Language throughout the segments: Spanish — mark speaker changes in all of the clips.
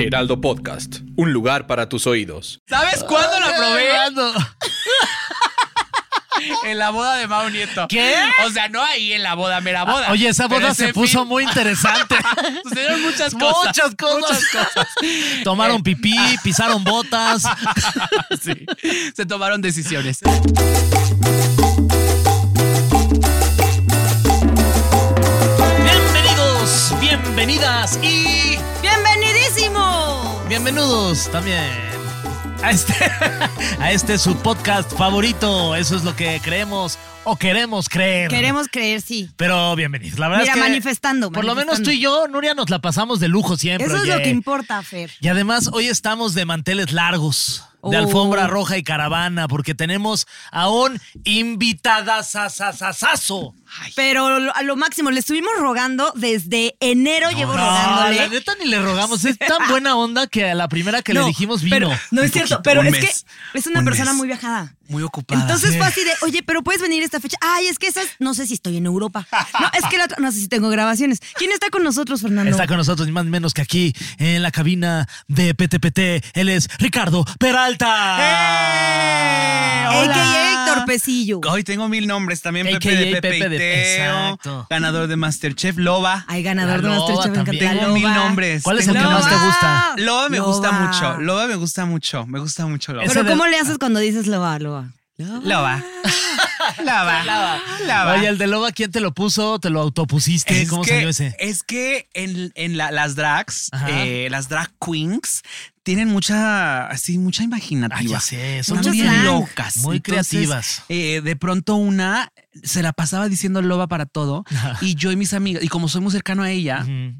Speaker 1: Heraldo Podcast, un lugar para tus oídos.
Speaker 2: ¿Sabes cuándo la probé? En la boda de Mao Nieto.
Speaker 3: ¿Qué? Ah,
Speaker 2: O sea, no ahí en la boda, mera boda.
Speaker 3: Oye, esa
Speaker 2: Pero
Speaker 3: boda
Speaker 2: ese
Speaker 3: se puso
Speaker 2: fin-
Speaker 3: muy interesante.
Speaker 2: Sucedieron muchas cosas.
Speaker 3: Muchas cosas.
Speaker 2: Muchas cosas. Eh,
Speaker 3: Tomaron pipí, pisaron botas.
Speaker 2: Sí. Se tomaron decisiones.
Speaker 3: Bienvenidos, bienvenidas y
Speaker 4: ¡Bienvenidísimo!
Speaker 3: bienvenidos también a este, a este su podcast favorito. Eso es lo que creemos o queremos creer.
Speaker 4: Queremos creer, sí.
Speaker 3: Pero bienvenidos. La verdad
Speaker 4: Mira,
Speaker 3: es que
Speaker 4: manifestando,
Speaker 3: Por lo menos
Speaker 4: manifestando.
Speaker 3: tú y yo, Nuria, nos la pasamos de lujo siempre.
Speaker 4: Eso es lo
Speaker 3: oye.
Speaker 4: que importa, Fer.
Speaker 3: Y además hoy estamos de manteles largos, de
Speaker 4: Oh.
Speaker 3: alfombra roja y caravana, porque tenemos a un invitadazazazazazo.
Speaker 4: Pero lo- a lo máximo, le estuvimos rogando desde enero, llevo
Speaker 3: No, la
Speaker 4: rogándole.
Speaker 3: neta ni le rogamos, es tan buena onda que a la primera que le
Speaker 4: No,
Speaker 3: dijimos vino.
Speaker 4: pero- no es cierto,
Speaker 2: poquito,
Speaker 4: pero
Speaker 2: un
Speaker 4: es
Speaker 2: mes,
Speaker 4: que es una
Speaker 2: un
Speaker 4: persona
Speaker 2: mes.
Speaker 4: muy viajada.
Speaker 2: Muy ocupada.
Speaker 4: Entonces
Speaker 3: sí.
Speaker 4: fue así de, oye, pero puedes venir esta fecha. Ay, es que esas, no sé si estoy en Europa. No, es que la otra, no sé si tengo grabaciones. ¿Quién está con nosotros, Fernando?
Speaker 3: Está con nosotros ni más ni menos que aquí en la cabina de PTPT. Él es Ricardo Peralta.
Speaker 2: ¡Eh!
Speaker 4: AKA Héctor Pecillo.
Speaker 2: Hoy tengo mil nombres también. Pepe
Speaker 3: AKA
Speaker 2: de Pepe,
Speaker 3: Pepe
Speaker 2: y
Speaker 3: de-
Speaker 2: Teo,
Speaker 3: exacto.
Speaker 2: Ganador de Masterchef. Loba.
Speaker 4: Ay, ganador de
Speaker 3: La
Speaker 4: Masterchef,
Speaker 3: loba
Speaker 4: me encanta.
Speaker 3: también.
Speaker 4: La
Speaker 2: Tengo mil
Speaker 4: loba.
Speaker 2: nombres.
Speaker 3: ¿Cuál es el
Speaker 2: Tengo
Speaker 3: que más te
Speaker 2: mil-
Speaker 3: gusta?
Speaker 2: Loba me gusta
Speaker 4: Loba.
Speaker 2: mucho. Loba me gusta mucho. Me gusta mucho Loba.
Speaker 3: Ese
Speaker 4: Pero
Speaker 3: de-
Speaker 4: ¿cómo le haces cuando dices loba, loba?
Speaker 2: Loba. Loba. Loba.
Speaker 3: Oye, el de Loba, ¿quién te lo puso? ¿Te lo autopusiste? ¿Cómo
Speaker 2: que,
Speaker 3: salió ese?
Speaker 2: Es que en, en la- las drags,
Speaker 3: Ajá.
Speaker 2: eh, las drag queens tienen mucha, así, mucha imaginativa.
Speaker 3: Ay, ya sé, son
Speaker 2: Están
Speaker 4: muy
Speaker 2: bien
Speaker 4: slang.
Speaker 2: locas.
Speaker 3: muy
Speaker 2: Entonces,
Speaker 3: creativas.
Speaker 2: eh, de pronto una se la pasaba diciendo loba para todo y yo y mis amigas, y como soy muy cercano a ella,
Speaker 3: Ujú.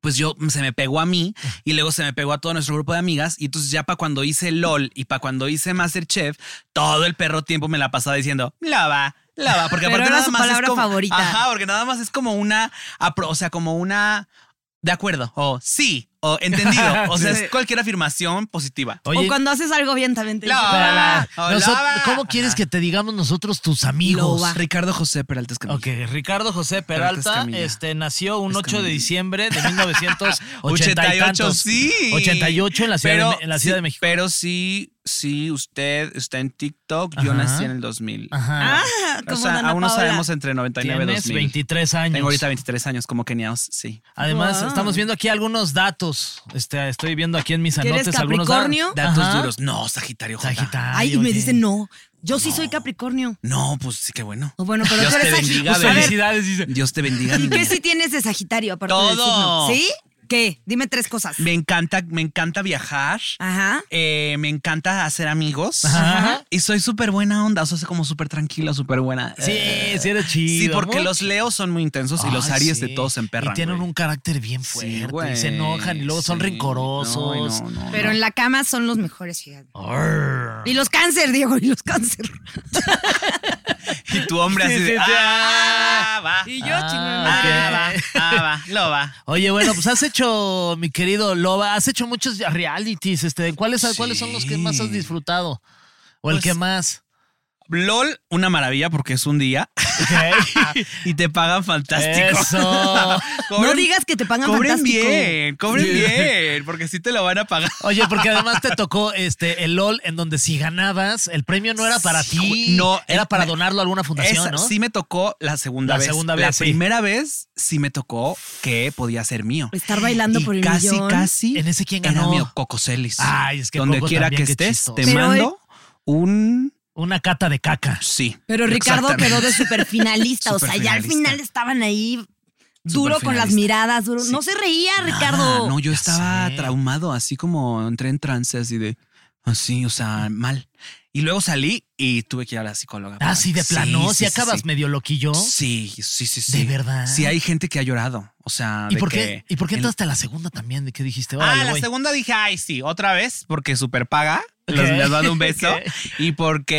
Speaker 2: pues yo se me pegó a mí y luego se me pegó a todo nuestro grupo de amigas y entonces ya para cuando hice LOL y para cuando hice Masterchef, todo el perro tiempo me la pasaba diciendo lava, lava, porque
Speaker 4: Pero
Speaker 2: aparte
Speaker 4: era
Speaker 2: nada
Speaker 4: su
Speaker 2: más
Speaker 4: palabra
Speaker 2: es como,
Speaker 4: favorita.
Speaker 2: Ajá, porque nada más es como una, apro- o sea, como una de acuerdo o sí o entendido, o sea, es cualquier afirmación positiva.
Speaker 3: Oye,
Speaker 4: o cuando haces algo bien también te
Speaker 2: Loba.
Speaker 4: dicen.
Speaker 3: Ah,
Speaker 2: Hola.
Speaker 3: nosot-
Speaker 2: Hola.
Speaker 3: ¿Cómo quieres que te digamos nosotros tus amigos?
Speaker 4: Loba.
Speaker 2: Ricardo José Peralta Escamilla.
Speaker 3: Ok, Ricardo José
Speaker 2: Peralta
Speaker 3: Peralta
Speaker 2: Escamilla.
Speaker 3: este, nació un 8 de
Speaker 2: Escamilla.
Speaker 3: diciembre de 1988.
Speaker 2: 88, sí.
Speaker 3: 88 en la Ciudad,
Speaker 2: Pero
Speaker 3: de, Me- en la ciudad
Speaker 2: sí,
Speaker 3: de México.
Speaker 2: Pero sí, sí, usted está en TikTok. Yo
Speaker 3: Ajá.
Speaker 2: nací en el 2000.
Speaker 3: Ajá.
Speaker 4: Ah, como
Speaker 2: O sea,
Speaker 4: Dana
Speaker 2: aún no
Speaker 4: Paola.
Speaker 2: sabemos entre 99 y
Speaker 3: Tienes
Speaker 2: 2000.
Speaker 3: 23 años.
Speaker 2: Tengo ahorita 23 años, como keniaos, sí.
Speaker 3: Además,
Speaker 4: Wow.
Speaker 3: estamos viendo aquí algunos datos. Este, estoy viendo aquí en mis
Speaker 4: ¿Que eres
Speaker 3: anotes algunos da-
Speaker 4: Capricornio?
Speaker 3: datos duros.
Speaker 2: No, Sagitario. J.
Speaker 3: Sagitario.
Speaker 4: Ay, y me
Speaker 3: oye.
Speaker 4: dicen no. Yo sí soy Capricornio.
Speaker 2: No, pues sí, qué bueno.
Speaker 4: O bueno, pero
Speaker 2: Dios
Speaker 4: tú
Speaker 2: te
Speaker 4: eres Sag-
Speaker 2: bendiga,
Speaker 4: A
Speaker 3: Pues
Speaker 2: bebé.
Speaker 4: ver,
Speaker 3: felicidades, dice.
Speaker 2: Dios te bendiga.
Speaker 4: ¿Y
Speaker 2: niña.
Speaker 4: qué sí tienes de Sagitario aparte del signo?
Speaker 2: Todo.
Speaker 4: ¿Sí? ¿Qué? Dime tres cosas.
Speaker 2: Me encanta, me encanta viajar.
Speaker 4: Ajá.
Speaker 2: Eh, me encanta hacer amigos.
Speaker 3: Ajá.
Speaker 2: Y soy súper buena onda. O sea, soy como súper tranquila, súper buena.
Speaker 3: Sí,
Speaker 2: Eh,
Speaker 3: sí eres chido.
Speaker 2: Sí, porque
Speaker 3: Muy
Speaker 2: los leos son muy intensos y los
Speaker 3: Ay,
Speaker 2: aries
Speaker 3: sí.
Speaker 2: de todos se emperran.
Speaker 3: Y tienen
Speaker 2: güey.
Speaker 3: un carácter bien
Speaker 2: Sí,
Speaker 3: fuerte.
Speaker 2: güey,
Speaker 3: y se enojan y luego son
Speaker 2: sí.
Speaker 3: rencorosos.
Speaker 2: No, no, no,
Speaker 4: Pero
Speaker 2: no.
Speaker 4: en la cama son los mejores, fíjate.
Speaker 2: Ah.
Speaker 3: Arr.
Speaker 4: Y los cáncer, Diego, y los cáncer.
Speaker 2: Y tu hombre así
Speaker 3: Sí,
Speaker 2: de.
Speaker 3: sí, sí.
Speaker 2: "Ah, va.
Speaker 4: Y yo,
Speaker 3: Ah,
Speaker 4: chingón.
Speaker 2: Ah,
Speaker 3: ok.
Speaker 2: va, ah, va, lo va.
Speaker 3: Oye, bueno, pues has hecho, mi querido Loba, has hecho muchos realities. Este, ¿cuáles,
Speaker 2: Sí.
Speaker 3: ¿Cuáles son los que más has disfrutado? ¿O el
Speaker 2: Pues-
Speaker 3: que más?
Speaker 2: LOL, una maravilla porque es un día y te pagan fantástico.
Speaker 3: Ah. Eso.
Speaker 4: No digas que te pagan
Speaker 2: cobren
Speaker 4: fantástico.
Speaker 2: bien, cobren
Speaker 3: Sí.
Speaker 2: bien, porque sí te lo van a pagar.
Speaker 3: Oye, porque además te tocó este el LOL en donde si ganabas, el premio no era para
Speaker 2: Sí,
Speaker 3: ti,
Speaker 2: no,
Speaker 3: era
Speaker 2: eh,
Speaker 3: para
Speaker 2: me-
Speaker 3: donarlo a alguna fundación,
Speaker 2: Esa
Speaker 3: ¿no?
Speaker 2: sí me tocó la segunda
Speaker 3: La
Speaker 2: vez.
Speaker 3: segunda
Speaker 2: La
Speaker 3: vez, sí.
Speaker 2: primera vez sí me tocó que podía ser mío.
Speaker 3: Pues,
Speaker 4: Estar bailando
Speaker 2: Y
Speaker 4: por el
Speaker 2: casi,
Speaker 4: millón.
Speaker 2: casi.
Speaker 3: ¿En ese quién
Speaker 2: era
Speaker 3: ganó?
Speaker 2: mío, Coco Celis.
Speaker 3: Ay, es que
Speaker 2: Donde
Speaker 3: Coco
Speaker 2: quiera que
Speaker 3: también, qué
Speaker 2: estés,
Speaker 3: chistoso.
Speaker 2: te
Speaker 4: Pero,
Speaker 2: mando un.
Speaker 3: Una cata de caca.
Speaker 2: Sí.
Speaker 4: Pero Ricardo
Speaker 2: exactamente.
Speaker 4: quedó de superfinalista. o sea, ya al
Speaker 2: Superfinalista.
Speaker 4: final estaban ahí duro con las
Speaker 2: Superfinalista.
Speaker 4: miradas, duro.
Speaker 2: Sí.
Speaker 4: No se reía,
Speaker 2: Nada,
Speaker 4: Ricardo.
Speaker 2: no, yo
Speaker 3: Ya
Speaker 2: estaba
Speaker 3: sé.
Speaker 2: traumado, así como entré en trance, así de. Así, o sea, mal. Y luego salí y tuve que ir a la psicóloga. para-
Speaker 3: Así Ah, de
Speaker 2: Sí,
Speaker 3: plano,
Speaker 2: sí,
Speaker 3: si
Speaker 2: sí,
Speaker 3: acabas
Speaker 2: sí.
Speaker 3: medio loquillo.
Speaker 2: Sí, sí, sí, sí.
Speaker 3: ¿De verdad?
Speaker 2: Sí, hay gente que ha llorado. O sea,
Speaker 3: ¿Y
Speaker 2: de
Speaker 3: por
Speaker 2: que
Speaker 3: qué? ¿Y por qué
Speaker 2: en-
Speaker 3: entraste a la segunda también? ¿De qué dijiste?
Speaker 2: Ah,
Speaker 3: Órale,
Speaker 2: la
Speaker 3: voy.
Speaker 2: segunda dije, ay, sí, otra vez, porque super paga.
Speaker 3: Ok.
Speaker 2: Les, les mando un beso.
Speaker 3: Ok.
Speaker 2: Y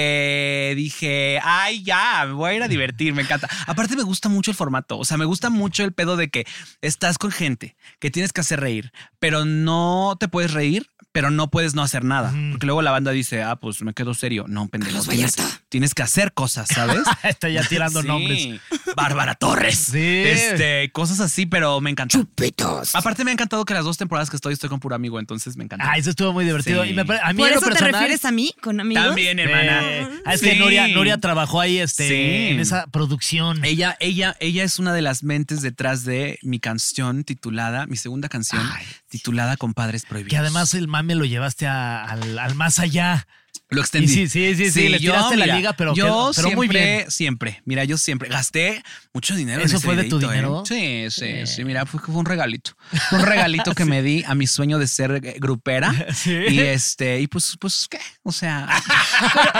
Speaker 2: porque dije, ay, ya, me voy a ir a divertir, me encanta. Aparte, me gusta mucho el formato. O sea, me gusta mucho el pedo de que estás con gente que tienes que hacer reír, pero no te puedes reír, pero no puedes no hacer nada. Porque luego la banda dice, ah, pues me quedo serio. No, pendejo.
Speaker 4: Carlos
Speaker 2: Tienes,
Speaker 4: Vallarta.
Speaker 2: tienes que hacer cosas, ¿sabes?
Speaker 3: Está ya tirando
Speaker 2: Sí.
Speaker 3: nombres.
Speaker 2: Bárbara Torres.
Speaker 3: Sí.
Speaker 2: Este, cosas así, pero me encanta.
Speaker 4: Petos.
Speaker 2: Aparte me ha encantado que las dos temporadas que estoy estoy con puro amigo, entonces me encanta.
Speaker 3: Ah, eso estuvo muy divertido.
Speaker 2: Sí.
Speaker 3: Y me pare- a mí
Speaker 4: ¿Por
Speaker 3: en lo
Speaker 4: eso te
Speaker 3: personal-
Speaker 4: refieres a mí con amigos?
Speaker 2: También, hermana.
Speaker 3: Eh, ah, es que
Speaker 2: Sí.
Speaker 3: Nuria, Nuria trabajó ahí este,
Speaker 2: Sí.
Speaker 3: en esa producción.
Speaker 2: Ella, ella, ella es una de las mentes detrás de mi canción titulada, mi segunda canción
Speaker 3: Ay,
Speaker 2: titulada Compadres Prohibidos.
Speaker 3: que además el mame lo llevaste a- al, al más allá.
Speaker 2: lo extendí.
Speaker 3: y sí, sí, sí, sí, le tiraste la liga, pero
Speaker 2: yo
Speaker 3: quedó- pero
Speaker 2: siempre,
Speaker 3: muy bien.
Speaker 2: siempre, mira, yo siempre gasté mucho dinero. en
Speaker 3: ¿Eso
Speaker 2: ese
Speaker 3: fue de tu
Speaker 2: videíto, ¿eh?
Speaker 3: dinero?
Speaker 2: Sí, sí, sí. Mira, fue, fue un regalito, Fue un regalito que me di a mi sueño de ser eh, grupera.
Speaker 3: Sí.
Speaker 2: Y este, y pues, pues qué, o sea,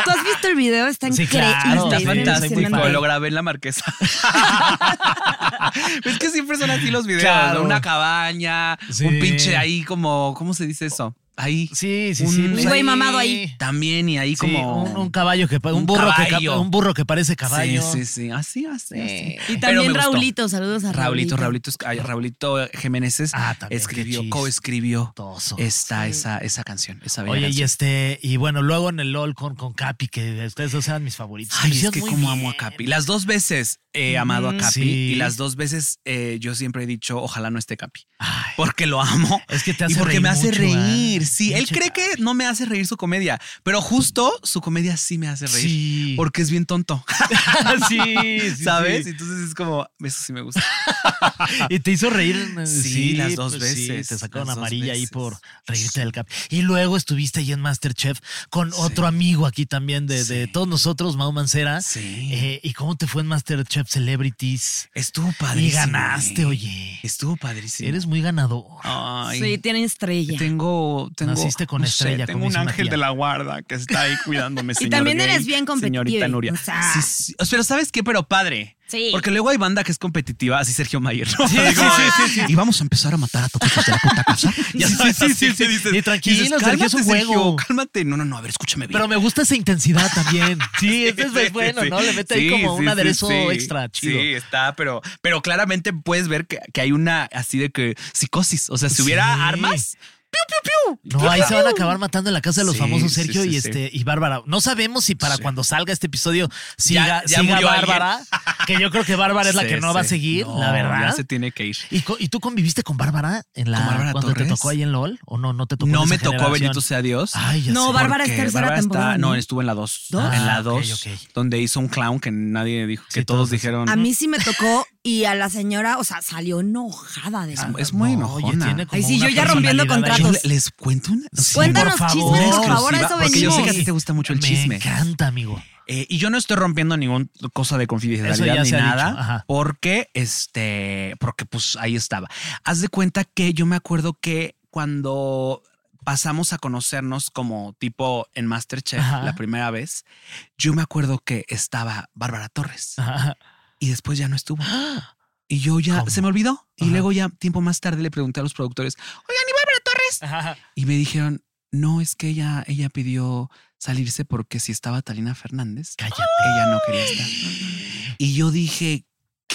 Speaker 4: ¿Tú has visto el video? Está
Speaker 3: Sí,
Speaker 4: increíble.
Speaker 3: claro,
Speaker 2: Está
Speaker 3: sí,
Speaker 2: fantástico.
Speaker 3: soy muy fan.
Speaker 2: Lo grabé en la marquesa. es que siempre son así los videos.
Speaker 3: Claro.
Speaker 2: ¿no? Una cabaña,
Speaker 3: Sí.
Speaker 2: un pinche ahí como, ¿cómo se dice eso? Ahí.
Speaker 3: Sí, sí,
Speaker 2: Un-
Speaker 3: sí.
Speaker 2: Un
Speaker 3: pues
Speaker 4: güey mamado ahí.
Speaker 2: También y
Speaker 3: Sí,
Speaker 2: ahí como.
Speaker 3: un, un caballo que pa- un,
Speaker 2: Un
Speaker 3: burro que
Speaker 2: caballo.
Speaker 3: ca- un burro que parece caballo.
Speaker 2: Sí, sí, sí. Así, así, así.
Speaker 4: Y
Speaker 2: Pero me
Speaker 4: también
Speaker 2: gustó.
Speaker 4: Raulito, saludos a Raulito.
Speaker 2: Raulito, Raulito, es- ay, Raulito Jiménez
Speaker 3: Ah, también,
Speaker 2: escribió,
Speaker 3: qué chis-
Speaker 2: coescribió
Speaker 3: chistoso.
Speaker 2: esta, esa, esa canción. Esa bella
Speaker 3: Oye, y
Speaker 2: canción.
Speaker 3: este, y bueno, luego en el LOL con, con Capi, que ustedes dos eran mis favoritos. Lo
Speaker 2: Ay, es
Speaker 3: hicieron
Speaker 2: que
Speaker 3: muy
Speaker 2: como amo a
Speaker 3: bien.
Speaker 2: Capi. Las dos veces he amado a Capi
Speaker 3: sí.
Speaker 2: y las dos veces eh, yo siempre he dicho, ojalá no esté Capi.
Speaker 3: Ay,
Speaker 2: Porque lo amo.
Speaker 3: Es que te
Speaker 2: y
Speaker 3: hace
Speaker 2: porque
Speaker 3: reír
Speaker 2: me hace
Speaker 3: mucho, ¿ah?
Speaker 2: reír. Sí, él
Speaker 3: Pinche
Speaker 2: cree que no me hace reír su comedia, pero justo su comedia sí me hace reír.
Speaker 3: Sí.
Speaker 2: Porque es bien tonto,
Speaker 3: sí, sí, sí.
Speaker 2: ¿sabes? Entonces es como, eso sí me gusta.
Speaker 3: Y te hizo reír. eh,
Speaker 2: Sí, las dos
Speaker 3: sí,
Speaker 2: veces,
Speaker 3: te sacaron
Speaker 2: las dos
Speaker 3: amarilla ahí
Speaker 2: veces.
Speaker 3: por reírte del cap. Y luego estuviste ahí en Masterchef con otro amigo aquí también de, de
Speaker 2: Sí.
Speaker 3: todos nosotros, Mau Mancera.
Speaker 2: Sí.
Speaker 3: Eh, ¿Y cómo te fue en Masterchef Celebrities?
Speaker 2: Estuvo padrísimo.
Speaker 3: Y ganaste,
Speaker 2: eh.
Speaker 3: oye.
Speaker 2: Estuvo padrísimo.
Speaker 3: Eres muy ganador.
Speaker 2: Ay.
Speaker 4: Sí, tiene estrella.
Speaker 2: Tengo, tengo.
Speaker 3: Naciste con estrella,
Speaker 2: tengo
Speaker 3: como
Speaker 2: un
Speaker 3: dice una
Speaker 2: ángel
Speaker 3: tía.
Speaker 2: de la guarda que está ahí cuidándome. señor
Speaker 4: también
Speaker 2: gay,
Speaker 4: eres bien competitiva,
Speaker 2: Señorita Nuria.
Speaker 4: o sea.
Speaker 2: Sí, sí. O sea, Pero ¿sabes qué? Pero padre.
Speaker 4: Sí.
Speaker 2: Porque luego hay banda que es competitiva, así Sergio Mayer. ¿no?
Speaker 3: Sí,
Speaker 2: Digo,
Speaker 3: sí, sí, sí, sí.
Speaker 2: Y vamos a empezar a matar a todos los de la puta casa. Ya
Speaker 3: Sí,
Speaker 2: sabes,
Speaker 3: sí, sí,
Speaker 2: así
Speaker 3: sí,
Speaker 2: que
Speaker 3: sí.
Speaker 2: dices,
Speaker 3: Y tranquilo,
Speaker 2: dices,
Speaker 3: Sergio, es un
Speaker 2: "Cálmate,
Speaker 3: juego".
Speaker 2: Sergio, cálmate. No, no, no. A ver, escúchame bien.
Speaker 3: Pero me gusta esa intensidad también. Sí, eso es bueno, ¿no? Le mete ahí
Speaker 2: Sí,
Speaker 3: como
Speaker 2: sí,
Speaker 3: un
Speaker 2: sí,
Speaker 3: aderezo
Speaker 2: sí.
Speaker 3: extra chido.
Speaker 2: Sí, está, pero, pero claramente puedes ver que, que hay una así de que psicosis. O sea, si hubiera
Speaker 3: Sí.
Speaker 2: armas,
Speaker 3: No, ahí se van a acabar matando en la casa de los
Speaker 2: Sí,
Speaker 3: famosos
Speaker 2: sí,
Speaker 3: Sergio
Speaker 2: sí,
Speaker 3: y
Speaker 2: sí.
Speaker 3: este y Bárbara. No sabemos si para
Speaker 2: Sí.
Speaker 3: cuando salga este episodio siga,
Speaker 2: ya
Speaker 3: siga
Speaker 2: murió
Speaker 3: Bárbara, que yo creo que Bárbara es la
Speaker 2: Sí,
Speaker 3: que no va a
Speaker 2: sí.
Speaker 3: seguir,
Speaker 2: No,
Speaker 3: la
Speaker 2: Ya
Speaker 3: verdad.
Speaker 2: se tiene que ir.
Speaker 3: ¿Y, co- y tú conviviste con Bárbara en la
Speaker 2: ¿Con Bárbara
Speaker 3: cuando te
Speaker 2: Torres?
Speaker 3: tocó ahí en LOL o no no te tocó
Speaker 2: No
Speaker 3: en
Speaker 2: me
Speaker 3: esa
Speaker 2: tocó
Speaker 3: generación?
Speaker 2: bendito sea Dios.
Speaker 3: Ay, ya
Speaker 4: No,
Speaker 3: sé.
Speaker 4: Bárbara es
Speaker 2: porque
Speaker 4: tercera
Speaker 2: Bárbara está-
Speaker 4: temporada, ¿no?
Speaker 2: no, estuvo en la 2.
Speaker 3: ¿Dos?
Speaker 2: En
Speaker 3: Ah,
Speaker 2: la
Speaker 3: ok,
Speaker 2: 2,
Speaker 3: ok.
Speaker 2: donde hizo un clown que nadie dijo, que
Speaker 3: Sí, todos
Speaker 2: todos
Speaker 3: dicen.
Speaker 2: dijeron. "Mm,
Speaker 4: A mí sí me tocó y a la señora, o sea, salió enojada de
Speaker 2: es,
Speaker 3: Ah,
Speaker 4: eso.
Speaker 2: es muy
Speaker 3: No, oye,
Speaker 2: enojona.
Speaker 3: tiene como
Speaker 4: Ay, sí,
Speaker 3: una
Speaker 4: yo ya rompiendo
Speaker 3: personalidad ahí.
Speaker 2: Yo
Speaker 4: contratos.
Speaker 2: le- les cuento una.
Speaker 3: Sí,
Speaker 4: Cuéntanos
Speaker 3: por favor.
Speaker 4: chismes, por favor, a
Speaker 2: Exclusiva,
Speaker 4: eso
Speaker 2: porque yo
Speaker 4: venimos.
Speaker 2: sé que a ti te gusta mucho el
Speaker 3: Me
Speaker 2: chisme.
Speaker 3: encanta, amigo.
Speaker 2: Eh, y yo no estoy rompiendo ningún cosa
Speaker 3: Eso
Speaker 2: de
Speaker 3: ya
Speaker 2: confidencialidad ni
Speaker 3: se ha
Speaker 2: nada,
Speaker 3: dicho, ajá.
Speaker 2: porque este, porque pues ahí estaba. Haz de cuenta que yo me acuerdo que cuando pasamos a conocernos como tipo en MasterChef
Speaker 3: Ajá.
Speaker 2: la primera vez, yo me acuerdo que estaba Bárbara Torres
Speaker 3: Ajá.
Speaker 2: y después ya no estuvo. Y yo ya
Speaker 3: ¿Cómo?
Speaker 2: se me olvidó y
Speaker 3: Ajá.
Speaker 2: luego ya tiempo más tarde le pregunté a los productores, "Oigan, ¿y Bárbara Torres?"
Speaker 3: Ajá.
Speaker 2: Y me dijeron, "No, es que ella ella pidió salirse porque si estaba Talina Fernández,
Speaker 3: Cállate.
Speaker 2: ella no quería estar. Y yo dije,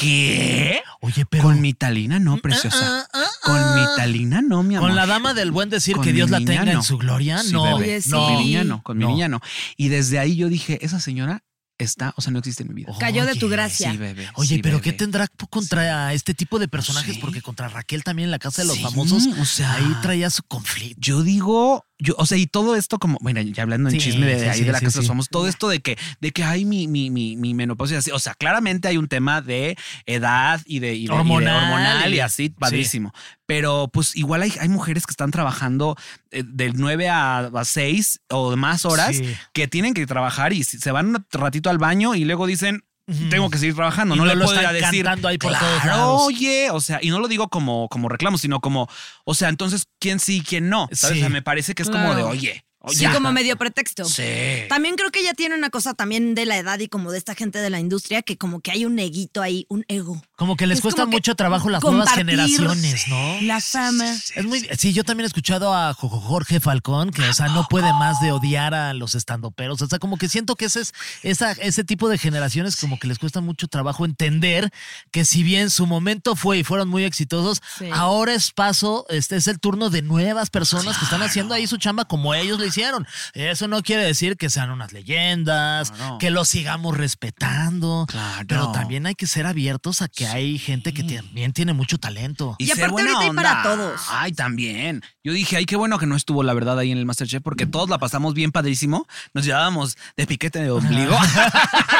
Speaker 2: ¿qué?
Speaker 3: Oye, pero
Speaker 2: Con mi talina no, preciosa.
Speaker 3: Ah, ah, ah,
Speaker 2: Con mi
Speaker 3: ah.
Speaker 2: talina no, mi amor.
Speaker 3: Con la dama del buen decir
Speaker 2: Con
Speaker 3: que
Speaker 2: mi
Speaker 3: Dios la
Speaker 2: niña,
Speaker 3: tenga en
Speaker 2: no.
Speaker 3: su gloria.
Speaker 2: Sí,
Speaker 3: no,
Speaker 2: bebé.
Speaker 4: Oye,
Speaker 3: no.
Speaker 2: Con mi niña no, con mi
Speaker 3: No.
Speaker 2: niña no. Y desde ahí yo dije, esa señora está, o sea, no existe en mi vida.
Speaker 4: Cayó de tu
Speaker 3: Oye,
Speaker 4: gracia.
Speaker 2: Sí, bebé.
Speaker 3: Oh, Oye,
Speaker 2: sí,
Speaker 3: pero ¿qué
Speaker 2: bebé.
Speaker 3: tendrá contra este tipo de personajes?
Speaker 2: sé.
Speaker 3: Porque contra Raquel también en la casa de los
Speaker 2: Sí,
Speaker 3: famosos,
Speaker 2: o sea,
Speaker 3: ahí traía su conflicto.
Speaker 2: Yo digo, yo, o sea, y todo esto como, mira, ya hablando en
Speaker 3: Sí,
Speaker 2: chisme de, de
Speaker 3: sí,
Speaker 2: ahí
Speaker 3: sí,
Speaker 2: de la
Speaker 3: sí,
Speaker 2: casa de los
Speaker 3: sí.
Speaker 2: famosos, todo esto de que, de que hay mi, mi, mi, mi menopausia y así. O sea, claramente hay un tema de edad y de, y de- y de
Speaker 3: Hormonal.
Speaker 2: hormonal y así, padrísimo. Pero pues igual hay, hay mujeres que están trabajando eh, del 9 a, a 6 o más horas
Speaker 3: Sí.
Speaker 2: que tienen que trabajar y se van un ratito al baño y luego dicen,
Speaker 3: Ujú.
Speaker 2: tengo que seguir trabajando.
Speaker 3: Y
Speaker 2: no,
Speaker 3: no
Speaker 2: le
Speaker 3: lo
Speaker 2: puedo ir
Speaker 3: están
Speaker 2: a decir.
Speaker 3: cantando ahí por todos
Speaker 2: "Claro,
Speaker 3: lados".
Speaker 2: oye, o sea, y no lo digo como, como reclamo, sino como, o sea, entonces, ¿quién sí y quién no? ¿Sabes?
Speaker 3: Sí.
Speaker 2: O sea, me parece que es como de,
Speaker 4: Claro.
Speaker 2: oye,
Speaker 4: Sí,
Speaker 2: ya.
Speaker 4: como medio pretexto.
Speaker 2: Sí.
Speaker 4: También creo que ya tiene una cosa también de la edad y como de esta gente de la industria que como que hay un neguito ahí, un ego.
Speaker 3: Como que les
Speaker 4: Es
Speaker 3: cuesta
Speaker 4: como que
Speaker 3: mucho trabajo las nuevas
Speaker 4: compartir
Speaker 3: generaciones, ¿no?
Speaker 4: La fama.
Speaker 3: Es muy, Oh, sí, yo también he escuchado a Jo- Jo- Jorge Falcón, que, o sea, no puede más de odiar a los estandoperos. O sea, como que siento que ese, es, esa, ese tipo de generaciones como que les cuesta mucho trabajo entender que si bien su momento fue y fueron muy exitosos,
Speaker 4: Sí.
Speaker 3: ahora es paso, este es el turno de nuevas personas que están haciendo ahí su chamba como ellos lo hicieron. Eso no quiere decir que sean unas leyendas, que los sigamos respetando,
Speaker 2: Claro.
Speaker 3: pero también hay que ser abiertos a que hay gente que también tiene mucho talento.
Speaker 4: Y
Speaker 2: ser
Speaker 4: aparte
Speaker 2: buena
Speaker 4: ahorita hay
Speaker 2: onda.
Speaker 4: para todos.
Speaker 2: Ay, también. Yo dije, ay, qué bueno que no estuvo la verdad ahí en el Masterchef, porque todos la pasamos bien padrísimo. Nos llevábamos de piquete de ombligo.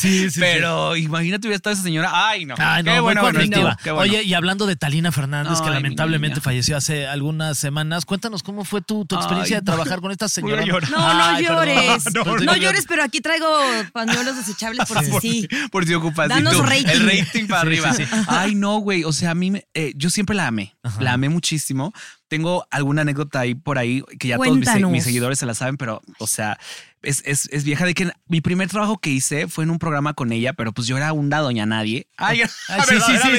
Speaker 3: Sí,
Speaker 2: Pero imagínate hubiera estado esa señora. Ay, no.
Speaker 3: Ay, no,
Speaker 2: qué
Speaker 3: muy
Speaker 2: bueno, que no
Speaker 3: conflictiva.
Speaker 2: estuvo, qué bueno.
Speaker 3: Oye, y hablando de Talina Fernández, que
Speaker 2: Ay, mi
Speaker 3: lamentablemente
Speaker 2: niña.
Speaker 3: falleció hace algunas semanas, cuéntanos cómo fue tu, tu experiencia
Speaker 2: Ay,
Speaker 3: de trabajar con esta señora.
Speaker 2: llorar.
Speaker 4: No, no
Speaker 3: Ay, perdón.
Speaker 4: llores.
Speaker 3: No,
Speaker 4: No,
Speaker 3: no, no.
Speaker 4: llores, pero aquí traigo pañuelos desechables por si sí.
Speaker 2: Por si ocupas. y
Speaker 4: Danos
Speaker 2: tú,
Speaker 4: rating.
Speaker 2: El rating para
Speaker 3: Sí,
Speaker 2: arriba.
Speaker 3: sí,
Speaker 2: Ay, no, güey. O sea, a mí, me- eh, yo siempre la amé. La amé muchísimo. Tengo alguna anécdota ahí por ahí que ya todos mis se- mis,
Speaker 4: Cuéntanos.
Speaker 2: seguidores se la saben, pero, o sea, es, es- es vieja. De que mi primer trabajo que hice fue en un programa con ella, pero pues yo era una doña nadie. Ay,
Speaker 3: Ay, sí, sí, sí, sí,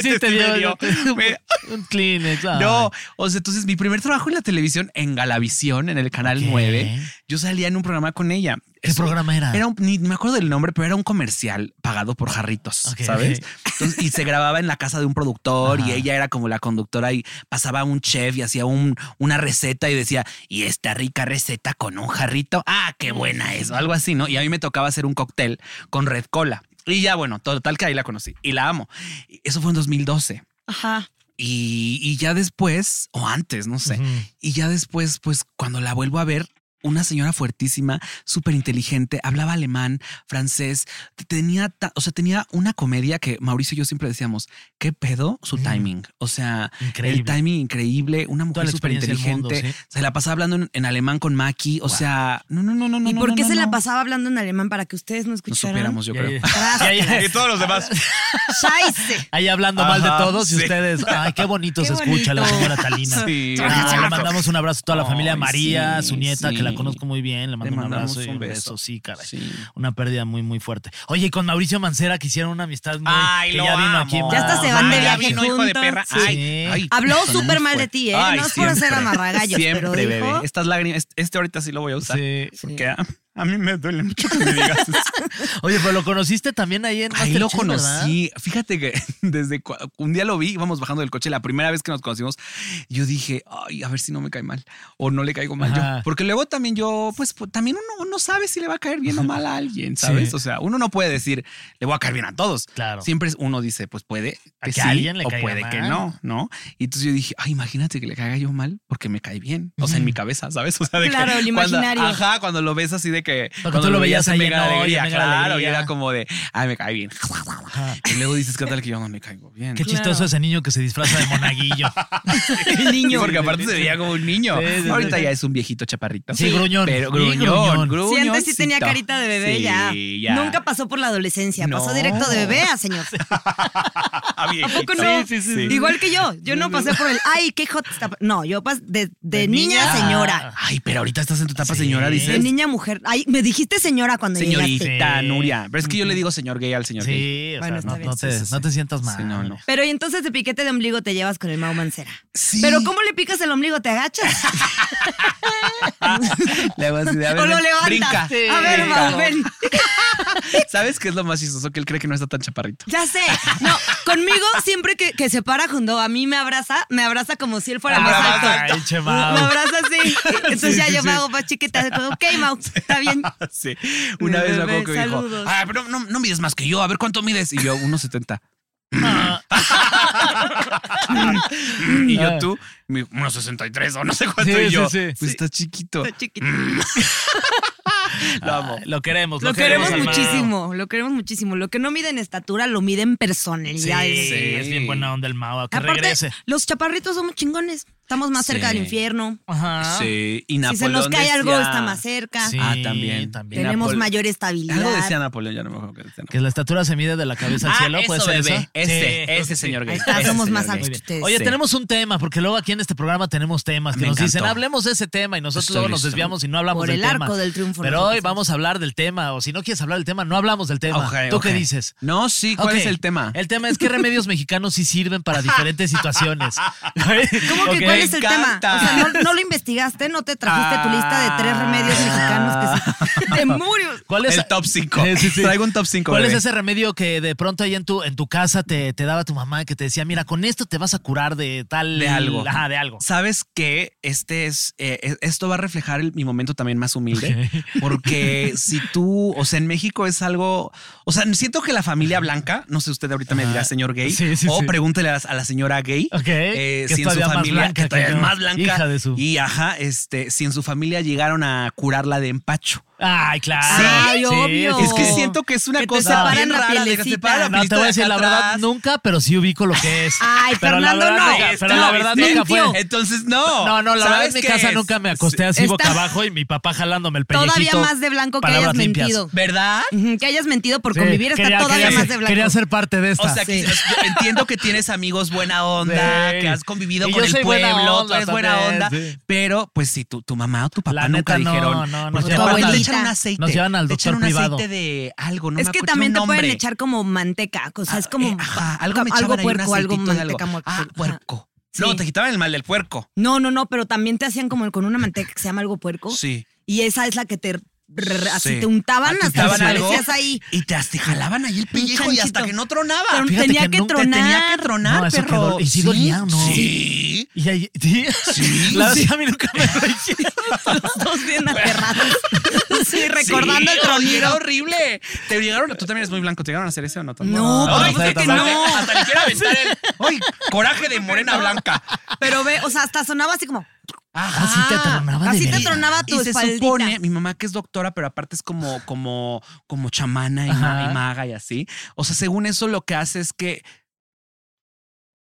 Speaker 2: verdaderamente
Speaker 3: te
Speaker 2: sí me
Speaker 3: dio.
Speaker 2: dio. Me-
Speaker 3: Un Kleenex. ay.
Speaker 2: no, o sea, entonces mi primer trabajo en la televisión, en Galavisión, en el canal
Speaker 3: Ok.
Speaker 2: 9, yo salía en un programa con ella.
Speaker 3: ¿Qué programa era?
Speaker 2: Era un- ni me acuerdo del nombre, pero era un comercial pagado por jarritos,
Speaker 3: Ok.
Speaker 2: ¿sabes? Entonces, y se grababa en la casa de un productor y ella era como la conductora y pasaba un chef y hacía un, una receta y decía, y esta rica receta con un jarrito, ah, qué buena es, o algo así, ¿no? Y a mí me tocaba hacer un cóctel con red cola. Y ya, bueno, total que ahí la conocí y la amo. Y Eso fue en 2012.
Speaker 4: Ajá.
Speaker 2: Y, y ya después, o antes, no sé.
Speaker 3: Ujú.
Speaker 2: Y ya después, pues cuando la vuelvo a ver, una señora fuertísima, súper inteligente, hablaba alemán, francés, t- tenía, ta- o sea, tenía una comedia que Mauricio y yo siempre decíamos, ¿qué pedo? Su timing. O sea,
Speaker 3: Increíble.
Speaker 2: el timing increíble, una mujer
Speaker 3: la
Speaker 2: súper
Speaker 3: experiencia del mundo,
Speaker 2: inteligente, se la pasaba hablando en, en alemán con Maki, o sea, no, no, no, no, no.
Speaker 4: ¿Y por
Speaker 2: no,
Speaker 4: qué
Speaker 2: no,
Speaker 4: se la
Speaker 2: no.
Speaker 4: pasaba hablando en alemán para que ustedes no
Speaker 2: No
Speaker 4: escucharan?
Speaker 2: supiéramos, yo
Speaker 3: Y
Speaker 2: creo.
Speaker 3: ahí-
Speaker 1: Y todos los demás.
Speaker 4: ¡Scheiße!
Speaker 3: Ahí hablando mal
Speaker 2: Ajá,
Speaker 3: de todos y
Speaker 2: sí.
Speaker 3: ustedes. Ay, qué bonito
Speaker 4: Qué
Speaker 3: se escucha la
Speaker 4: bonito.
Speaker 3: señora Talina.
Speaker 2: Sí.
Speaker 3: Ah, le mandamos un abrazo a toda la familia
Speaker 2: Ay,
Speaker 3: María,
Speaker 2: sí,
Speaker 3: su nieta,
Speaker 2: sí.
Speaker 3: que la conozco muy bien. Le mando un
Speaker 2: mandamos
Speaker 3: abrazo y
Speaker 2: un
Speaker 3: un beso.
Speaker 2: beso.
Speaker 3: Sí, caray.
Speaker 2: Sí.
Speaker 3: Una pérdida muy, muy fuerte. Oye, y con Mauricio Mancera que hicieron una amistad muy.
Speaker 2: Ay,
Speaker 3: que
Speaker 2: lo
Speaker 3: ya vino
Speaker 2: amo.
Speaker 3: aquí.
Speaker 4: Ya hasta
Speaker 3: más-
Speaker 4: se van de
Speaker 3: más-
Speaker 4: viaje.
Speaker 2: no hijo de
Speaker 4: juntos.
Speaker 2: perra.
Speaker 4: Sí.
Speaker 2: Ay, ay,
Speaker 4: Habló
Speaker 2: sonó
Speaker 4: súper
Speaker 2: muy
Speaker 4: mal de
Speaker 2: fuerte.
Speaker 4: ti, ¿eh?
Speaker 2: Ay,
Speaker 4: No es por hacer amarragallos,
Speaker 2: Siempre,
Speaker 4: pero dijo-
Speaker 2: bebé. Estas lágrimas, este ahorita sí lo voy a usar.
Speaker 3: Sí.
Speaker 2: Porque a, a mí me duele mucho que me digas eso.
Speaker 3: Oye, pero lo conociste también ahí en
Speaker 2: Ahí lo
Speaker 3: Masterchef, ¿verdad?
Speaker 2: conocí. Fíjate que desde cua- un día lo vi, íbamos bajando del coche, la primera vez que nos conocimos, yo dije, ay, a ver si no me cae mal o no le caigo mal yo".
Speaker 3: Ajá.
Speaker 2: Porque luego también yo, pues, pues, también uno no sabe si le va a caer bien o mal a alguien, ¿sabes?
Speaker 3: Sí.
Speaker 2: O sea, uno no puede decir, le voy a caer bien a todos.
Speaker 3: Claro.
Speaker 2: Siempre es- uno dice, pues puede
Speaker 3: A
Speaker 2: que
Speaker 3: que
Speaker 2: sí,
Speaker 3: alguien le
Speaker 2: o
Speaker 3: caiga
Speaker 2: puede que
Speaker 3: mal.
Speaker 2: no, ¿no? Y entonces yo dije, ay, imagínate que le caiga yo mal porque me cae bien. O sea, en mi cabeza, ¿sabes? O sea, de
Speaker 4: Claro,
Speaker 2: que
Speaker 4: el
Speaker 2: cuando-
Speaker 4: imaginario.
Speaker 2: ajá, cuando lo ves así de que.
Speaker 3: Porque
Speaker 2: cuando
Speaker 3: tú lo veías
Speaker 2: en
Speaker 3: ahí
Speaker 2: Mega
Speaker 3: en, "Oye,
Speaker 2: Alegría,
Speaker 3: Mega
Speaker 2: claro,
Speaker 3: Alegría".
Speaker 2: y era como de, ay, me cae bien. Y luego dices, ¿qué tal que yo no me caigo bien?
Speaker 3: Qué chistoso ese niño que se disfraza de monaguillo.
Speaker 2: El niño. Porque aparte se veía como un niño.
Speaker 3: Sí, sí, sí.
Speaker 2: Ahorita ya es un viejito chaparrito.
Speaker 3: Sí, gruñón.
Speaker 2: Pero
Speaker 3: Sí, gruñón.
Speaker 4: Sí,
Speaker 2: gruñón, gruñón.
Speaker 4: antes sí tenía carita de bebé, ya. Nunca pasó por la adolescencia, pasó
Speaker 2: No.
Speaker 4: directo de bebé a señor.
Speaker 2: A Ah, viejito.
Speaker 4: poco no?
Speaker 2: Sí, sí, sí.
Speaker 4: Igual que yo, yo no pasé por el, ay, qué hot está. No, yo pasé de, de
Speaker 3: De
Speaker 4: niña,
Speaker 3: niña.
Speaker 4: a señora.
Speaker 2: Ay, pero ahorita estás en tu etapa,
Speaker 3: Ah. Sí.
Speaker 2: señora,
Speaker 4: De
Speaker 2: dices.
Speaker 4: niña a mujer. Ay, me dijiste señora cuando llegaste.
Speaker 2: Señorita
Speaker 3: Sí.
Speaker 2: Nuria. Pero es que yo le digo señor gay al señor gay.
Speaker 3: Sí, o
Speaker 4: Bueno,
Speaker 3: sea,
Speaker 4: está
Speaker 3: no,
Speaker 4: bien.
Speaker 3: no te,
Speaker 2: Sí, sí, sí.
Speaker 3: no te sientas mal.
Speaker 2: Sí, no, no.
Speaker 4: Pero y entonces de piquete de ombligo te llevas con el Mau Mancera.
Speaker 2: Sí.
Speaker 4: Pero ¿cómo le picas el ombligo? ¿Te agachas?
Speaker 2: Le hago así de, a
Speaker 4: ¿O
Speaker 2: ver,
Speaker 4: lo
Speaker 2: ven,
Speaker 4: levantas?
Speaker 2: Brinca.
Speaker 4: A ver,
Speaker 2: brinca.
Speaker 4: Mau, ven.
Speaker 2: ¿Sabes qué es lo más chistoso? Que él cree que no está tan chaparrito.
Speaker 4: Ya sé. No, conmigo siempre que, que se para junto a mí me abraza, me abraza como si él fuera más alto.
Speaker 3: Ay, che,
Speaker 4: Me
Speaker 3: Mau.
Speaker 4: abraza así. Entonces
Speaker 2: Sí,
Speaker 4: ya
Speaker 2: sí,
Speaker 4: yo
Speaker 2: sí.
Speaker 4: me hago más chiquita. Ok, Mau, está bien.
Speaker 2: Sí. Una vez me acuerdo que me dijo,
Speaker 4: Saludos.
Speaker 2: ah, pero no, no mides más que yo, a ver cuánto mides. Y yo, 1,70.
Speaker 3: Ah.
Speaker 2: y yo, tú, y me dijo, 1,63 o no sé cuánto.
Speaker 3: Sí,
Speaker 2: y yo,
Speaker 3: sí, sí.
Speaker 2: pues está chiquito.
Speaker 4: Está chiquito.
Speaker 3: Mm, Lo amo. Lo queremos.
Speaker 4: Lo queremos
Speaker 3: al Mau.
Speaker 4: muchísimo, lo queremos muchísimo. Lo que no mide en estatura, lo mide en
Speaker 3: Sí,
Speaker 4: personalidad.
Speaker 3: es bien buena onda el Mao. Que
Speaker 4: Aparte,
Speaker 3: regrese.
Speaker 4: los chaparritos somos chingones. Estamos más cerca
Speaker 2: Sí.
Speaker 4: del infierno.
Speaker 3: Ajá.
Speaker 2: Ah. Sí, y
Speaker 4: Si se nos
Speaker 2: Napoleón
Speaker 4: cae algo,
Speaker 2: decía-
Speaker 4: está más cerca.
Speaker 3: Sí,
Speaker 2: Ah, también.
Speaker 3: también.
Speaker 4: Tenemos
Speaker 2: Napol-
Speaker 4: mayor estabilidad.
Speaker 2: Algo decía Napoleón, ya no me acuerdo qué decía.
Speaker 3: Que la estatura se mide de la cabeza al
Speaker 2: Ah,
Speaker 3: cielo,
Speaker 2: eso,
Speaker 3: puede ser
Speaker 2: bebé.
Speaker 3: eso?
Speaker 2: Ese,
Speaker 3: Sí,
Speaker 2: ese
Speaker 3: creo que sí.
Speaker 2: señor gay.
Speaker 4: Ahí está,
Speaker 2: Ese
Speaker 4: somos
Speaker 2: señor
Speaker 4: más
Speaker 2: gay.
Speaker 3: Muy bien.
Speaker 4: Ustedes.
Speaker 3: Oye,
Speaker 2: Sí.
Speaker 3: tenemos un tema, porque luego aquí en este programa tenemos temas que
Speaker 2: Me
Speaker 3: nos dicen,
Speaker 2: encantó.
Speaker 3: hablemos de ese tema y nosotros
Speaker 2: Estoy
Speaker 3: luego nos
Speaker 2: listo.
Speaker 3: desviamos y no hablamos
Speaker 4: Por
Speaker 3: del
Speaker 4: el
Speaker 3: tema.
Speaker 4: arco del triunfo
Speaker 3: Pero
Speaker 4: nosotros
Speaker 3: hoy vamos a hablar del tema, o si no quieres hablar del tema, no hablamos del tema.
Speaker 2: Ok,
Speaker 3: ¿Tú
Speaker 2: ok.
Speaker 3: qué dices?
Speaker 2: No, sí, ¿cuál
Speaker 3: Ok.
Speaker 2: es el tema?
Speaker 3: El tema es que remedios mexicanos sí sirven para diferentes situaciones.
Speaker 4: ¿Cómo que
Speaker 3: Ok.
Speaker 4: cuál es el
Speaker 2: encanta.
Speaker 4: tema? O sea, ¿no, no lo investigaste? ¿No te trajiste tu lista de tres remedios
Speaker 2: Ah.
Speaker 4: mexicanos que se... ¡De murios!
Speaker 3: ¿Cuál es
Speaker 2: El top cinco.
Speaker 3: Sí, sí, sí.
Speaker 2: Traigo un top cinco,
Speaker 3: ¿Cuál
Speaker 2: bebé.
Speaker 3: es ese remedio que de pronto ahí en tu, en tu casa te, te daba tu mamá que te decía, mira, con esto te vas a curar de tal.
Speaker 2: De algo.
Speaker 3: Ajá, de algo.
Speaker 2: ¿Sabes qué? Este es, eh, es- esto va a reflejar el- mi momento también más humilde, porque si tú, o sea, en México es algo, o sea, siento que la familia blanca, no sé, usted ahorita me dirá señor gay,
Speaker 3: Sí, sí,
Speaker 2: o
Speaker 3: sí.
Speaker 2: pregúntele a, la- a la señora gay, eh,
Speaker 3: Ok, que es
Speaker 2: si en su
Speaker 3: todavía más
Speaker 2: familia,
Speaker 3: blanca
Speaker 2: que todavía
Speaker 3: que
Speaker 2: es
Speaker 3: yo.
Speaker 2: más blanca,
Speaker 3: Hija de su-
Speaker 2: y ajá, este, si en su familia llegaron a curarla de empacho.
Speaker 3: Ay, claro.
Speaker 2: Sí.
Speaker 4: Ay, obvio.
Speaker 2: Es que siento que es una
Speaker 4: Que te
Speaker 2: cosa
Speaker 4: separan
Speaker 2: bien
Speaker 4: la
Speaker 2: rara, de que
Speaker 4: pielecita.
Speaker 2: separa la
Speaker 3: Ah, No, te voy a decir
Speaker 2: pielecita
Speaker 3: la
Speaker 2: de acá
Speaker 3: verdad,
Speaker 2: atrás.
Speaker 3: nunca, pero sí ubico lo que es.
Speaker 4: Ay,
Speaker 3: pero la
Speaker 4: Fernando,
Speaker 3: verdad
Speaker 4: no.
Speaker 3: nunca- pero la
Speaker 4: No,
Speaker 3: verdad
Speaker 4: ¿viste?
Speaker 3: nunca fue.
Speaker 2: Entonces, este no.
Speaker 3: No, no, la verdad en
Speaker 2: ¿Sabes
Speaker 3: mi
Speaker 2: qué
Speaker 3: casa
Speaker 2: es?
Speaker 3: nunca me acosté así
Speaker 4: Está-
Speaker 3: boca abajo y mi papá jalándome el pellejito.
Speaker 4: Todavía más de blanco que
Speaker 3: Palabras
Speaker 4: hayas
Speaker 3: limpias.
Speaker 4: mentido.
Speaker 2: ¿Verdad?
Speaker 4: Ujú, Que hayas mentido por
Speaker 3: Sí,
Speaker 4: convivir está
Speaker 3: quería-
Speaker 4: todavía
Speaker 3: quería-
Speaker 4: más de blanco.
Speaker 3: Quería ser parte de esta.
Speaker 2: O sea, que, yo entiendo que tienes amigos buena onda,
Speaker 3: Sí.
Speaker 2: que has convivido
Speaker 3: Y
Speaker 2: con
Speaker 3: yo
Speaker 2: el
Speaker 3: soy buena
Speaker 2: pueblo, tú
Speaker 3: onda
Speaker 2: eres buena
Speaker 3: también,
Speaker 2: onda,
Speaker 3: sí.
Speaker 2: pero pues si tu, tu mamá o tu papá
Speaker 3: La
Speaker 2: nunca
Speaker 3: neta, no,
Speaker 2: dijeron, pues,
Speaker 3: no, nos
Speaker 2: porque
Speaker 4: llevan
Speaker 2: aparte
Speaker 4: al-
Speaker 2: le echan un aceite,
Speaker 3: nos llevan al
Speaker 2: le echan
Speaker 3: doctor
Speaker 2: un
Speaker 3: privado.
Speaker 2: aceite de algo, no
Speaker 4: es
Speaker 2: me
Speaker 4: que
Speaker 2: acuerdo,
Speaker 4: también
Speaker 2: tiene
Speaker 4: te
Speaker 2: un
Speaker 4: pueden
Speaker 2: nombre. Eh,
Speaker 4: echar como manteca, o sea, es como
Speaker 2: Ajá, algo me
Speaker 4: algo
Speaker 2: echaban ahí, un
Speaker 4: puerco, algo
Speaker 2: aceitito de
Speaker 4: manteca, mo-
Speaker 2: Ah,
Speaker 4: ajá.
Speaker 2: puerco.
Speaker 4: Sí.
Speaker 2: No, te quitaban el mal del puerco.
Speaker 4: No, no, no, pero también te hacían como con una manteca que se llama algo puerco.
Speaker 2: Sí.
Speaker 4: Y esa es la que te rrr, así
Speaker 2: Sí.
Speaker 4: te untaban
Speaker 2: Te
Speaker 4: hasta que
Speaker 2: untaban algo
Speaker 4: parecías ahí.
Speaker 2: Y te, te jalaban ahí el pellejo y
Speaker 4: chanchito.
Speaker 2: hasta que no tronaba.
Speaker 4: Pero
Speaker 3: fíjate
Speaker 4: tenía
Speaker 3: que
Speaker 4: que,
Speaker 3: nunca-
Speaker 2: Te
Speaker 4: tronar.
Speaker 2: tenía que tronar,
Speaker 3: No, eso que
Speaker 2: perro.
Speaker 3: dol- y sí dolía, ¿o no?
Speaker 2: Sí.
Speaker 3: Y ahí, sí.
Speaker 2: Sí.
Speaker 3: La verdad es que a mí nunca me lo hicieron.
Speaker 4: Los dos bien aterrados. sí, recordando
Speaker 2: Sí,
Speaker 4: el
Speaker 2: oye,
Speaker 4: tronido.
Speaker 2: era horrible. Te llegaron, tú también eres muy blanco, te llegaron a hacer eso o no tampoco.
Speaker 4: No,
Speaker 3: No,
Speaker 4: pero
Speaker 3: pues,
Speaker 4: fíjate que
Speaker 3: hasta-
Speaker 4: no.
Speaker 2: Hasta le quiero aventar el. ¡Ay! Coraje de morena blanca.
Speaker 4: Pero ve, o sea, hasta sonaba así como.
Speaker 2: Ajá.
Speaker 3: Así te tronaba de
Speaker 4: Así te
Speaker 3: veras.
Speaker 4: tronaba
Speaker 2: Y
Speaker 4: tu
Speaker 2: se
Speaker 4: espaldita.
Speaker 2: supone, mi mamá que es doctora, pero aparte es como, como, como chamana y,
Speaker 3: Ajá.
Speaker 2: ma- y maga y así. O sea, según eso, lo que hace es que.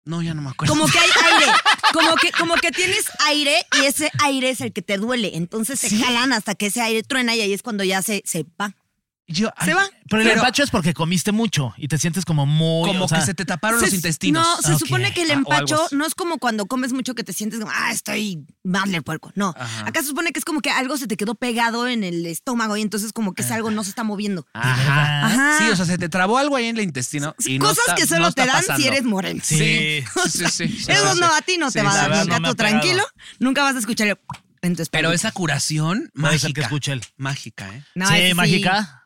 Speaker 2: No, ya no me acuerdo.
Speaker 4: Como que hay aire. Como que, como que tienes aire y ese aire es el que te duele. Entonces se jalan hasta que ese aire truena y ahí es cuando ya se, se va.
Speaker 2: Yo,
Speaker 4: Se va.
Speaker 3: Pero el
Speaker 2: Pero-
Speaker 3: empacho es porque comiste mucho y te sientes como muy.
Speaker 2: Como
Speaker 3: o sea,
Speaker 2: que se te taparon los
Speaker 4: Se-
Speaker 2: intestinos.
Speaker 4: No, se
Speaker 3: Ah, ok.
Speaker 4: supone que el
Speaker 2: Ah, o algo
Speaker 4: empacho
Speaker 2: así.
Speaker 4: no es como cuando comes mucho que te sientes como, ah, estoy mal del puerco. No.
Speaker 2: Ajá.
Speaker 4: Acá se supone que es como que algo se te quedó pegado en el estómago y entonces como que es algo no se está moviendo.
Speaker 2: Ajá.
Speaker 4: Ajá.
Speaker 2: Sí, o sea, se te trabó algo ahí en el intestino. Ah, y no
Speaker 4: Cosas
Speaker 2: está-
Speaker 4: que solo
Speaker 2: no
Speaker 4: te
Speaker 2: está
Speaker 4: dan si
Speaker 2: pasando.
Speaker 4: eres moreno.
Speaker 3: Sí.
Speaker 2: Sí, sí, sí, sí.
Speaker 4: Eso
Speaker 2: Sí,
Speaker 4: no,
Speaker 2: sí.
Speaker 4: a ti no te
Speaker 2: Sí,
Speaker 4: va a
Speaker 2: sí,
Speaker 4: dar
Speaker 2: sí.
Speaker 3: verdad,
Speaker 4: nunca,
Speaker 3: no me
Speaker 4: tú
Speaker 3: ha pegado.
Speaker 4: tranquilo. Nunca vas a escuchar el en tu espalda.
Speaker 2: Pero esa curación
Speaker 3: Puede
Speaker 2: mágica.
Speaker 3: ser que escuche él.
Speaker 2: Mágica, ¿eh?
Speaker 4: No,
Speaker 3: sí,
Speaker 4: ese
Speaker 3: mágica.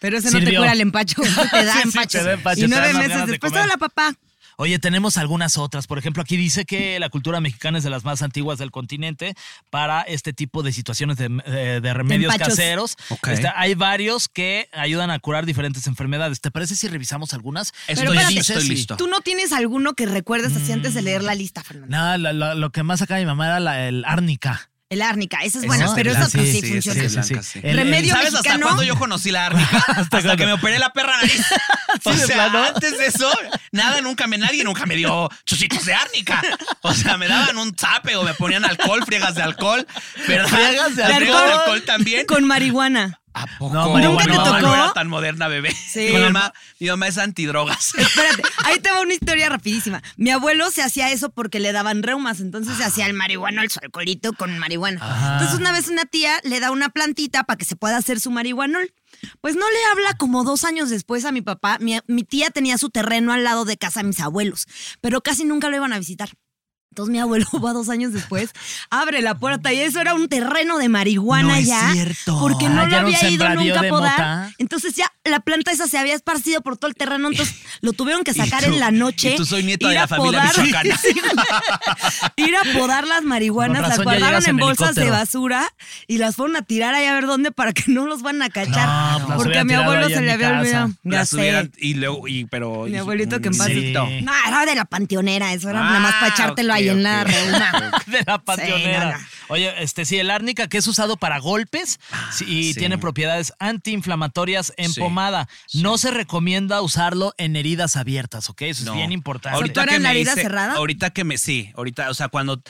Speaker 4: Pero ese no te
Speaker 3: Sirvió.
Speaker 4: cura el empacho, te da
Speaker 3: Sí, sí,
Speaker 4: empacho.
Speaker 3: te da empacho,
Speaker 4: Y
Speaker 3: te
Speaker 4: nueve
Speaker 3: dan las
Speaker 4: meses
Speaker 3: ganas de
Speaker 4: después,
Speaker 3: comer.
Speaker 4: hola papá.
Speaker 3: Oye, tenemos algunas otras. Por ejemplo, aquí dice que la cultura mexicana es de las más antiguas del continente para este tipo de situaciones de, de- de remedios
Speaker 4: empachos.
Speaker 3: caseros.
Speaker 2: Ok.
Speaker 3: Este, hay varios que ayudan a curar diferentes enfermedades. ¿Te parece si revisamos algunas?
Speaker 2: Estoy
Speaker 3: Tú me
Speaker 4: espérate,
Speaker 3: dices
Speaker 2: estoy
Speaker 3: si-
Speaker 2: listo.
Speaker 4: ¿Tú no tienes alguno que recuerdes así antes
Speaker 3: Mm.
Speaker 4: de leer la lista, Fernando?
Speaker 3: Nada, lo, lo- lo que más sacaba mi mamá era la- el árnica.
Speaker 4: El árnica, esa es
Speaker 2: Esa
Speaker 4: buena,
Speaker 3: es
Speaker 4: pero
Speaker 3: blanca,
Speaker 4: esa pues,
Speaker 3: sí,
Speaker 4: sí,
Speaker 3: sí,
Speaker 4: funciona.
Speaker 3: sí, sí. El-
Speaker 4: Remedio
Speaker 2: ¿Sabes hasta
Speaker 4: mexicano?
Speaker 2: cuándo yo conocí la árnica? hasta que me operé la perra nariz. o
Speaker 3: de plano.
Speaker 2: sea, antes de eso, nada, nunca me, nadie nunca me dio chusitos de árnica. O sea, me daban un zape o me ponían alcohol, friegas de alcohol. ¿verdad?
Speaker 3: Friegas de
Speaker 2: Las friegas
Speaker 3: alcohol.
Speaker 2: también.
Speaker 4: Con marihuana.
Speaker 2: ¿A poco?
Speaker 3: No, ¿Nunca
Speaker 4: te
Speaker 2: Mi mamá
Speaker 4: tocó?
Speaker 2: No era tan moderna, bebé.
Speaker 4: Sí.
Speaker 2: Mi, mamá, mi mamá es antidrogas.
Speaker 4: Espérate, ahí te va una historia rapidísima. Mi abuelo se hacía eso porque le daban reumas, entonces se hacía el marihuano, el su alcoholito con marihuana.
Speaker 3: Ah.
Speaker 4: Entonces una vez una tía le da una plantita para que se pueda hacer su marihuanol. Pues no le habla como dos años después a mi papá. Mi, mi tía tenía su terreno al lado de casa de mis abuelos, pero casi nunca lo iban a visitar. Entonces mi abuelo va dos años después, abre la puerta y eso era un terreno de marihuana
Speaker 2: No es
Speaker 4: ya.
Speaker 2: cierto.
Speaker 4: Porque no
Speaker 3: Ah,
Speaker 4: lo
Speaker 3: ya era un
Speaker 4: había ido
Speaker 3: sembradío
Speaker 4: nunca a
Speaker 3: de
Speaker 4: podar.
Speaker 3: mota.
Speaker 4: Entonces ya la planta esa se había esparcido por todo el terreno, entonces lo tuvieron que sacar
Speaker 2: Y tú-
Speaker 4: en la noche.
Speaker 2: y tú soy nieto
Speaker 4: ir
Speaker 2: de la
Speaker 4: a
Speaker 2: familia michoacana.
Speaker 4: Sí, güey. ir a podar las marihuanas,
Speaker 3: Con
Speaker 4: las
Speaker 3: razón ya
Speaker 4: guardaron
Speaker 3: llegas
Speaker 4: en,
Speaker 3: en
Speaker 4: bolsas de
Speaker 3: helicóptero.
Speaker 4: basura y las fueron a tirar ahí a ver dónde para que no los van a cachar.
Speaker 3: No, pues las
Speaker 4: porque a
Speaker 3: hubieran
Speaker 4: mi
Speaker 3: tirado
Speaker 4: abuelo
Speaker 3: ahí
Speaker 4: se
Speaker 3: en
Speaker 4: le
Speaker 3: mi
Speaker 4: había
Speaker 3: casa.
Speaker 4: olvidado. Ya
Speaker 2: Las
Speaker 4: sé.
Speaker 2: hubieran- y luego, y, pero.
Speaker 4: Mi
Speaker 2: y-
Speaker 4: abuelito que en paz
Speaker 3: Sí.
Speaker 2: Exacto.
Speaker 4: No, era de la panteonera, eso era nada más para
Speaker 2: Ah,
Speaker 4: echártelo
Speaker 2: ok,
Speaker 4: ahí en
Speaker 2: ok,
Speaker 4: la
Speaker 2: ok,
Speaker 4: reuma.
Speaker 3: De la panteonera.
Speaker 4: no, no.
Speaker 3: Oye, este sí, el árnica que es usado para golpes sí, y
Speaker 2: Ah, sí.
Speaker 3: tiene propiedades antiinflamatorias en
Speaker 2: Sí,
Speaker 3: pomada. No se recomienda usarlo en heridas abiertas, ¿ok? Eso es
Speaker 2: No.
Speaker 3: bien importante.
Speaker 4: ¿Tú
Speaker 2: Ahorita
Speaker 4: eras
Speaker 2: que
Speaker 4: la
Speaker 2: me
Speaker 4: herida
Speaker 2: hice-
Speaker 4: cerrada?
Speaker 2: Ahorita que me sí, ahorita, o sea, cuando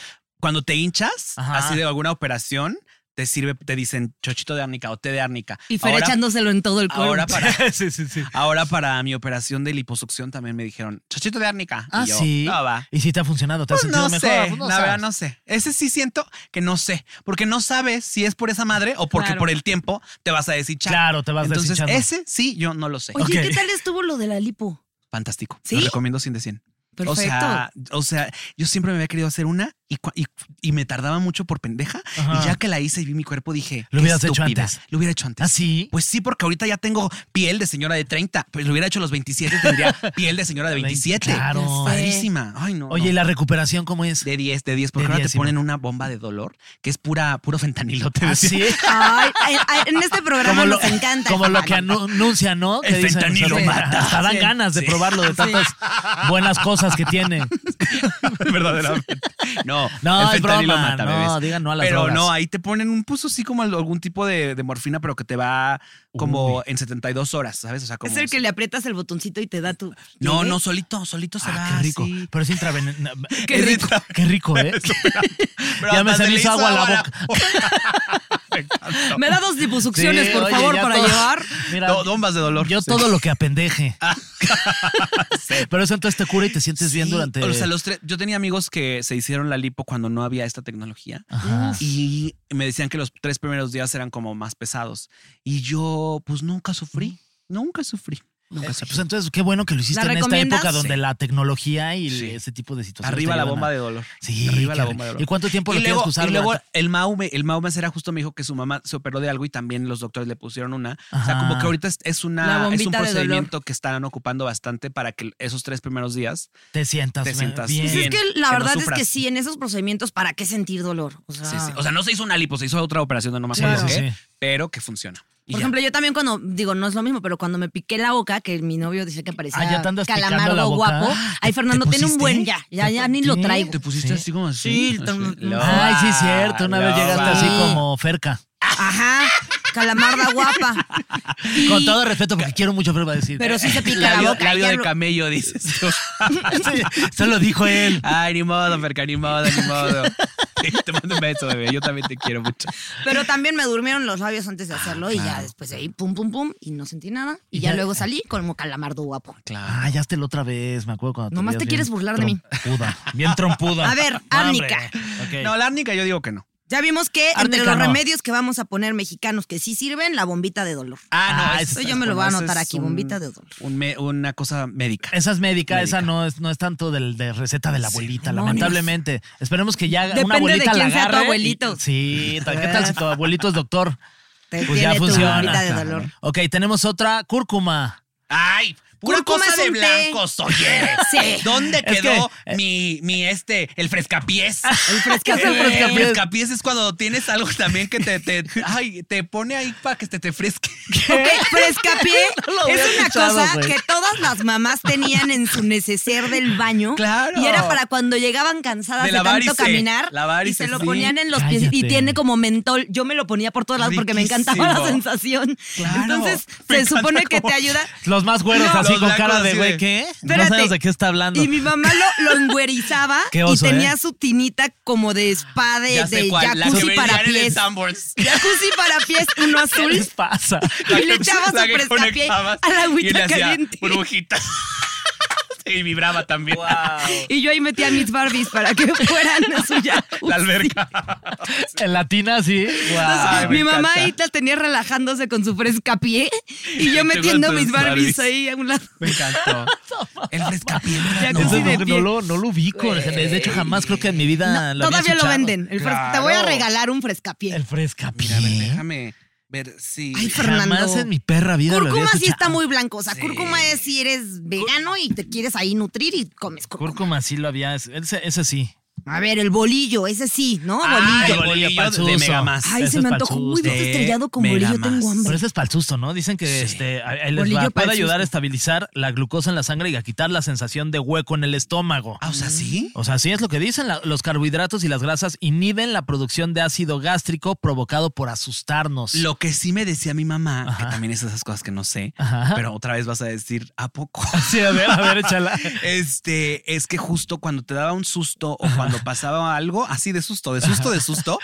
Speaker 2: cuando te hinchas,
Speaker 3: Ajá.
Speaker 2: así de alguna operación, te sirve, te dicen chochito de árnica o té de árnica.
Speaker 4: Y Fer
Speaker 2: Ahora-
Speaker 4: echándoselo en todo el cuerpo.
Speaker 2: Ahora para, Ah,
Speaker 3: sí, sí, sí.
Speaker 2: ahora para mi operación de liposucción también me dijeron chochito de árnica.
Speaker 3: Ah,
Speaker 2: Y yo,
Speaker 3: sí.
Speaker 2: No va.
Speaker 3: ¿Y si te ha funcionado? ¿Te has
Speaker 2: Pues
Speaker 3: sentido
Speaker 2: no
Speaker 3: mejor?
Speaker 2: sé,
Speaker 3: Pues
Speaker 2: la verdad
Speaker 3: sabes.
Speaker 2: no sé. Ese sí siento que no sé, porque no sabes si es por esa madre o porque
Speaker 4: Claro.
Speaker 2: por el tiempo te vas a deshichar.
Speaker 3: Claro, te vas
Speaker 2: Entonces,
Speaker 3: deshinchando.
Speaker 2: ese sí, yo no lo sé.
Speaker 4: Oye,
Speaker 3: Ok.
Speaker 4: ¿qué tal estuvo lo de la lipo?
Speaker 2: Fantástico.
Speaker 4: ¿Sí?
Speaker 2: Lo recomiendo 100 de 100.
Speaker 4: Perfecto.
Speaker 2: O sea, o sea, yo siempre me había querido hacer una y, cua- y- y me tardaba mucho por pendeja.
Speaker 3: Ajá.
Speaker 2: Y ya que la hice y vi mi cuerpo, dije.
Speaker 3: Lo
Speaker 2: "Qué
Speaker 3: hubieras hecho
Speaker 2: estúpida".
Speaker 3: antes.
Speaker 2: Lo hubiera hecho antes.
Speaker 3: ¿Ah, sí?
Speaker 2: Pues sí, porque ahorita ya tengo piel de señora de 30. Pues lo hubiera hecho a los 27, tendría piel de señora de 27.
Speaker 3: Claro.
Speaker 2: Padrísima. Ay, no.
Speaker 3: Oye, ¿y
Speaker 2: no.
Speaker 3: la recuperación cómo es?
Speaker 2: De 10, de 10,
Speaker 3: De
Speaker 2: porque ahora
Speaker 3: 10,
Speaker 2: te
Speaker 3: Simón.
Speaker 2: ponen una bomba de dolor que es pura, puro fentanilo. Te
Speaker 3: ¿Ah,
Speaker 2: decía.
Speaker 3: sí?
Speaker 4: Ay, ay, ay, en este programa
Speaker 3: lo-
Speaker 4: nos encanta.
Speaker 3: como
Speaker 4: el
Speaker 3: lo que
Speaker 4: fentanilo.
Speaker 3: anu- anuncia, ¿no?
Speaker 2: El
Speaker 3: Que dicen,
Speaker 2: fentanilo
Speaker 3: hasta-
Speaker 2: mata.
Speaker 3: Hasta dan
Speaker 2: Sí.
Speaker 3: ganas de
Speaker 2: Sí.
Speaker 3: probarlo, de tantas buenas cosas que tiene.
Speaker 2: Verdaderamente. No,
Speaker 3: No, es
Speaker 2: fentanilo
Speaker 3: broma.
Speaker 2: mata,
Speaker 3: No,
Speaker 2: bebés.
Speaker 3: digan no a las
Speaker 2: Pero
Speaker 3: drogas.
Speaker 2: no, ahí te ponen un puso así como al- algún tipo de, de morfina, pero que te va como en 72 horas, ¿sabes? O sea, como.
Speaker 4: Es el que le aprietas el botoncito y te da tu.
Speaker 2: No,
Speaker 4: ¿Llegué?
Speaker 2: no, solito, solito se
Speaker 3: Ah,
Speaker 2: va.
Speaker 3: qué rico.
Speaker 2: así.
Speaker 3: Pero es intravenoso.
Speaker 2: Qué rico.
Speaker 3: Qué rico, ¿eh?
Speaker 2: Pero
Speaker 3: ya me
Speaker 2: hasta
Speaker 3: se
Speaker 2: le
Speaker 3: me hizo agua la boca.
Speaker 4: Me da dos liposucciones,
Speaker 3: Sí,
Speaker 4: por
Speaker 3: oye,
Speaker 4: favor,
Speaker 3: ya
Speaker 4: para
Speaker 3: todo-
Speaker 4: llevar.
Speaker 3: Mira,
Speaker 2: Do- bombas de dolor.
Speaker 3: yo
Speaker 2: Sí. Ah,
Speaker 3: todo lo que apendeje. Pero eso entonces te cura y te sientes bien
Speaker 2: Sí,
Speaker 3: durante.
Speaker 2: O sea, los tres. Yo tenía amigos que se hicieron la lipo cuando no había esta tecnología.
Speaker 3: Ajá.
Speaker 2: Y me decían que los tres primeros días eran como más pesados. Y yo, pues nunca sufrí. Nunca sufrí. Nunca
Speaker 3: Eh,
Speaker 2: sufrí.
Speaker 3: Pues entonces, qué bueno que lo hiciste
Speaker 4: ¿La
Speaker 3: en esta
Speaker 4: recomiendas?
Speaker 3: época donde
Speaker 2: Sí.
Speaker 3: la tecnología y
Speaker 2: Sí.
Speaker 3: ese tipo de situaciones.
Speaker 2: pues, Arriba
Speaker 3: te
Speaker 2: la
Speaker 3: ayudan
Speaker 2: bomba
Speaker 3: a-
Speaker 2: de dolor.
Speaker 3: Sí,
Speaker 2: arriba la
Speaker 3: qué
Speaker 2: bomba de
Speaker 3: rico.
Speaker 2: dolor.
Speaker 3: ¿Y cuánto tiempo
Speaker 2: Y
Speaker 3: lo
Speaker 2: luego,
Speaker 3: tienes que usar?
Speaker 2: y luego
Speaker 3: durante-
Speaker 2: el Maume, el Maumecera justo me dijo que su mamá se operó de algo y también los doctores le pusieron una. O sea,
Speaker 3: Ajá.
Speaker 2: como que ahorita es, es
Speaker 4: La
Speaker 2: una, es un
Speaker 4: bombita de
Speaker 2: procedimiento que están ocupando bastante para que esos tres primeros días.
Speaker 3: Te sientas,
Speaker 2: te sientas
Speaker 3: bien.
Speaker 4: Pues es que la
Speaker 2: que no
Speaker 4: verdad es que
Speaker 2: sufras.
Speaker 4: sí, en esos procedimientos, ¿para qué sentir dolor? O sea,
Speaker 2: Sí, sí. O sea, no se hizo una lipo, se hizo otra operación de no más
Speaker 3: Sí, Ah. sí, sí.
Speaker 2: pero que funciona. Y
Speaker 4: por
Speaker 2: ya.
Speaker 4: ejemplo, yo también cuando, digo, no es lo mismo, pero cuando me piqué la boca, que mi novio decía que parecía
Speaker 3: Ah, ¿ya te andas picando
Speaker 4: calamardo
Speaker 3: la boca?
Speaker 4: guapo. Ay,
Speaker 3: ¿Te-
Speaker 4: Fernando,
Speaker 3: te
Speaker 4: tiene un
Speaker 3: pusiste?
Speaker 4: buen ya, ya, ya ni lo
Speaker 3: ¿Qué?
Speaker 4: traigo.
Speaker 2: te pusiste
Speaker 3: Sí.
Speaker 2: así como así.
Speaker 4: Sí, tan-
Speaker 2: Así. Loba,
Speaker 3: Ay, sí, es cierto. Una vez
Speaker 2: loba.
Speaker 3: llegaste así como cerca.
Speaker 4: Ajá, calamarda guapa.
Speaker 3: Con
Speaker 4: Y-
Speaker 3: todo respeto, porque quiero mucho, pero va a decir.
Speaker 4: Pero sí se pica la,
Speaker 2: Labio,
Speaker 4: boca.
Speaker 2: labio
Speaker 4: ya
Speaker 2: de
Speaker 4: lo-
Speaker 2: camello, dices tú.
Speaker 3: Sí, se lo dijo él.
Speaker 2: Ay, ni modo, Ferca, ni modo, ni modo. Te mando un beso, bebé. Yo también te quiero mucho.
Speaker 4: Pero también me durmieron los labios antes de hacerlo y ya después de ahí, pum, pum, pum, y no sentí nada. Y,
Speaker 3: Y
Speaker 4: ya,
Speaker 3: ya-
Speaker 4: luego salí como calamardo guapo.
Speaker 3: Ah, ya hazte la otra vez, me acuerdo cuando
Speaker 4: Nomás
Speaker 3: veías
Speaker 4: te
Speaker 3: bien
Speaker 4: quieres burlar de mí.
Speaker 3: Trompuda, bien trompuda.
Speaker 4: A ver,
Speaker 3: No, hombre.
Speaker 4: Árnica.
Speaker 3: Ok.
Speaker 2: No, la árnica yo digo que no.
Speaker 4: Ya vimos que entre
Speaker 3: Árnica
Speaker 4: los
Speaker 3: no.
Speaker 4: remedios que vamos a poner mexicanos que sí sirven, la bombita de dolor.
Speaker 2: Ah,
Speaker 3: Ah,
Speaker 2: no.
Speaker 3: eso
Speaker 4: yo me lo voy a anotar aquí, bombita de dolor.
Speaker 2: una cosa médica.
Speaker 3: Esa es médica,
Speaker 2: Médica.
Speaker 3: esa no es, no es tanto del, de receta de la abuelita,
Speaker 4: demonios.
Speaker 3: lamentablemente. Esperemos que ya
Speaker 4: Depende
Speaker 3: una
Speaker 4: de
Speaker 3: abuelita la
Speaker 4: quién sea tu
Speaker 3: agarre y-
Speaker 4: abuelito.
Speaker 3: sí, tal- ¿qué tal si tu abuelito es doctor?
Speaker 4: Te
Speaker 3: Pues ya
Speaker 4: tiene tu
Speaker 3: funciona.
Speaker 4: bombita de dolor.
Speaker 3: Ok, tenemos otra, cúrcuma.
Speaker 2: Ay, pura
Speaker 4: Cúrcuma
Speaker 2: cosa
Speaker 4: es
Speaker 2: de
Speaker 4: un té.
Speaker 2: blancos, oye.
Speaker 4: Sí. eh,
Speaker 2: ¿Dónde
Speaker 3: Es
Speaker 2: quedó
Speaker 3: que-
Speaker 2: mi, mi este, el frescapiés? El
Speaker 3: ¿Qué es el
Speaker 2: frescapiés.
Speaker 3: frescapiés?
Speaker 2: es cuando tienes algo también que te, te, ay, te pone ahí para que te, te fresque.
Speaker 4: Ok, frescapié
Speaker 3: No lo había
Speaker 4: es una
Speaker 3: escuchado,
Speaker 4: cosa
Speaker 3: güey.
Speaker 4: que todas las mamás tenían en su neceser del baño.
Speaker 2: Claro.
Speaker 4: Y era para cuando llegaban cansadas de,
Speaker 2: De la
Speaker 4: tanto
Speaker 2: varice,
Speaker 4: caminar.
Speaker 2: la
Speaker 4: y
Speaker 2: varice,
Speaker 4: se lo
Speaker 2: sí.
Speaker 4: ponían en los pies. Y
Speaker 3: Cállate.
Speaker 4: tiene como mentol. Yo me lo ponía por todos lados porque me encantaba la
Speaker 2: Riquísimo.
Speaker 4: sensación.
Speaker 2: Claro.
Speaker 4: Entonces,
Speaker 2: Me
Speaker 4: se
Speaker 2: encanta
Speaker 4: supone que
Speaker 2: cómo-
Speaker 4: te ayuda.
Speaker 3: Los más güeros,
Speaker 2: No,
Speaker 3: así
Speaker 2: los
Speaker 3: con cara
Speaker 2: blancos
Speaker 3: de
Speaker 2: así
Speaker 3: güey,
Speaker 2: de-
Speaker 3: ¿qué?
Speaker 4: Espérate.
Speaker 3: No sabes de qué está hablando.
Speaker 4: Y mi mamá lo, lo engüerizaba
Speaker 3: Qué oso,
Speaker 4: y tenía
Speaker 3: ¿eh?
Speaker 4: su tinita como de spa de,
Speaker 2: Ya sé
Speaker 4: de
Speaker 2: cuál, la que
Speaker 4: jacuzzi
Speaker 2: vendían
Speaker 4: para
Speaker 2: en el
Speaker 4: pies.
Speaker 2: Sanborns.
Speaker 4: Jacuzzi para pies, uno
Speaker 3: ¿Qué
Speaker 4: azul.
Speaker 3: les pasa?
Speaker 2: La
Speaker 4: Y le
Speaker 2: que-
Speaker 4: echaba su
Speaker 2: la que
Speaker 4: frescapié
Speaker 2: conectabas
Speaker 4: a la agüita
Speaker 2: y le hacía
Speaker 4: caliente.
Speaker 2: burbujita. y vibraba también.
Speaker 4: Y yo ahí metía mis Barbies para que fueran a su jacuzzi.
Speaker 2: La alberca.
Speaker 3: En latina, sí.
Speaker 2: Ay, me
Speaker 4: mi mamá
Speaker 2: encanta.
Speaker 4: ahí la tenía relajándose con su fresca pie y yo
Speaker 2: Tengo
Speaker 4: metiendo
Speaker 2: tus
Speaker 4: mis Barbies
Speaker 2: Barbies.
Speaker 4: ahí a un lado.
Speaker 2: Me encantó. El frescapié.
Speaker 4: Ya
Speaker 2: no,
Speaker 4: casi
Speaker 3: Entonces,
Speaker 4: de
Speaker 3: no,
Speaker 4: pie.
Speaker 3: no lo, no lo ubico. De hecho, jamás creo que en mi vida lo había
Speaker 4: Todavía lo
Speaker 3: escuchado.
Speaker 4: venden. El fres- Te voy a
Speaker 2: Claro.
Speaker 4: regalar un frescapié.
Speaker 3: El frescapié.
Speaker 2: Mira, a ver, déjame ver si.
Speaker 4: Ay, Fernando.
Speaker 3: Jamás en mi perra vida lo había
Speaker 4: Cúrcuma sí
Speaker 3: escuchado.
Speaker 4: está muy blanco. O sea, cúrcuma es si eres vegano y te quieres ahí nutrir y comes cúrcuma.
Speaker 3: Cúrcuma sí lo había. Ese, ese sí.
Speaker 4: A ver, el bolillo, ese sí, ¿no?
Speaker 2: Ah,
Speaker 4: Bolillo.
Speaker 2: el bolillo
Speaker 3: pa'l
Speaker 2: de
Speaker 3: susto.
Speaker 2: Megamás.
Speaker 4: Ay,
Speaker 3: Ese
Speaker 4: se
Speaker 3: es
Speaker 4: me
Speaker 3: pa'l
Speaker 4: antojó un
Speaker 3: susto.
Speaker 4: huevito estrellado con bolillo.
Speaker 2: Megamás.
Speaker 4: Tengo
Speaker 3: Pero
Speaker 4: hambre.
Speaker 3: ese es para el susto, ¿no? Dicen que este, ahí ahí les
Speaker 4: Bolillo
Speaker 3: va.
Speaker 4: pa'l
Speaker 3: Puede ayudar
Speaker 4: susto.
Speaker 3: a estabilizar la glucosa en la sangre y a quitar la sensación de hueco en el estómago.
Speaker 2: Ah, o sea, sí.
Speaker 3: O sea, sí es lo que dicen, la- los carbohidratos y las grasas inhiben la producción de ácido gástrico provocado por asustarnos.
Speaker 2: Lo que sí me decía mi mamá,
Speaker 3: Ajá.
Speaker 2: que también es esas cosas que no sé,
Speaker 3: Ajá.
Speaker 2: pero otra vez vas a decir, ¿a poco?
Speaker 3: Sí, a ver, a ver, échala.
Speaker 2: Este, es que justo cuando te daba un susto o cuando cuando pasaba algo así de susto, de susto, de susto.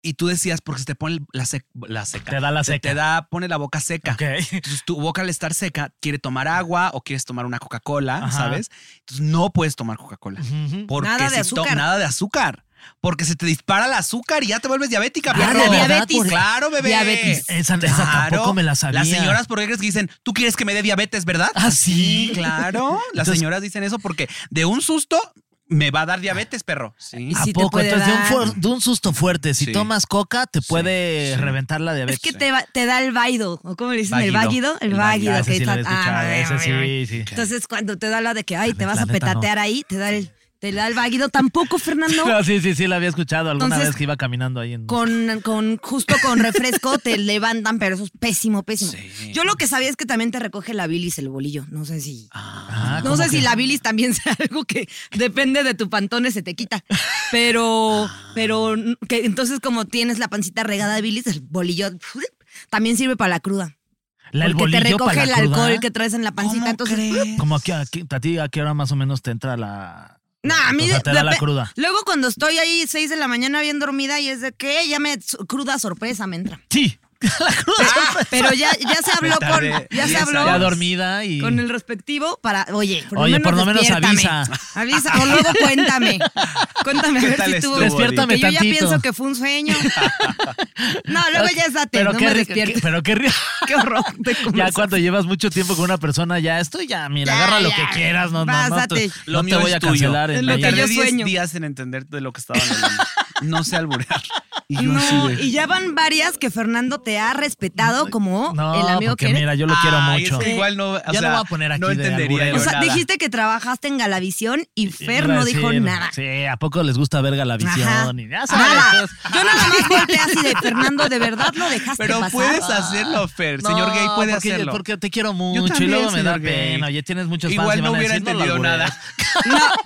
Speaker 2: Y tú decías, porque se te pone la, sec- la seca.
Speaker 3: Te da la
Speaker 2: Se
Speaker 3: seca.
Speaker 2: Te da, pone la boca seca.
Speaker 3: Ok.
Speaker 2: Entonces tu boca al estar seca quiere tomar agua o quieres tomar una Coca-Cola,
Speaker 3: Ajá.
Speaker 2: ¿sabes? Entonces no puedes tomar Coca-Cola.
Speaker 3: Ujú.
Speaker 2: Porque
Speaker 4: Nada de
Speaker 2: si to-
Speaker 4: azúcar.
Speaker 2: Nada de azúcar. Porque se te dispara el azúcar y ya te vuelves diabética.
Speaker 3: Ah,
Speaker 2: perro.
Speaker 3: ¿de diabetes?
Speaker 2: Claro, bebé.
Speaker 4: Diabetes.
Speaker 3: Esa- esa tampoco me la sabía.
Speaker 2: Las señoras, ¿por qué crees que dicen, tú quieres que me dé diabetes, verdad?
Speaker 3: Ah, ¿sí?
Speaker 2: claro. Las
Speaker 3: Entonces-
Speaker 2: señoras dicen eso porque de un susto me va a dar diabetes, perro. Sí.
Speaker 4: Y
Speaker 3: ¿A
Speaker 4: sí te
Speaker 3: poco?
Speaker 4: puede
Speaker 3: Entonces, de un,
Speaker 4: dar.
Speaker 3: fuer- de un susto fuerte, si
Speaker 2: Sí.
Speaker 3: tomas coca, te puede
Speaker 2: sí.
Speaker 3: reventar la diabetes.
Speaker 4: Es que te, va- te da el vaido, ¿o cómo le dicen? ¿El
Speaker 2: Váguido.
Speaker 4: váguido? El
Speaker 2: El
Speaker 4: váguido.
Speaker 3: Ah,
Speaker 4: que
Speaker 3: ese sí lo
Speaker 4: está-
Speaker 3: había escuchado,
Speaker 4: ah,
Speaker 3: ese
Speaker 4: bueno, bueno.
Speaker 3: sí, sí.
Speaker 4: Entonces, cuando te da la de que, ay, te
Speaker 3: La
Speaker 4: vas a
Speaker 3: neta, no.
Speaker 4: petatear ahí, te da el, te da el váguido. Tampoco, Fernando.
Speaker 3: No, Ah, sí, sí, sí, la había escuchado alguna
Speaker 4: Entonces,
Speaker 3: vez que iba caminando ahí en...
Speaker 4: Con, con- justo con refresco te levantan, pero eso es pésimo, pésimo.
Speaker 2: Sí.
Speaker 4: Yo lo que sabía es que también te recoge la bilis el bolillo. No sé si.
Speaker 3: Ah,
Speaker 4: no
Speaker 3: ¿cómo
Speaker 4: sé
Speaker 3: que?
Speaker 4: si la bilis también sea algo que depende de tu pantone, se te quita. Pero,
Speaker 3: Ah.
Speaker 4: pero que entonces, como tienes la pancita regada de bilis, el bolillo también sirve para la cruda.
Speaker 3: La- el
Speaker 4: porque
Speaker 3: bolillo
Speaker 4: te recoge
Speaker 3: para
Speaker 4: el
Speaker 3: la cruda. ¿eh?
Speaker 4: alcohol que traes en la pancita. Entonces,
Speaker 3: Como aquí, aquí- a ti, ¿a qué hora más o menos te entra la...
Speaker 4: No, a mí
Speaker 3: o sea, te da Pues la
Speaker 4: depe-
Speaker 3: cruda.
Speaker 4: Luego cuando estoy ahí 6 de la mañana bien dormida y es de que ya me su- cruda sorpresa me entra. Ah,
Speaker 3: Sí, la cruda.
Speaker 4: Pero ya, ya se habló
Speaker 2: Me tardé
Speaker 4: con ya se
Speaker 2: diez
Speaker 4: habló
Speaker 3: Ya
Speaker 2: años.
Speaker 3: dormida y...
Speaker 4: con el respectivo para, oye, por
Speaker 3: Oye,
Speaker 4: lo menos
Speaker 3: por lo menos
Speaker 4: despiértame.
Speaker 3: avisa.
Speaker 4: Avisa, o luego cuéntame. Cuéntame a
Speaker 2: ¿Qué
Speaker 4: ver
Speaker 2: tal
Speaker 4: si tuvo
Speaker 2: estuvo,
Speaker 3: Despiértame
Speaker 4: que yo ya
Speaker 3: tantito.
Speaker 4: pienso que fue un sueño. No, luego ya es date,
Speaker 3: pero
Speaker 4: no
Speaker 3: qué
Speaker 4: me
Speaker 3: ri-
Speaker 4: despiertes.
Speaker 3: qué- Pero qué ri-
Speaker 4: Qué horror de
Speaker 3: Ya
Speaker 4: conversación.
Speaker 3: cuando llevas mucho tiempo con una persona, ya esto ya, mira,
Speaker 4: Ya,
Speaker 3: agarra lo
Speaker 4: ya.
Speaker 3: que quieras, no, no, no,
Speaker 4: Pásate.
Speaker 3: te, no te
Speaker 2: mío
Speaker 3: voy
Speaker 2: es
Speaker 3: a
Speaker 2: tuyo.
Speaker 3: cancelar en
Speaker 4: lo
Speaker 3: ahí.
Speaker 4: que yo
Speaker 2: Tardé 10
Speaker 4: sueño.
Speaker 2: días en entender de lo que estaba hablando. No sé alburear. Y yo así
Speaker 4: No,
Speaker 2: de-
Speaker 4: y ya van varias que Fernando te ha respetado como
Speaker 3: No,
Speaker 4: el amigo
Speaker 3: porque
Speaker 4: que eres.
Speaker 3: mira, yo lo quiero
Speaker 2: Ay,
Speaker 3: mucho.
Speaker 2: es que igual no. o
Speaker 3: Ya lo
Speaker 2: sea,
Speaker 3: voy a poner aquí
Speaker 2: No
Speaker 3: de
Speaker 2: entendería.
Speaker 3: alburero.
Speaker 2: yo
Speaker 4: O sea,
Speaker 2: nada.
Speaker 4: dijiste que trabajaste en Galavisión y Fer
Speaker 3: Iba a
Speaker 4: no dijo
Speaker 3: decir,
Speaker 4: nada.
Speaker 3: Sí, ¿a poco les gusta ver
Speaker 4: Ajá.
Speaker 3: Galavisión? Y ya sabes,
Speaker 4: Nada.
Speaker 3: cosas.
Speaker 4: Yo nada más volteé así de Fernando, ¿de verdad lo dejaste
Speaker 2: Pero
Speaker 4: pasar?
Speaker 2: puedes hacerlo, Fer.
Speaker 3: No,
Speaker 2: Señor gay puede
Speaker 3: porque,
Speaker 2: hacerlo.
Speaker 3: Porque te quiero mucho
Speaker 2: también,
Speaker 3: y luego me da
Speaker 2: señor gay.
Speaker 3: pena. Oye, tienes muchos fans.
Speaker 2: Igual
Speaker 3: y
Speaker 2: no
Speaker 3: van a
Speaker 2: hubiera
Speaker 3: decir, lo
Speaker 2: entendido
Speaker 3: alburees".
Speaker 2: nada.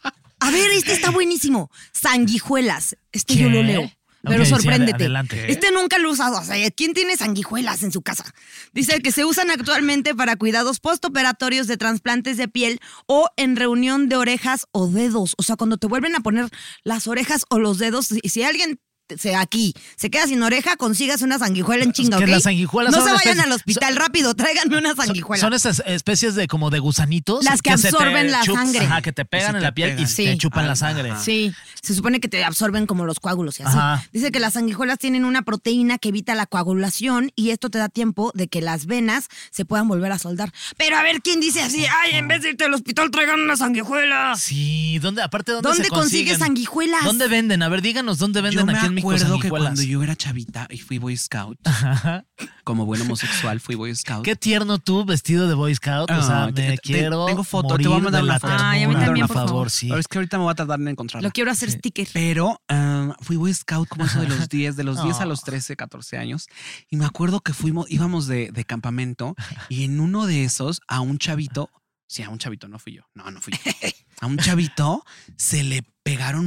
Speaker 4: A ver, este está buenísimo. Sanguijuelas. Este yo
Speaker 3: ¿Qué?
Speaker 4: lo leo. Pero
Speaker 3: Ok, sí, ade-
Speaker 4: sorpréndete.
Speaker 3: adelante.
Speaker 4: Este nunca lo he usado. O sea, ¿quién tiene sanguijuelas en su casa? Dice que se usan actualmente para cuidados postoperatorios de trasplantes de piel o en reunión de orejas o dedos. O sea, cuando te vuelven a poner las orejas o los dedos, si, si alguien te- se aquí se queda sin oreja, consigas una sanguijuela en chinga,
Speaker 3: que
Speaker 4: ¿ok?
Speaker 3: las sanguijuelas
Speaker 4: no
Speaker 3: son
Speaker 4: se
Speaker 3: una
Speaker 4: vayan
Speaker 3: especie-
Speaker 4: al hospital rápido, tráiganme una
Speaker 3: Son-
Speaker 4: sanguijuela.
Speaker 3: Son esas especies de como de gusanitos.
Speaker 4: Las que
Speaker 3: se te
Speaker 4: absorben la sangre.
Speaker 3: Ajá, que te
Speaker 2: Que
Speaker 3: pegan
Speaker 2: se
Speaker 3: en
Speaker 2: te
Speaker 3: la piel y
Speaker 2: pegan.
Speaker 3: te
Speaker 4: Sí.
Speaker 3: chupan la
Speaker 2: Ay,
Speaker 3: sangre.
Speaker 2: ajá.
Speaker 4: Sí, se supone que te absorben como los coágulos y así.
Speaker 3: Ajá.
Speaker 4: Dice que las sanguijuelas tienen una proteína que evita la coagulación y esto te da tiempo de que las venas se puedan volver a soldar. Pero a ver, ¿quién dice así? Ay, en vez de irte al hospital, traigan una sanguijuela.
Speaker 3: Sí, ¿dónde, aparte, ¿dónde,
Speaker 4: ¿Dónde
Speaker 3: se consiguen?
Speaker 4: consigues sanguijuelas?
Speaker 3: ¿Dónde venden? A ver, díganos, ¿dónde
Speaker 2: Yo
Speaker 3: venden
Speaker 2: me
Speaker 3: aquí en México
Speaker 2: acuerdo que
Speaker 3: sanguijuelas?
Speaker 2: cuando yo era chavita y fui Boy Scout,
Speaker 3: Ajá.
Speaker 2: como buen homosexual fui Boy Scout.
Speaker 3: Qué tierno tú, vestido de Boy Scout. o sea,
Speaker 2: Ay,
Speaker 3: me
Speaker 2: Ah, te- te-
Speaker 3: quiero.
Speaker 2: Tengo foto, te voy a mandar una foto.
Speaker 4: Ay, a mí
Speaker 2: Te
Speaker 4: también,
Speaker 2: voy mandar una
Speaker 4: por
Speaker 2: foto.
Speaker 4: favor,
Speaker 3: sí.
Speaker 2: Ahora es que ahorita me voy a tardar en encontrarla.
Speaker 4: Lo quiero hacer sticker.
Speaker 2: Pero ah, fui Boy Scout como eso de los 10, de los 10 a los
Speaker 3: Oh.
Speaker 2: 13, 14 años. Y me acuerdo que fuimos, íbamos de, de campamento y en uno de esos a un chavito, sí, a un chavito, no fui yo, no, no fui yo. A un chavito se le pegaron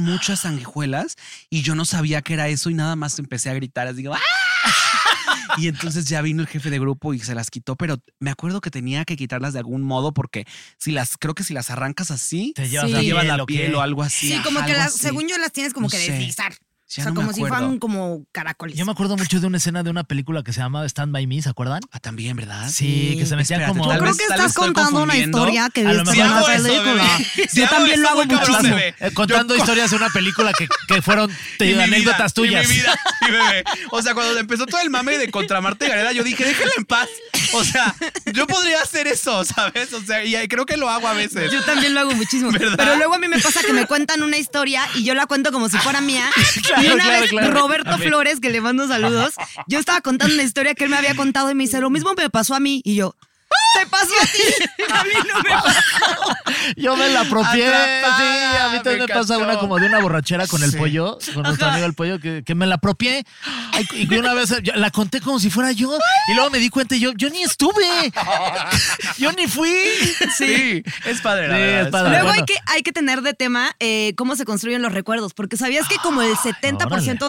Speaker 2: muchas sanguijuelas y yo no sabía que era eso y nada más empecé a gritar, así digo, ¡ah! Y entonces ya vino el jefe de grupo y se las quitó, pero me acuerdo que tenía que quitarlas de algún modo porque si las, creo que si las arrancas así,
Speaker 3: Te llevas
Speaker 4: Sí.
Speaker 3: la
Speaker 4: Te
Speaker 3: piel,
Speaker 2: llevas la
Speaker 3: ¿o qué?
Speaker 2: piel o algo así.
Speaker 4: sí, como
Speaker 2: ajá,
Speaker 4: que
Speaker 2: algo
Speaker 4: las,
Speaker 2: así.
Speaker 4: según yo las tienes como
Speaker 2: No
Speaker 4: que
Speaker 2: sé.
Speaker 4: deslizar.
Speaker 2: Ya
Speaker 4: o sea,
Speaker 2: no me
Speaker 4: como si
Speaker 2: acuerdo.
Speaker 4: fueran como caracoles.
Speaker 3: Yo me acuerdo mucho de una escena de una película que se llamaba Stand By Me, ¿se acuerdan?
Speaker 2: Ah, también, ¿verdad?
Speaker 3: Sí, que se metían
Speaker 2: Espérate,
Speaker 3: como.
Speaker 2: tal
Speaker 4: Yo creo
Speaker 2: vez-
Speaker 4: que
Speaker 2: tal
Speaker 4: estás
Speaker 2: vez estoy
Speaker 4: contando una
Speaker 2: confundiendo.
Speaker 4: historia que
Speaker 3: A lo
Speaker 4: viste
Speaker 3: mejor
Speaker 4: en una
Speaker 3: hago eso,
Speaker 4: película.
Speaker 2: bebé. Si
Speaker 4: Yo
Speaker 2: hago
Speaker 4: también lo
Speaker 2: eso,
Speaker 4: hago
Speaker 2: muy cabrón,
Speaker 4: muchísimo. este,
Speaker 2: bebé.
Speaker 3: Eh, contando historias de una película que, que fueron te-
Speaker 2: Y mi
Speaker 3: anécdotas
Speaker 2: vida, y
Speaker 3: tuyas.
Speaker 2: Mi vida, mi bebé. O sea, cuando empezó todo el mame de contra Marta y Gareda, yo dije, déjela en paz. O sea, yo podría hacer eso, ¿sabes? O sea, y ahí creo que lo hago a veces.
Speaker 4: Yo también lo hago muchísimo.
Speaker 2: ¿Verdad?
Speaker 4: Pero luego a mí me pasa que me cuentan una historia y yo la cuento como si fuera mía.
Speaker 3: Claro,
Speaker 4: y una
Speaker 3: claro,
Speaker 4: vez
Speaker 3: claro. A
Speaker 4: Roberto
Speaker 3: ver.
Speaker 4: Flores, que le mando saludos, yo estaba contando una historia que él me había contado y me dice, lo mismo me pasó a mí. Y yo, te pasó a ti. A mí no me pasó.
Speaker 3: Yo me la apropié.
Speaker 2: Atrapada,
Speaker 3: sí, a mí
Speaker 2: me
Speaker 3: también me, pasa
Speaker 2: encantó.
Speaker 3: una como de una borrachera con el
Speaker 2: Sí.
Speaker 3: pollo, con nuestro amigo el pollo, que, que me la apropié. Ay, Y que una vez yo la conté como si fuera yo. Y luego me di cuenta y yo, yo ni estuve. Yo ni fui.
Speaker 2: Sí, es padre, la
Speaker 3: Sí,
Speaker 2: verdad,
Speaker 3: es padre.
Speaker 4: Luego hay,
Speaker 3: Ah, bueno.
Speaker 4: que, hay que tener de tema eh, cómo se construyen los recuerdos, porque sabías que como el 70%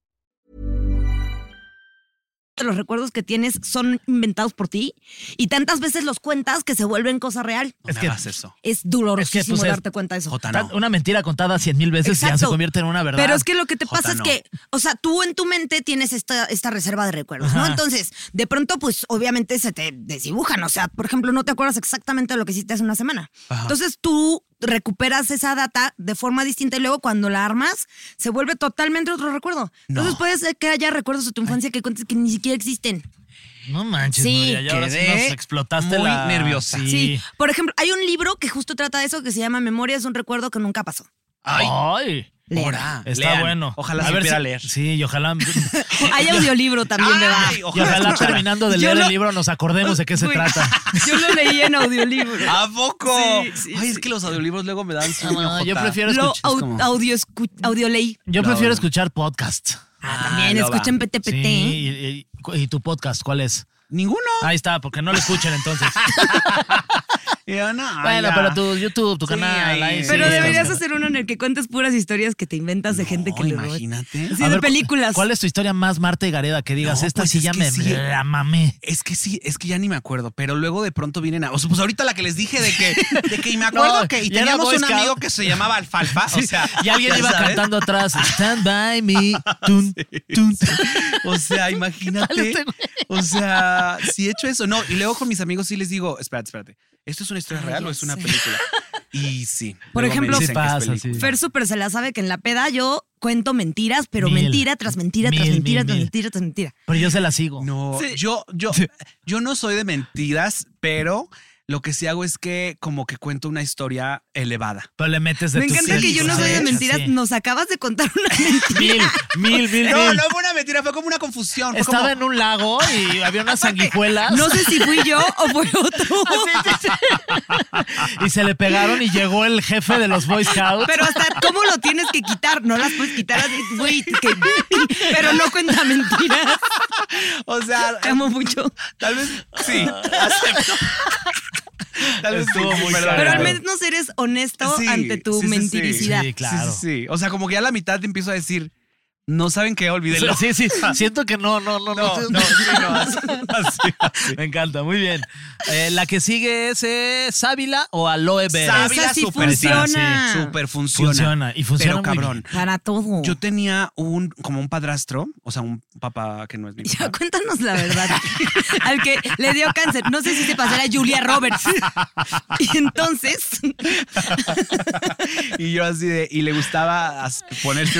Speaker 4: Los recuerdos que tienes son inventados por ti y tantas veces los cuentas que se vuelven cosa real.
Speaker 2: Es que hagas eso.
Speaker 4: Es dolorosísimo
Speaker 3: Es que, pues, es-
Speaker 4: darte cuenta de eso.
Speaker 2: Jota, no.
Speaker 3: Una mentira contada cien mil veces ya se
Speaker 4: Exacto.
Speaker 3: convierte en una verdad.
Speaker 4: Pero es que lo que te
Speaker 2: Jota,
Speaker 4: pasa
Speaker 2: no.
Speaker 4: es que, o sea, tú en tu mente tienes esta, esta reserva de recuerdos, ¿no? Entonces, de pronto, pues obviamente se te desdibujan. O sea, por ejemplo, no te acuerdas exactamente de lo que hiciste hace una semana. Entonces tú recuperas esa data de forma distinta y luego cuando la armas se vuelve totalmente otro recuerdo. Entonces puede ser que haya recuerdos de tu infancia que cuentes que ni siquiera existen.
Speaker 3: No manches,
Speaker 4: Sí,
Speaker 3: Nuria, ya ahora sí
Speaker 2: quedé
Speaker 3: nos explotaste
Speaker 2: muy
Speaker 3: la-
Speaker 2: nerviosa.
Speaker 3: Sí.
Speaker 4: Sí. Por ejemplo, hay un libro que justo trata de eso que se llama Memoria es un recuerdo que nunca pasó.
Speaker 3: Ay.
Speaker 2: Ahora,
Speaker 3: Está
Speaker 2: lean.
Speaker 3: bueno.
Speaker 2: Ojalá
Speaker 3: A
Speaker 2: se
Speaker 3: ver
Speaker 2: pudiera
Speaker 3: si-
Speaker 2: leer.
Speaker 3: Sí, y ojalá.
Speaker 4: Hay audiolibro también, me va.
Speaker 2: Ay,
Speaker 3: y ojalá
Speaker 2: escuchara.
Speaker 3: terminando de
Speaker 4: Yo
Speaker 3: leer
Speaker 4: lo-
Speaker 3: el libro nos acordemos de qué se
Speaker 4: Uy,
Speaker 3: trata. Ah,
Speaker 4: Yo lo leí en audiolibro.
Speaker 2: ¿A poco?
Speaker 4: Sí, sí, Ah,
Speaker 2: Ay, es que los audiolibros luego me dan sueño.
Speaker 3: No, yo
Speaker 2: Jota.
Speaker 3: prefiero
Speaker 4: Lo
Speaker 3: escuchar.
Speaker 4: au-
Speaker 2: como-
Speaker 4: audio, escu- audioley.
Speaker 3: Yo
Speaker 2: Lo-
Speaker 3: prefiero escuchar podcast.
Speaker 4: Ah, también
Speaker 2: no
Speaker 4: escuchen
Speaker 2: va.
Speaker 4: PTPT.
Speaker 3: Sí, y, y- y tu podcast cuál es?
Speaker 2: Ninguno.
Speaker 3: Ahí está, porque no lo escuchen entonces.
Speaker 2: Yo no,
Speaker 3: bueno,
Speaker 2: ya.
Speaker 3: pero tu YouTube, tu
Speaker 2: Sí,
Speaker 3: canal.
Speaker 2: ahí.
Speaker 3: ahí sí
Speaker 4: Pero
Speaker 3: buscas.
Speaker 4: deberías hacer uno en el que cuentes puras historias que te inventas de gente
Speaker 2: No,
Speaker 4: que le roba.
Speaker 2: imagínate.
Speaker 3: A
Speaker 4: Sí, de
Speaker 3: ver, cu-
Speaker 4: películas.
Speaker 3: ¿Cuál es tu historia más Marta y Gareda que digas?
Speaker 2: No,
Speaker 3: Esta
Speaker 2: pues
Speaker 3: sí
Speaker 2: es
Speaker 3: ya
Speaker 2: que
Speaker 3: me
Speaker 2: sí.
Speaker 3: la mamé.
Speaker 2: Es que sí, es que ya ni me acuerdo, pero luego de pronto vienen a. O sea, pues ahorita la que les dije de que. De que y me acuerdo
Speaker 3: No,
Speaker 2: que. Y
Speaker 3: ya era
Speaker 2: teníamos
Speaker 3: Boy
Speaker 2: un
Speaker 3: Scout.
Speaker 2: amigo que se llamaba Alfalfa. O sea.
Speaker 3: y alguien
Speaker 2: ya
Speaker 3: iba
Speaker 2: sabes.
Speaker 3: cantando atrás, Stand by me. tun, tun.
Speaker 2: O sea, imagínate.
Speaker 3: este güey?
Speaker 2: O sea, si he hecho eso. No, y luego con mis amigos sí les digo, espérate, espérate. ¿Esto es una
Speaker 3: Ah,
Speaker 2: historia real o es una película? Y sí.
Speaker 4: Por
Speaker 2: luego me
Speaker 4: ejemplo,
Speaker 2: dicen
Speaker 3: Sí
Speaker 2: que es
Speaker 3: pasa,
Speaker 2: película.
Speaker 3: sí.
Speaker 4: Fer súper se la sabe que en la peda yo cuento mentiras, pero
Speaker 3: Mil.
Speaker 4: mentira tras mentira, tras
Speaker 3: Mil,
Speaker 4: mentira,
Speaker 3: mil,
Speaker 4: tras
Speaker 3: mil.
Speaker 4: mentira, tras mentira.
Speaker 3: Pero yo se la sigo.
Speaker 2: No, yo, yo, yo no soy de mentiras, pero lo que sí hago es que como que cuento una historia elevada.
Speaker 3: Pero le metes de
Speaker 4: Me
Speaker 3: tu
Speaker 4: encanta que
Speaker 3: cinco,
Speaker 4: yo no soy de
Speaker 3: ¿sabes?
Speaker 4: mentiras.
Speaker 3: Sí.
Speaker 4: Nos acabas de contar una mentira.
Speaker 3: Mil, mil, mil,
Speaker 2: No,
Speaker 3: mil.
Speaker 2: no fue una mentira, fue como una confusión. fue
Speaker 3: Estaba
Speaker 2: como-
Speaker 3: en un lago y había unas sanguijuelas.
Speaker 4: No sé si fui yo o fue otro.
Speaker 3: Y se le pegaron y llegó el jefe de los Boy Scouts.
Speaker 4: Pero hasta cómo lo tienes que quitar. No las puedes quitar así, güey. que- Pero no cuenta mentiras.
Speaker 2: O sea, eh,
Speaker 4: Te amo mucho.
Speaker 2: tal vez sí, acepto. Tal vez
Speaker 3: Estuvo
Speaker 2: sí,
Speaker 3: muy
Speaker 2: perdón.
Speaker 3: caro.
Speaker 4: Pero al menos eres honesto
Speaker 2: Sí,
Speaker 4: ante tu
Speaker 2: sí, sí, sí.
Speaker 4: mentiricidad.
Speaker 3: Sí, claro.
Speaker 2: Sí, sí, sí. O sea, como que ya a la mitad te empiezo a decir, no saben qué, olvídenlo.
Speaker 3: Sí, sí, siento que no, no, no, no.
Speaker 2: No, no, sí, no, así, así, así.
Speaker 3: Me encanta, muy bien. Eh, la que sigue es eh, sábila o aloe vera.
Speaker 4: Sábila
Speaker 2: Sábila
Speaker 4: sí
Speaker 2: super
Speaker 4: funciona.
Speaker 2: Super funciona.
Speaker 3: Funciona, y funciona
Speaker 2: Pero
Speaker 3: muy
Speaker 2: cabrón.
Speaker 4: Para todo.
Speaker 2: Yo tenía un como un padrastro, o sea, un papá que no es mi
Speaker 4: Ya,
Speaker 2: papá.
Speaker 4: cuéntanos la verdad. Al que le dio cáncer. No sé si se pasará a Julia Roberts. Y entonces,
Speaker 2: Y yo así de, y le gustaba as- ponerse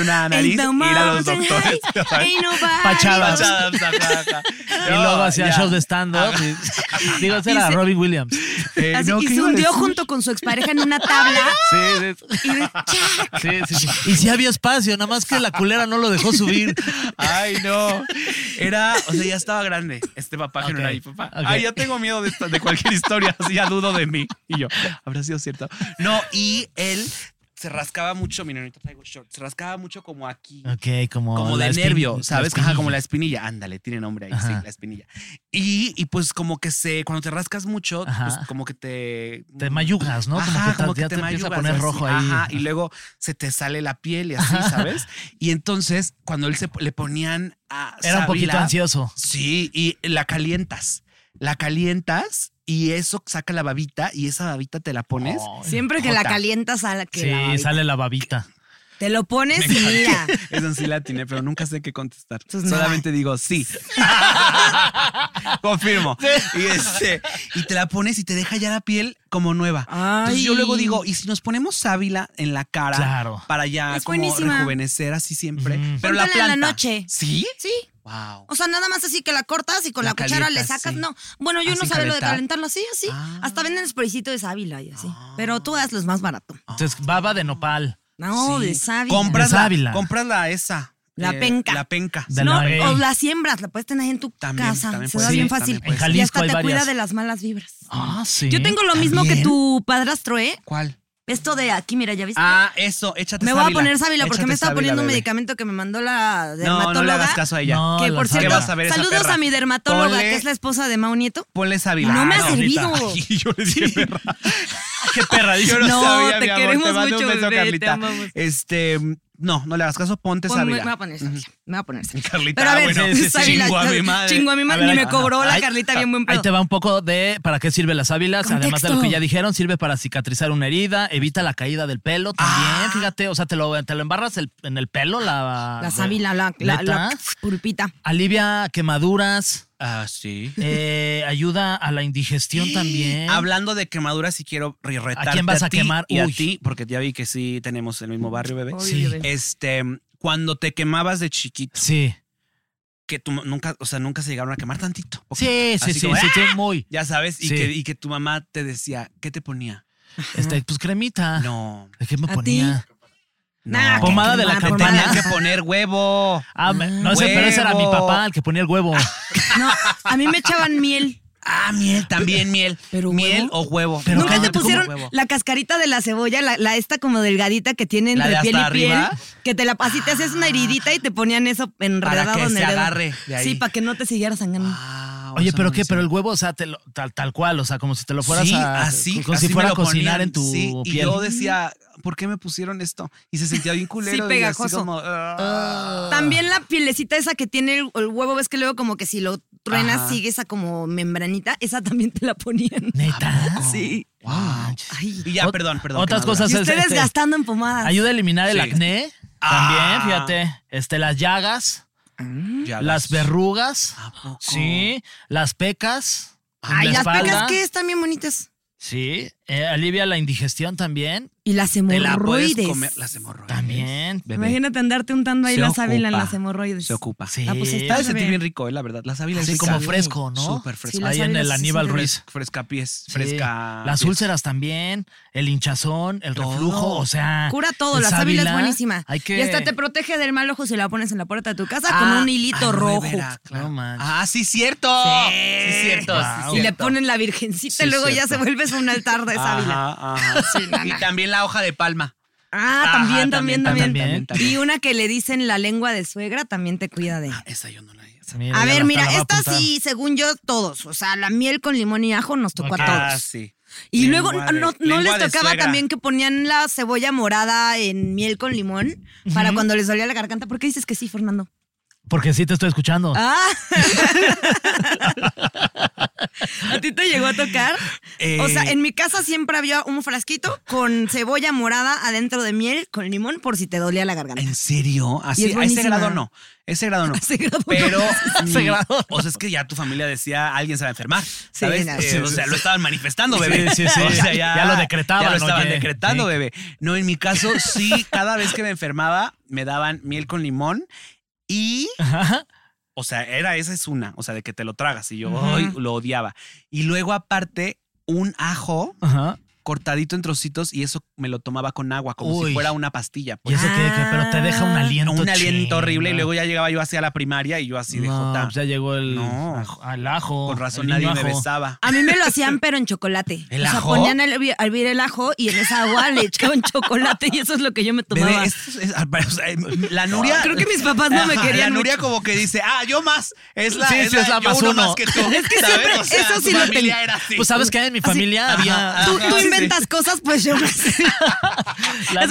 Speaker 2: una nariz
Speaker 4: en
Speaker 2: y
Speaker 4: the
Speaker 2: ir a los
Speaker 4: mountain
Speaker 2: doctores.
Speaker 4: high, ain't nobody.
Speaker 3: Pachadas.
Speaker 2: Pachadas, ajá, ajá.
Speaker 3: Y
Speaker 2: No,
Speaker 3: luego hacía
Speaker 2: ya.
Speaker 3: shows de stand-up. y- Digo, ese era
Speaker 4: Y se-
Speaker 3: Robin Williams.
Speaker 2: Eh,
Speaker 4: Así,
Speaker 2: no,
Speaker 4: y se
Speaker 2: ¿qué iba a
Speaker 4: hundió
Speaker 2: decir?
Speaker 4: junto con su expareja en una tabla.
Speaker 3: Sí, sí,
Speaker 4: Y de- ya.
Speaker 3: sí, sí, sí. Y sí había espacio, nada más que la culera no lo dejó subir.
Speaker 2: Ay, no. Era, o sea, ya estaba grande este papá que no era
Speaker 3: Ok,
Speaker 2: mi papá.
Speaker 3: ok.
Speaker 2: Ay, ya tengo miedo de, esta- de cualquier historia, así ya dudo de mí. Y yo, habrá sido cierto. No, y él se rascaba mucho, miren, ahorita traigo short, se rascaba mucho como aquí.
Speaker 3: Ok, como.
Speaker 2: Como
Speaker 3: Oh, la
Speaker 2: de
Speaker 3: espin-
Speaker 2: nervio,
Speaker 3: la
Speaker 2: ¿sabes? Ajá,
Speaker 3: espinilla.
Speaker 2: como la espinilla. Ándale, tiene nombre ahí, sí,
Speaker 3: Ajá.
Speaker 2: la espinilla. Y, y pues como que se, cuando te rascas mucho,
Speaker 3: Ajá.
Speaker 2: pues como que te...
Speaker 3: Te mayugas, ¿no? Como
Speaker 2: Ajá,
Speaker 3: que te- ya te empieza a
Speaker 2: mayugas,
Speaker 3: poner
Speaker 2: así,
Speaker 3: rojo ahí.
Speaker 2: Ajá, y luego se te sale la piel y así, ¿sabes? Y entonces, cuando él se le ponían a
Speaker 3: Era un poquito
Speaker 2: sábila,
Speaker 3: ansioso.
Speaker 2: Sí, y la calientas. La calientas y eso saca la babita y esa babita te la pones.
Speaker 3: Ay.
Speaker 4: Siempre que la
Speaker 2: Jota.
Speaker 4: calientas a la que
Speaker 3: Sí,
Speaker 4: la-
Speaker 3: sale la babita.
Speaker 4: Te lo pones y mira.
Speaker 2: Eso sí la atiné, pero nunca sé qué contestar.
Speaker 4: Pues no.
Speaker 2: Solamente digo sí. Confirmo. Y, este, y te la pones y te deja ya la piel como nueva. Entonces yo
Speaker 4: Ay.
Speaker 2: luego digo, ¿y si nos ponemos sábila en la cara
Speaker 3: Claro.
Speaker 2: para ya
Speaker 4: Es
Speaker 2: como
Speaker 4: buenísima.
Speaker 2: rejuvenecer así siempre?
Speaker 3: Ujú.
Speaker 2: Pero la
Speaker 4: Póntela
Speaker 2: planta.
Speaker 4: en la noche.
Speaker 2: ¿Sí?
Speaker 4: Sí.
Speaker 2: Wow.
Speaker 4: O sea, nada más así que la cortas y con
Speaker 2: La
Speaker 4: la, cuchara
Speaker 2: calientas,
Speaker 4: le sacas.
Speaker 2: sí.
Speaker 4: No. Bueno, yo
Speaker 2: Ah,
Speaker 4: no
Speaker 2: sin
Speaker 4: sabía lo de
Speaker 2: calentar.
Speaker 4: calentarlo así, así.
Speaker 2: Ah.
Speaker 4: Hasta venden spraycito de sábila y así. Pero tú das los más barato.
Speaker 3: Entonces, baba de nopal.
Speaker 4: No,
Speaker 2: Sí.
Speaker 4: de sábila.
Speaker 2: Compras
Speaker 3: De
Speaker 2: la,
Speaker 3: sábila.
Speaker 2: compras la esa. eh,
Speaker 4: La penca.
Speaker 2: La penca.
Speaker 3: De
Speaker 4: no,
Speaker 3: la- eh.
Speaker 4: o la siembras, la puedes tener ahí en tu
Speaker 2: También,
Speaker 4: casa.
Speaker 2: también
Speaker 4: Se
Speaker 2: puede
Speaker 4: da
Speaker 3: ser,
Speaker 4: bien
Speaker 2: también
Speaker 4: fácil.
Speaker 2: puede
Speaker 3: ser. En
Speaker 4: y hasta
Speaker 3: Jalisco
Speaker 4: te
Speaker 3: hay
Speaker 4: cuida
Speaker 3: varias.
Speaker 4: de las malas vibras.
Speaker 3: Ah, sí.
Speaker 4: Yo tengo lo mismo que
Speaker 2: ¿También?
Speaker 4: tu padrastro, ¿eh?
Speaker 2: ¿Cuál?
Speaker 4: Esto de aquí, mira, ya viste.
Speaker 2: Ah, eso, échate
Speaker 4: me voy a
Speaker 2: sábila.
Speaker 4: poner sábila porque
Speaker 2: Échate
Speaker 4: me estaba
Speaker 2: sábila,
Speaker 4: poniendo un
Speaker 2: bebé.
Speaker 4: medicamento que me mandó la
Speaker 2: No,
Speaker 4: dermatóloga.
Speaker 2: no le hagas caso a ella.
Speaker 3: No,
Speaker 4: que
Speaker 3: la sábila.
Speaker 4: por cierto,
Speaker 3: ¿Qué vas
Speaker 2: a ver esa
Speaker 4: saludos
Speaker 2: perra?
Speaker 4: a mi dermatóloga,
Speaker 2: Ponle-
Speaker 4: que es la esposa de Mao Nieto.
Speaker 2: Ponle sábila.
Speaker 4: No me ha
Speaker 2: Ah,
Speaker 4: servido.
Speaker 2: Carlita. Y yo le dije perra.
Speaker 3: Qué perra.
Speaker 2: Yo
Speaker 3: Dice,
Speaker 2: lo
Speaker 4: No,
Speaker 2: sabía,
Speaker 4: te
Speaker 2: mi amor.
Speaker 4: queremos
Speaker 2: te mando
Speaker 4: mucho,
Speaker 2: un beso,
Speaker 4: bebé, te
Speaker 2: Carlita.
Speaker 4: amamos.
Speaker 2: Este, no, no le hagas caso, ponte
Speaker 4: Pues me, me voy a
Speaker 2: sábila.
Speaker 4: poner sábila. Me voy a poner sábila.
Speaker 2: Carlita,
Speaker 4: pues. Pero
Speaker 2: ah,
Speaker 4: a ver,
Speaker 2: bueno,
Speaker 3: sí, sí,
Speaker 4: sábila,
Speaker 2: chingo a mi
Speaker 4: la-
Speaker 2: madre.
Speaker 4: Chingo a mi madre.
Speaker 3: A ver,
Speaker 4: Ni
Speaker 3: ahí-
Speaker 4: me cobró la
Speaker 3: ahí-
Speaker 4: Carlita bien buen
Speaker 3: Ahí
Speaker 4: pedo.
Speaker 3: te va un poco de para qué sirven las ávilas, además de lo que
Speaker 4: Contexto.
Speaker 3: ya dijeron, sirve para cicatrizar una herida, evita la caída del pelo también, fíjate, o sea, te lo, te lo embarras el- en el pelo la
Speaker 4: Ah. La sábila, la, la, la
Speaker 3: ¿Neta?
Speaker 4: pulpita.
Speaker 3: alivia quemaduras,
Speaker 2: Ah, sí.
Speaker 3: eh, ayuda a la indigestión también.
Speaker 2: Hablando de quemaduras, si quiero re- retarte
Speaker 3: quién vas a
Speaker 2: ti
Speaker 3: quemar?
Speaker 2: Y a
Speaker 3: Uy.
Speaker 2: ti, porque ya vi que sí tenemos el mismo barrio, bebé.
Speaker 3: Sí.
Speaker 2: Este, cuando te quemabas de chiquito,
Speaker 3: Sí.
Speaker 2: que tú nunca, o sea, nunca se llegaron a quemar tantito.
Speaker 3: Sí, sí,
Speaker 2: Así
Speaker 3: sí,
Speaker 2: como,
Speaker 3: sí,
Speaker 2: ¡ah!
Speaker 3: sí, muy.
Speaker 2: Ya sabes, y,
Speaker 3: Sí.
Speaker 2: que, y que tu mamá te decía, ¿qué te ponía?
Speaker 3: Este, pues cremita.
Speaker 2: No.
Speaker 3: ¿De qué me
Speaker 4: ¿A
Speaker 3: ponía?
Speaker 4: Nah,
Speaker 2: no.
Speaker 4: que
Speaker 3: Pomada de la
Speaker 4: quemar,
Speaker 2: Te
Speaker 3: campana.
Speaker 2: tenían
Speaker 4: pomada.
Speaker 2: que poner huevo.
Speaker 3: Ah, me- no sé, pero ese era mi
Speaker 2: Huevo.
Speaker 3: papá, el que ponía el huevo.
Speaker 4: No, a mí me echaban miel.
Speaker 2: Ah, miel, también miel.
Speaker 4: ¿Pero
Speaker 2: miel
Speaker 4: huevo?
Speaker 2: o huevo.
Speaker 3: Pero
Speaker 4: ¿Nunca te
Speaker 3: cállate, ¿cómo
Speaker 4: pusieron
Speaker 2: huevo?
Speaker 4: la cascarita de la cebolla, la, la esta como delgadita que tiene
Speaker 2: ¿La de
Speaker 4: entre piel y
Speaker 2: hasta
Speaker 4: piel?
Speaker 2: arriba?
Speaker 4: Que te la así te hacías una heridita y te ponían eso enredado
Speaker 2: Para que
Speaker 4: en el
Speaker 2: se
Speaker 4: dedo.
Speaker 2: agarre de ahí.
Speaker 4: Sí, para que no te siguiera sangrando.
Speaker 2: Ah,
Speaker 3: Oye,
Speaker 2: eso
Speaker 3: pero
Speaker 2: no
Speaker 3: qué,
Speaker 2: lo
Speaker 3: pero el
Speaker 2: sabía.
Speaker 3: huevo, o sea, te lo- tal, tal cual, o sea, como si te lo fueras
Speaker 2: Sí,
Speaker 3: a
Speaker 2: así,
Speaker 3: como
Speaker 2: así
Speaker 3: si
Speaker 2: me
Speaker 3: fuera a
Speaker 2: lo
Speaker 3: cocinar
Speaker 2: ponían,
Speaker 3: en tu
Speaker 2: sí, Y
Speaker 3: piel.
Speaker 2: yo decía, ¿por qué me pusieron esto? Y se sentía bien culero. y así
Speaker 4: pegajoso.
Speaker 2: como, ah.
Speaker 4: También la pielecita esa que tiene el, el huevo, ves que luego como que si lo truenas
Speaker 2: Ajá.
Speaker 4: sigue esa como membranita, esa también te la ponían.
Speaker 3: Neta.
Speaker 4: Sí.
Speaker 2: Wow.
Speaker 4: Ah. Ay.
Speaker 2: Y ya,
Speaker 3: Ot-
Speaker 2: perdón, perdón.
Speaker 3: otras
Speaker 2: quemadura.
Speaker 3: cosas
Speaker 4: Y
Speaker 3: sea,
Speaker 4: ustedes
Speaker 3: este-
Speaker 4: gastando en pomadas.
Speaker 3: Ayuda a eliminar el
Speaker 2: Sí.
Speaker 3: acné.
Speaker 2: Ah.
Speaker 3: También, fíjate. Este, las llagas,
Speaker 2: Ya
Speaker 3: las verrugas.
Speaker 2: ¿A poco?
Speaker 3: Sí. Las pecas. en
Speaker 4: Ay,
Speaker 3: la
Speaker 4: las
Speaker 3: espalda.
Speaker 4: pecas que están bien bonitas.
Speaker 3: Sí. eh, alivia la indigestión también.
Speaker 4: Y las
Speaker 2: Te la puedes
Speaker 4: hemorroides.
Speaker 2: comer. Las hemorroides.
Speaker 3: También.
Speaker 2: Bebé.
Speaker 4: Imagínate andarte untando ahí
Speaker 2: Se
Speaker 4: la sábila en
Speaker 2: ocupa,
Speaker 4: las hemorroides.
Speaker 2: Se ocupa.
Speaker 3: Sí.
Speaker 4: Ah, pues
Speaker 2: Está
Speaker 4: está
Speaker 2: de sentir
Speaker 4: bien.
Speaker 2: bien rico, eh, la verdad. Las ávilas
Speaker 3: Así
Speaker 2: ricas.
Speaker 3: como fresco, ¿no?
Speaker 2: Súper fresco.
Speaker 4: Sí, las
Speaker 3: Ahí en
Speaker 4: ávilas
Speaker 3: el
Speaker 4: sí se
Speaker 3: Aníbal
Speaker 4: sienten
Speaker 3: Ruiz.
Speaker 2: Fresca pies,
Speaker 3: Sí.
Speaker 2: fresca.
Speaker 3: Las
Speaker 2: pies.
Speaker 3: úlceras también, el hinchazón, el
Speaker 2: Todo.
Speaker 3: reflujo, o sea.
Speaker 4: Cura todo,
Speaker 3: Ah, el
Speaker 4: la sábila es
Speaker 3: sábila,
Speaker 4: buenísima.
Speaker 3: Hay que.
Speaker 4: Y hasta te protege del mal ojo si la pones en la puerta de tu casa
Speaker 2: Ah,
Speaker 4: con un hilito
Speaker 2: aloe
Speaker 4: rojo.
Speaker 2: vera, claro.
Speaker 3: No manches.
Speaker 2: ah, sí, cierto. Sí, cierto. sí,
Speaker 3: Wow.
Speaker 4: Y le
Speaker 2: cierto.
Speaker 4: ponen la virgencita
Speaker 2: Sí,
Speaker 4: y luego ya
Speaker 2: cierto.
Speaker 4: se vuelves a un altar de sábila.
Speaker 2: Ajá, ajá. y también la hoja de palma.
Speaker 4: Ah,
Speaker 2: Ajá,
Speaker 4: también,
Speaker 2: también,
Speaker 4: también, también,
Speaker 3: también,
Speaker 2: también. Ah,
Speaker 4: Y una que le dicen la lengua de suegra también te cuida de.
Speaker 2: Esa yo no la he
Speaker 3: Mira,
Speaker 4: A
Speaker 3: ya
Speaker 4: ver,
Speaker 3: hasta
Speaker 4: mira,
Speaker 3: la voy a
Speaker 4: esta
Speaker 3: apuntar.
Speaker 4: sí, según yo, todos. O sea, la miel con limón y ajo nos tocó
Speaker 3: Ok.
Speaker 4: a
Speaker 2: Ah,
Speaker 4: todos.
Speaker 2: sí.
Speaker 4: Y
Speaker 2: Lengua
Speaker 4: luego,
Speaker 2: de-
Speaker 4: ¿no, no
Speaker 2: lengua
Speaker 4: les
Speaker 2: de
Speaker 4: tocaba
Speaker 2: suegra.
Speaker 4: también que ponían la cebolla morada en miel con limón para cuando les dolía la garganta? ¿Por qué dices que sí, Fernando?
Speaker 3: Porque sí te estoy escuchando.
Speaker 4: Ah. ¿A ti te llegó a tocar? O
Speaker 2: Eh.
Speaker 4: sea, en mi casa siempre había un frasquito con cebolla morada adentro de miel con limón por si te dolía la garganta.
Speaker 2: ¿En serio?
Speaker 4: Y
Speaker 2: Así,
Speaker 4: es
Speaker 2: a ese
Speaker 4: buenísima.
Speaker 2: grado no. Ese grado no.
Speaker 4: Ese grado no.
Speaker 2: Pero.
Speaker 3: Ese
Speaker 2: mm,
Speaker 3: grado
Speaker 2: O sea, es que ya tu familia decía alguien se va a enfermar. ¿Sabes?
Speaker 4: no,
Speaker 2: Eh,
Speaker 4: sí,
Speaker 2: o sea, lo estaban manifestando, bebé.
Speaker 3: Sí, sí, sí.
Speaker 2: O sea,
Speaker 3: Ya lo decretaban,
Speaker 2: Ya lo estaban
Speaker 3: oye.
Speaker 2: decretando,
Speaker 3: Sí.
Speaker 2: bebé. No, en mi caso, sí, cada vez que me enfermaba, me daban miel con limón y.
Speaker 3: Ajá.
Speaker 2: O sea, era esa es una, o sea, de que te lo tragas y yo
Speaker 4: Ujú.
Speaker 2: ay, lo odiaba. Y luego aparte un ajo
Speaker 3: Ajá.
Speaker 2: cortadito en trocitos y eso me lo tomaba con agua como
Speaker 3: Uy.
Speaker 2: si fuera una pastilla.
Speaker 3: Y
Speaker 2: Pues.
Speaker 3: eso que, que- pero te deja un aliento.
Speaker 2: Ah, un aliento
Speaker 3: chingón.
Speaker 2: horrible y luego ya llegaba yo hacia la primaria y yo así de
Speaker 3: No,
Speaker 2: jota.
Speaker 3: pues ya llegó el
Speaker 2: No.
Speaker 3: ajo- al ajo.
Speaker 2: Con razón
Speaker 3: el niño
Speaker 2: nadie me
Speaker 3: ajo.
Speaker 2: besaba.
Speaker 4: A mí me lo hacían, pero en chocolate.
Speaker 2: ¿El
Speaker 4: o sea,
Speaker 2: ajo?
Speaker 4: ponían a hervir a hervir el ajo y en esa agua le echaban chocolate y eso es lo que yo me tomaba.
Speaker 2: Bebé, es- es- o sea, la Nuria.
Speaker 4: Creo que mis papás no me
Speaker 2: Ajá,
Speaker 4: querían
Speaker 2: La Nuria
Speaker 4: mucho.
Speaker 2: como que dice, ah, yo más. Es la,
Speaker 3: Sí,
Speaker 2: es
Speaker 3: sí,
Speaker 2: la-
Speaker 3: es la
Speaker 2: yo
Speaker 3: más
Speaker 2: uno
Speaker 3: uno.
Speaker 2: más que tú.
Speaker 4: Es que
Speaker 2: ¿sabes?
Speaker 4: siempre-
Speaker 2: O sea,
Speaker 4: eso
Speaker 2: tu
Speaker 4: sí lo pues,
Speaker 2: familia
Speaker 4: tengo.
Speaker 2: era así.
Speaker 3: Pues sabes que en mi familia había.
Speaker 4: Tú, tú
Speaker 2: Ajá, sí,
Speaker 4: inventas cosas, pues yo me sé.
Speaker 3: La
Speaker 4: es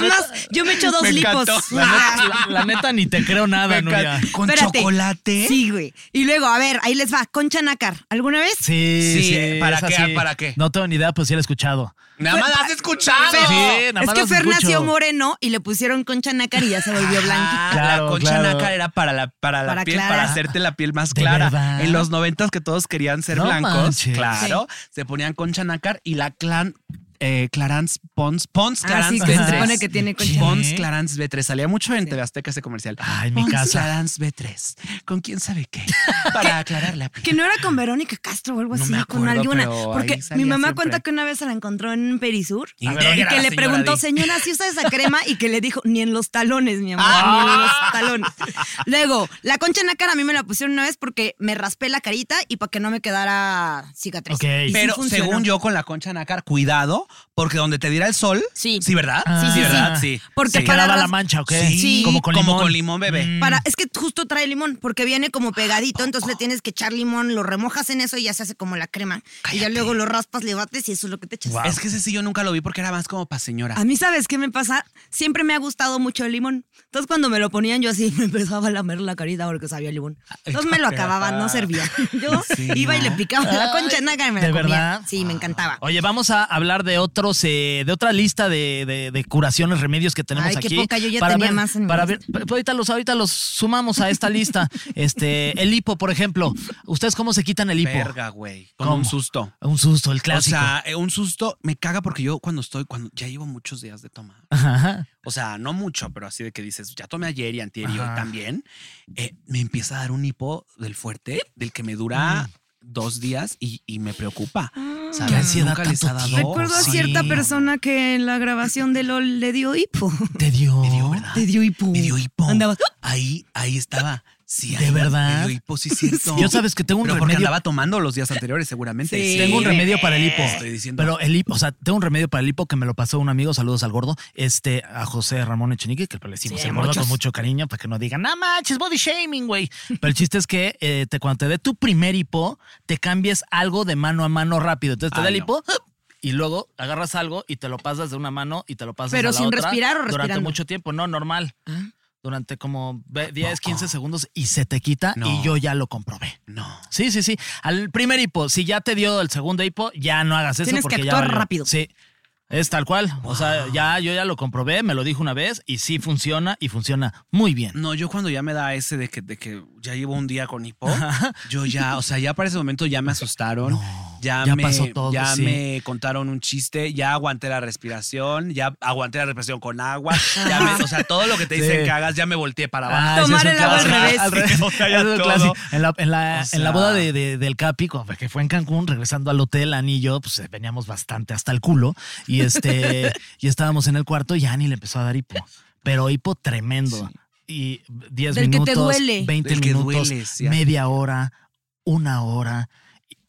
Speaker 3: neta-
Speaker 4: más, yo me echo dos
Speaker 2: Me
Speaker 4: lipos. Ah,
Speaker 2: encantó.
Speaker 3: La neta, la- la neta ni te creo nada,
Speaker 2: Me
Speaker 3: Nuria.
Speaker 2: encanta. ¿Con
Speaker 4: Espérate.
Speaker 2: chocolate?
Speaker 4: Sí, güey. Y luego, a ver, ahí les va. Concha nácar. ¿Alguna vez?
Speaker 3: Sí,
Speaker 2: Sí,
Speaker 3: sí,
Speaker 2: ¿para
Speaker 3: esa
Speaker 2: qué?
Speaker 3: sí.
Speaker 2: ¿Para qué?
Speaker 3: No tengo ni idea, pues sí la he escuchado.
Speaker 2: Nada más has escuchado.
Speaker 4: Fer-
Speaker 3: Sí, nada
Speaker 4: es
Speaker 3: más
Speaker 4: que
Speaker 3: los
Speaker 4: Fer
Speaker 3: escucho.
Speaker 4: nació moreno y le pusieron concha nácar y ya se volvió blanquito.
Speaker 2: Ah,
Speaker 3: Claro,
Speaker 2: la concha
Speaker 3: claro.
Speaker 2: nácar era para la, para la
Speaker 4: Para
Speaker 2: piel,
Speaker 4: clara.
Speaker 2: para hacerte la piel más
Speaker 3: ¿De
Speaker 2: clara.
Speaker 3: verdad?
Speaker 2: En los noventas que todos querían ser
Speaker 3: No
Speaker 2: blancos,
Speaker 3: manches.
Speaker 2: claro, se ponían concha nácar y la clan eh, Clarance Pons, Pons
Speaker 4: Ah,
Speaker 2: Clarance
Speaker 4: sí, que se
Speaker 2: B3.
Speaker 4: supone que tiene concha
Speaker 2: Pons
Speaker 3: nácar.
Speaker 2: Clarance B3. Salía mucho en TV Azteca ese comercial.
Speaker 3: Ay, en mi
Speaker 2: Pons
Speaker 3: casa.
Speaker 2: Clarance B3. ¿Con quién sabe qué? Para aclarar la piel.
Speaker 4: Que no era con Verónica Castro o algo
Speaker 2: No
Speaker 4: así,
Speaker 2: me
Speaker 4: con
Speaker 2: acuerdo,
Speaker 4: alguna.
Speaker 2: pero ahí
Speaker 4: Porque mi
Speaker 2: salía
Speaker 4: mamá
Speaker 2: siempre.
Speaker 4: cuenta que una vez se la encontró en Perisur
Speaker 2: Integra,
Speaker 4: y que le
Speaker 2: señora
Speaker 4: preguntó,
Speaker 2: Di.
Speaker 4: señora, ¿si usa esa crema? Y que le dijo, ni en los talones, mi amor, ni en los talones. Luego, la concha nácar a mí me la pusieron una vez porque me raspé la carita y para que no me quedara cicatriz.
Speaker 3: Ok.
Speaker 4: Y sí
Speaker 2: Pero
Speaker 4: funcionó.
Speaker 2: según yo, con la concha nácar, cuidado, porque donde te diera el sol.
Speaker 4: Sí.
Speaker 2: Sí, ¿verdad?
Speaker 3: Ah.
Speaker 2: sí, ¿verdad? Sí.
Speaker 4: Porque
Speaker 3: Se
Speaker 2: Sí.
Speaker 3: quedaba
Speaker 4: para
Speaker 3: la
Speaker 4: las-
Speaker 3: mancha, ¿ok?
Speaker 2: Sí,
Speaker 3: Como con limón.
Speaker 2: como con limón, bebé.
Speaker 3: Mm.
Speaker 4: Para, es que justo trae limón, porque viene como pegadito, entonces le tienes que echar limón, lo remojas en eso y ya se hace como la crema. Y ya luego lo raspas, le bates y eso es lo que te echas.
Speaker 2: Es que ese sí yo nunca lo vi porque era más como para señora.
Speaker 4: A mí, ¿sabes qué me pasa? Siempre me ha gustado mucho el limón. Entonces, cuando me lo ponían, yo así me empezaba a lamer la carita porque sabía el limón. Entonces, me lo acababa, no servía. Yo iba y le picaba la concha en la cara y me la
Speaker 3: ¿De
Speaker 4: comía.
Speaker 3: verdad?
Speaker 4: Sí, me encantaba.
Speaker 2: Oh,
Speaker 3: Oye, vamos a hablar de otros, eh, de otra lista de, de- de curaciones, remedios que tenemos
Speaker 4: Ay, qué
Speaker 3: aquí.
Speaker 4: poca, yo ya
Speaker 3: para
Speaker 4: tenía
Speaker 3: ver-
Speaker 4: más en mi
Speaker 3: para
Speaker 4: lista.
Speaker 3: ver- pero ahorita los, ahorita los sumamos a esta lista. Este, el hipo, por ejemplo. ¿Ustedes cómo se quitan el hipo?
Speaker 2: Verga, güey. Con
Speaker 3: ¿Cómo?
Speaker 2: un susto.
Speaker 3: Un susto, el clásico.
Speaker 2: O sea, eh, un susto me caga porque yo cuando estoy, cuando ya llevo muchos días de tomar.
Speaker 3: Ajá.
Speaker 2: O sea, no mucho, pero así de que dices, ya tomé ayer y antier y hoy
Speaker 3: Ajá.
Speaker 2: también. eh, me empieza a dar un hipo del fuerte, del que me dura dos días y, y me preocupa. ¿sabes?
Speaker 3: Mm. Qué ansiedad
Speaker 2: Nunca les ha
Speaker 3: tanto
Speaker 2: dado.
Speaker 3: tiempo.
Speaker 4: Ah. Recuerdo a
Speaker 3: Sí.
Speaker 4: cierta persona que en la grabación de LOL le dio hipo.
Speaker 3: Te dio.
Speaker 2: Me dio, ¿verdad?
Speaker 4: Te dio hipo.
Speaker 2: Me dio hipo.
Speaker 4: Andabas-
Speaker 2: Ahí, ahí estaba. Sí,
Speaker 3: ¿De
Speaker 2: ahí
Speaker 3: verdad?
Speaker 2: Me dio hipo, sí, cierto.
Speaker 3: Yo sabes que tengo un
Speaker 2: Pero porque
Speaker 3: remedio.
Speaker 2: andaba tomando los días anteriores, seguramente.
Speaker 4: Sí.
Speaker 3: Tengo un
Speaker 4: bebé.
Speaker 3: remedio para el hipo.
Speaker 2: Estoy diciendo.
Speaker 3: Pero el hipo, o sea, tengo un remedio para el hipo que me lo pasó un amigo, saludos al gordo, este, a José Ramón Echenique, que le decimos
Speaker 4: Sí,
Speaker 3: el gordo
Speaker 4: muchos.
Speaker 3: con mucho cariño para que no digan, no manches, body shaming, güey. Pero el chiste es que eh, te, cuando te dé tu primer hipo, te cambies algo de mano a mano rápido. Entonces te
Speaker 2: Ah,
Speaker 3: da el
Speaker 2: no.
Speaker 3: hipo. Y luego agarras algo y te lo pasas de una mano y te lo pasas
Speaker 4: Pero
Speaker 3: a la
Speaker 4: sin
Speaker 3: otra
Speaker 4: respirar o
Speaker 3: Durante
Speaker 4: respirando. Ah.
Speaker 3: mucho tiempo, no, normal. Durante como ve- 10, 15 segundos y se te quita
Speaker 2: No.
Speaker 3: y yo ya lo comprobé.
Speaker 2: No.
Speaker 3: Sí, sí, sí. Al primer hipo, si ya te dio el segundo hipo, ya no hagas eso.
Speaker 4: Tienes que
Speaker 3: porque ya
Speaker 4: actuar
Speaker 3: valió.
Speaker 4: rápido.
Speaker 3: Sí. Es tal cual. O sea, ya yo ya lo comprobé, me lo dijo una vez y sí funciona y funciona muy bien.
Speaker 2: No, yo cuando ya me da ese de que, de que ya llevo un día con hipo, yo ya, o sea, ya para ese momento ya me asustaron. ya,
Speaker 3: ya
Speaker 2: me,
Speaker 3: pasó todo,
Speaker 2: Ya
Speaker 3: sí.
Speaker 2: me contaron un chiste, ya aguanté la respiración, ya aguanté la respiración con agua. ya me- o sea, todo lo que te dicen
Speaker 3: Sí.
Speaker 2: que hagas, ya me volteé para abajo.
Speaker 3: Ah, ese
Speaker 4: Tomar
Speaker 3: es un
Speaker 4: el agua al
Speaker 3: clásico.
Speaker 4: revés.
Speaker 2: O sea, ya
Speaker 3: Ese es un
Speaker 2: todo.
Speaker 3: clásico. En la, en la-
Speaker 2: O
Speaker 3: en
Speaker 2: sea.
Speaker 3: la boda de- de- del Capi, cuando- que fue en Cancún, regresando al hotel, Ani y yo, pues eh, veníamos bastante hasta el culo y este y estábamos en el cuarto y Ani le empezó a dar hipo, pero hipo tremendo. Y 10
Speaker 4: Del que te
Speaker 3: minutos,
Speaker 4: duele.
Speaker 3: 20
Speaker 2: Del que
Speaker 3: minutos,
Speaker 2: duele, sí, Ani.
Speaker 3: media hora, una hora.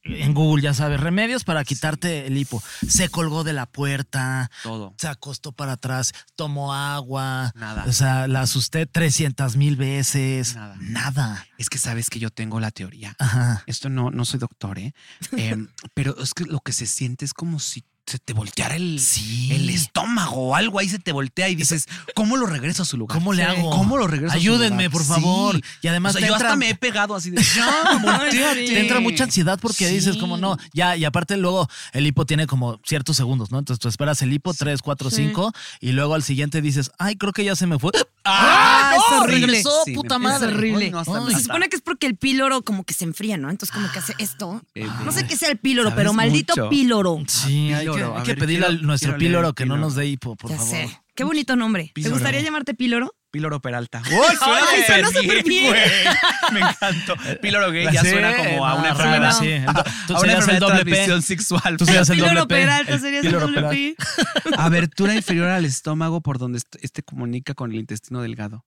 Speaker 3: En Google ya sabes, remedios para quitarte el hipo. Se colgó de la puerta,
Speaker 2: Todo.
Speaker 3: se acostó para atrás, tomó agua.
Speaker 2: Nada.
Speaker 3: O sea, la asusté 300 mil veces. Nada.
Speaker 2: Nada. Es que sabes que yo tengo la teoría.
Speaker 3: Ajá.
Speaker 2: Esto no, no soy doctor, ¿eh? Em, pero es que lo que se siente es como si se te volteara el,
Speaker 3: Sí.
Speaker 2: el estómago o algo ahí se te voltea y dices, ¿cómo lo regreso a su lugar?
Speaker 3: ¿Cómo le
Speaker 2: Sí.
Speaker 3: hago?
Speaker 2: ¿Cómo lo regreso
Speaker 3: Ayúdenme,
Speaker 2: a su lugar?
Speaker 3: por favor. Y además
Speaker 2: O sea,
Speaker 3: te
Speaker 2: yo
Speaker 3: entra-
Speaker 2: hasta me he pegado así de, ya, volteate".
Speaker 3: Te entra mucha ansiedad porque dices como no, ya, y aparte luego el hipo tiene como ciertos segundos, ¿no? Entonces tú esperas el hipo 3, 4, 5 y luego al siguiente dices, ay, creo que ya se me fue.
Speaker 2: ¡Ah,
Speaker 4: es
Speaker 2: no!
Speaker 4: horrible.
Speaker 2: Regresó,
Speaker 3: Sí,
Speaker 2: puta
Speaker 3: me- es
Speaker 2: madre.
Speaker 4: horrible.
Speaker 2: Ay, no, hasta
Speaker 3: Ay.
Speaker 2: me-
Speaker 4: Pues se
Speaker 2: hasta-
Speaker 4: supone que es porque el píloro como que se enfría, ¿no? Entonces como que hace esto.
Speaker 2: Eh,
Speaker 4: No sé qué sea el píloro, pero
Speaker 2: Sabes
Speaker 4: maldito
Speaker 2: mucho.
Speaker 4: píloro.
Speaker 3: Sí, hay que,
Speaker 2: píloro.
Speaker 3: hay
Speaker 2: A
Speaker 3: que
Speaker 2: ver,
Speaker 3: pedirle
Speaker 2: quiero-
Speaker 3: al nuestro
Speaker 2: quiero leer
Speaker 3: píloro que no
Speaker 2: píloro.
Speaker 3: nos dé hipo, por
Speaker 4: ya
Speaker 3: favor.
Speaker 4: sé. Qué bonito nombre. ¿Te
Speaker 2: Píloro.
Speaker 4: gustaría llamarte píloro?
Speaker 2: Píloro Peralta.
Speaker 4: Ay, suena súper bien.
Speaker 2: güey. Me encantó. Píloro gay ya
Speaker 3: Sí,
Speaker 2: suena como a
Speaker 3: no,
Speaker 2: una
Speaker 3: raro,
Speaker 2: enfermedad.
Speaker 3: ah, sí. El do-
Speaker 2: A-
Speaker 3: tú
Speaker 2: a una
Speaker 3: serías el
Speaker 2: enfermedad
Speaker 3: doble P.
Speaker 2: de transmisión sexual.
Speaker 3: Tú serías el doble
Speaker 4: Píloro
Speaker 3: P.
Speaker 4: Peralta
Speaker 3: el
Speaker 4: sería el
Speaker 3: píloro
Speaker 4: doble
Speaker 3: Peralta.
Speaker 4: P.
Speaker 2: Abertura inferior al estómago por donde est- este comunica con el intestino delgado.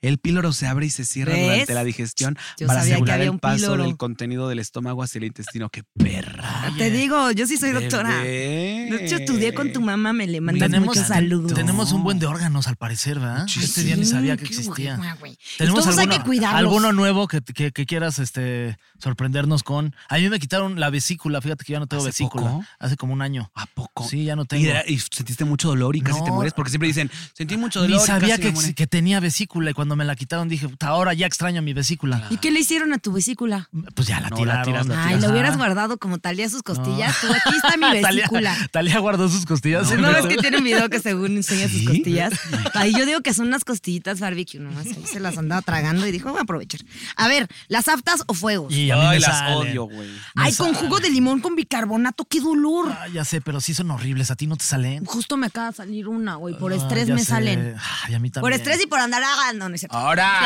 Speaker 2: El píloro se abre y se cierra
Speaker 4: ¿Ves?
Speaker 2: durante la digestión
Speaker 4: Yo
Speaker 2: para
Speaker 4: sabía que
Speaker 2: asegurar
Speaker 4: había
Speaker 2: el
Speaker 4: un
Speaker 2: paso
Speaker 4: píloro.
Speaker 2: del contenido del estómago hacia el intestino. ¡Qué perra!
Speaker 4: Ah, Te digo, yo sí soy doctora.
Speaker 2: Bebé.
Speaker 4: De hecho, estudié con tu mamá, me le mandas
Speaker 3: Tenemos-
Speaker 4: muchos saludos.
Speaker 3: Tenemos un buen de órganos, al parecer, ¿verdad? Este día ni sabía que existía.
Speaker 4: Tenemos
Speaker 3: ¿Tenemos
Speaker 4: Todos
Speaker 3: alguno,
Speaker 4: hay que cuidarlos.
Speaker 3: alguno nuevo que, que- que quieras este, sorprendernos con? A mí me quitaron la vesícula, fíjate que ya no tengo
Speaker 2: ¿Hace
Speaker 3: vesícula.
Speaker 2: poco?
Speaker 3: Hace como un año.
Speaker 2: ¿A poco?
Speaker 3: Sí, ya no
Speaker 2: Y,
Speaker 3: tengo.
Speaker 2: era- y sentiste mucho dolor y casi te
Speaker 3: No.
Speaker 2: mueres, porque siempre dicen, sentí mucho dolor.
Speaker 3: Ni
Speaker 2: y
Speaker 3: sabía
Speaker 2: casi me
Speaker 3: que,
Speaker 2: muero".
Speaker 3: que tenía vesícula y cuando me la quitaron dije, "Puta, ahora ya extraño mi vesícula.
Speaker 4: ¿Y qué le hicieron a tu vesícula?
Speaker 3: Pues ya la
Speaker 2: No, la
Speaker 3: tiraron.
Speaker 2: tiras, la
Speaker 4: Ay, lo
Speaker 3: Ajá. Ah,
Speaker 4: hubieras guardado como talía sus costillas. Tú, aquí está mi
Speaker 3: Talía-
Speaker 4: vesícula.
Speaker 3: Talía guardó sus costillas.
Speaker 4: ¿No ves que tiene un video que según enseña sus costillas? Ahí yo digo que son unas costillitas barbecue nomás. Ahí se las andaba tragando y dijo, voy a aprovechar. A ver, las aftas o fuegos.
Speaker 3: Y a mí me
Speaker 2: Ay, las
Speaker 3: salen.
Speaker 2: odio, güey.
Speaker 4: Ay,
Speaker 3: me
Speaker 4: con
Speaker 3: sale.
Speaker 4: jugo de limón con bicarbonato, qué dolor.
Speaker 3: Ah, ya sé, pero sí son horribles. ¿A ti no te salen?
Speaker 4: Justo me acaba de salir una, güey. Por
Speaker 3: Ah,
Speaker 4: estrés
Speaker 3: ya
Speaker 4: me
Speaker 3: sé.
Speaker 4: salen.
Speaker 2: ah,
Speaker 3: Ay, a mí también.
Speaker 4: Por estrés y por andar agando, no es cierto.
Speaker 2: Ahora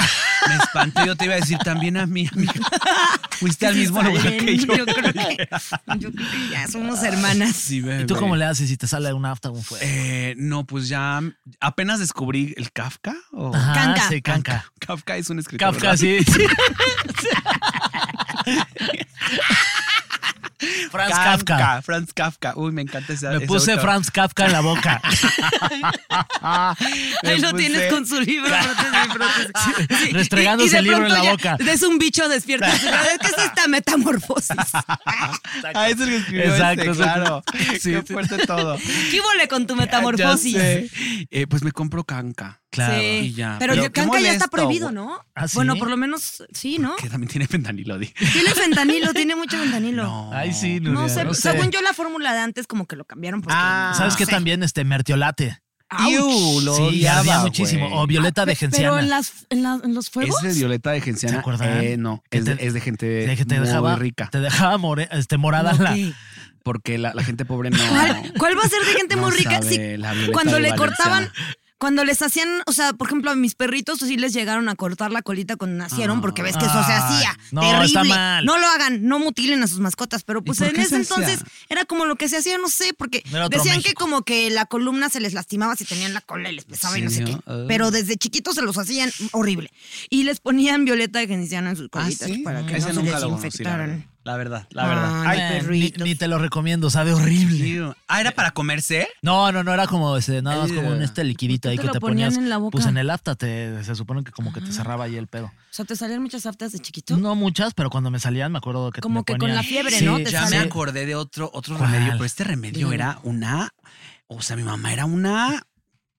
Speaker 2: me espanté, yo te iba a decir también a mí, amiga. Ah, Fuiste al
Speaker 4: Sí
Speaker 2: mismo lugar
Speaker 4: salen,
Speaker 2: que yo.
Speaker 4: creo que, yo creo que ya somos hermanas.
Speaker 2: Sí,
Speaker 3: ¿Y tú cómo le haces si te sale un afta o un fuego?
Speaker 2: Eh, no, pues ya apenas descubrí el Kafka. o-
Speaker 3: Ajá,
Speaker 4: Canca.
Speaker 3: Ah, sí, canca.
Speaker 2: Kafka es un escritor.
Speaker 3: Kafka,
Speaker 2: ¿verdad?
Speaker 3: sí. Franz Kafka.
Speaker 2: Franz Kafka. Uy, me encanta ese.
Speaker 3: Me
Speaker 2: ese
Speaker 3: puse
Speaker 2: autor.
Speaker 3: Franz Kafka en la boca.
Speaker 2: Me
Speaker 4: Ahí lo
Speaker 2: puse-
Speaker 4: tienes con su libro. prótesis, prótesis. Sí,
Speaker 3: Restregándose
Speaker 4: de
Speaker 3: el libro en
Speaker 4: pronto
Speaker 3: la
Speaker 4: ya
Speaker 3: boca.
Speaker 4: Es un bicho despierto. Es que es esta metamorfosis.
Speaker 2: Ah, es el que escribió
Speaker 3: Exacto,
Speaker 2: este,
Speaker 3: exacto.
Speaker 2: claro.
Speaker 3: Sí.
Speaker 2: Qué fuerte todo.
Speaker 4: ¿Qué vole con tu metamorfosis?
Speaker 2: Ya sé. Eh, pues me compro canca.
Speaker 3: Claro.
Speaker 4: Sí.
Speaker 2: Y ya.
Speaker 4: Pero,
Speaker 2: Pero
Speaker 4: el
Speaker 2: qué
Speaker 4: canca ya está
Speaker 2: molesto,
Speaker 4: prohibido,
Speaker 2: güey.
Speaker 4: ¿no?
Speaker 3: ¿Ah, sí?
Speaker 4: Bueno, por lo menos sí, ¿no?
Speaker 2: Que también tiene fentanilo, di.
Speaker 4: Tiene fentanilo, tiene mucho fentanilo.
Speaker 3: Ay, sí,
Speaker 4: No,
Speaker 3: Nuria,
Speaker 4: sé,
Speaker 3: no sé.
Speaker 4: según yo la fórmula de antes como que lo cambiaron porque
Speaker 2: Ah,
Speaker 3: ¿Sabes qué también? Este, mertiolate.
Speaker 2: Iu,
Speaker 4: ¡Auch!
Speaker 2: lo
Speaker 3: sí,
Speaker 2: odiaba,
Speaker 3: ardía muchísimo.
Speaker 2: güey.
Speaker 3: O violeta de genciana.
Speaker 4: Ah, Pero en las en, las- en los fuegos
Speaker 2: ¿Es de Violeta de Genciana?
Speaker 3: ¿Se acuerdan?
Speaker 2: Eh, no,
Speaker 3: Que
Speaker 2: es de,
Speaker 3: te-
Speaker 2: es de gente
Speaker 3: De que te
Speaker 2: muy
Speaker 3: dejaba,
Speaker 2: rica.
Speaker 3: Te dejaba more- este, morada
Speaker 4: ¿Cómo
Speaker 3: la...
Speaker 4: qué?
Speaker 2: Porque la, la gente pobre no...
Speaker 4: ¿Cuál, cuál va a ser de gente
Speaker 2: No
Speaker 4: muy rica?
Speaker 2: sabe
Speaker 4: Si
Speaker 2: la Violeta
Speaker 4: cuando
Speaker 2: de
Speaker 4: le
Speaker 2: Valenciana.
Speaker 4: cortaban, cuando les hacían, o sea, por ejemplo, a mis perritos sí les llegaron a cortar la colita cuando nacieron, porque ves que eso se
Speaker 3: Ay,
Speaker 4: hacía.
Speaker 3: no,
Speaker 4: terrible.
Speaker 3: está mal.
Speaker 4: No lo hagan, no mutilen a sus mascotas. Pero pues
Speaker 2: por
Speaker 4: en
Speaker 2: qué
Speaker 4: ese
Speaker 2: se hacía?
Speaker 4: entonces era como lo que se hacía, no sé, porque
Speaker 3: No era otro
Speaker 4: decían que
Speaker 3: México.
Speaker 4: como que la columna se les lastimaba si tenían la cola y les pesaba y no sé qué.
Speaker 2: serio? Ah.
Speaker 4: Pero desde chiquitos se los hacían horrible. Y les ponían violeta de genciana en sus
Speaker 2: Ah,
Speaker 4: colitas
Speaker 2: ¿sí?
Speaker 4: para que
Speaker 2: Ese
Speaker 4: no se
Speaker 2: nunca lo conocí, la verdad.
Speaker 4: desinfectaran.
Speaker 2: La verdad, la verdad.
Speaker 4: Ay,
Speaker 3: Bueno, ni,
Speaker 4: perritos.
Speaker 3: ni te lo recomiendo, sabe horrible.
Speaker 2: Iu. Ah, ¿era para comerse?
Speaker 3: No, no, no era como ese, nada más como un
Speaker 2: Ay,
Speaker 3: este liquidito ahí
Speaker 4: te
Speaker 3: que
Speaker 4: lo
Speaker 3: te
Speaker 4: ponían
Speaker 3: ponías.
Speaker 4: en la boca? Ah.
Speaker 3: Pues en el afta te, se supone que como que te cerraba ahí el pedo.
Speaker 4: O sea, te salían muchas aftas de chiquito.
Speaker 3: No muchas, pero cuando me salían me acuerdo que
Speaker 4: Como
Speaker 3: me
Speaker 4: que con
Speaker 3: ponían-
Speaker 4: la fiebre,
Speaker 3: Sí,
Speaker 4: ¿no? Te
Speaker 2: Ya
Speaker 4: sale.
Speaker 2: me acordé de otro, otro
Speaker 3: ¿Cuál?
Speaker 2: remedio, pero este remedio era una... O sea, mi mamá era una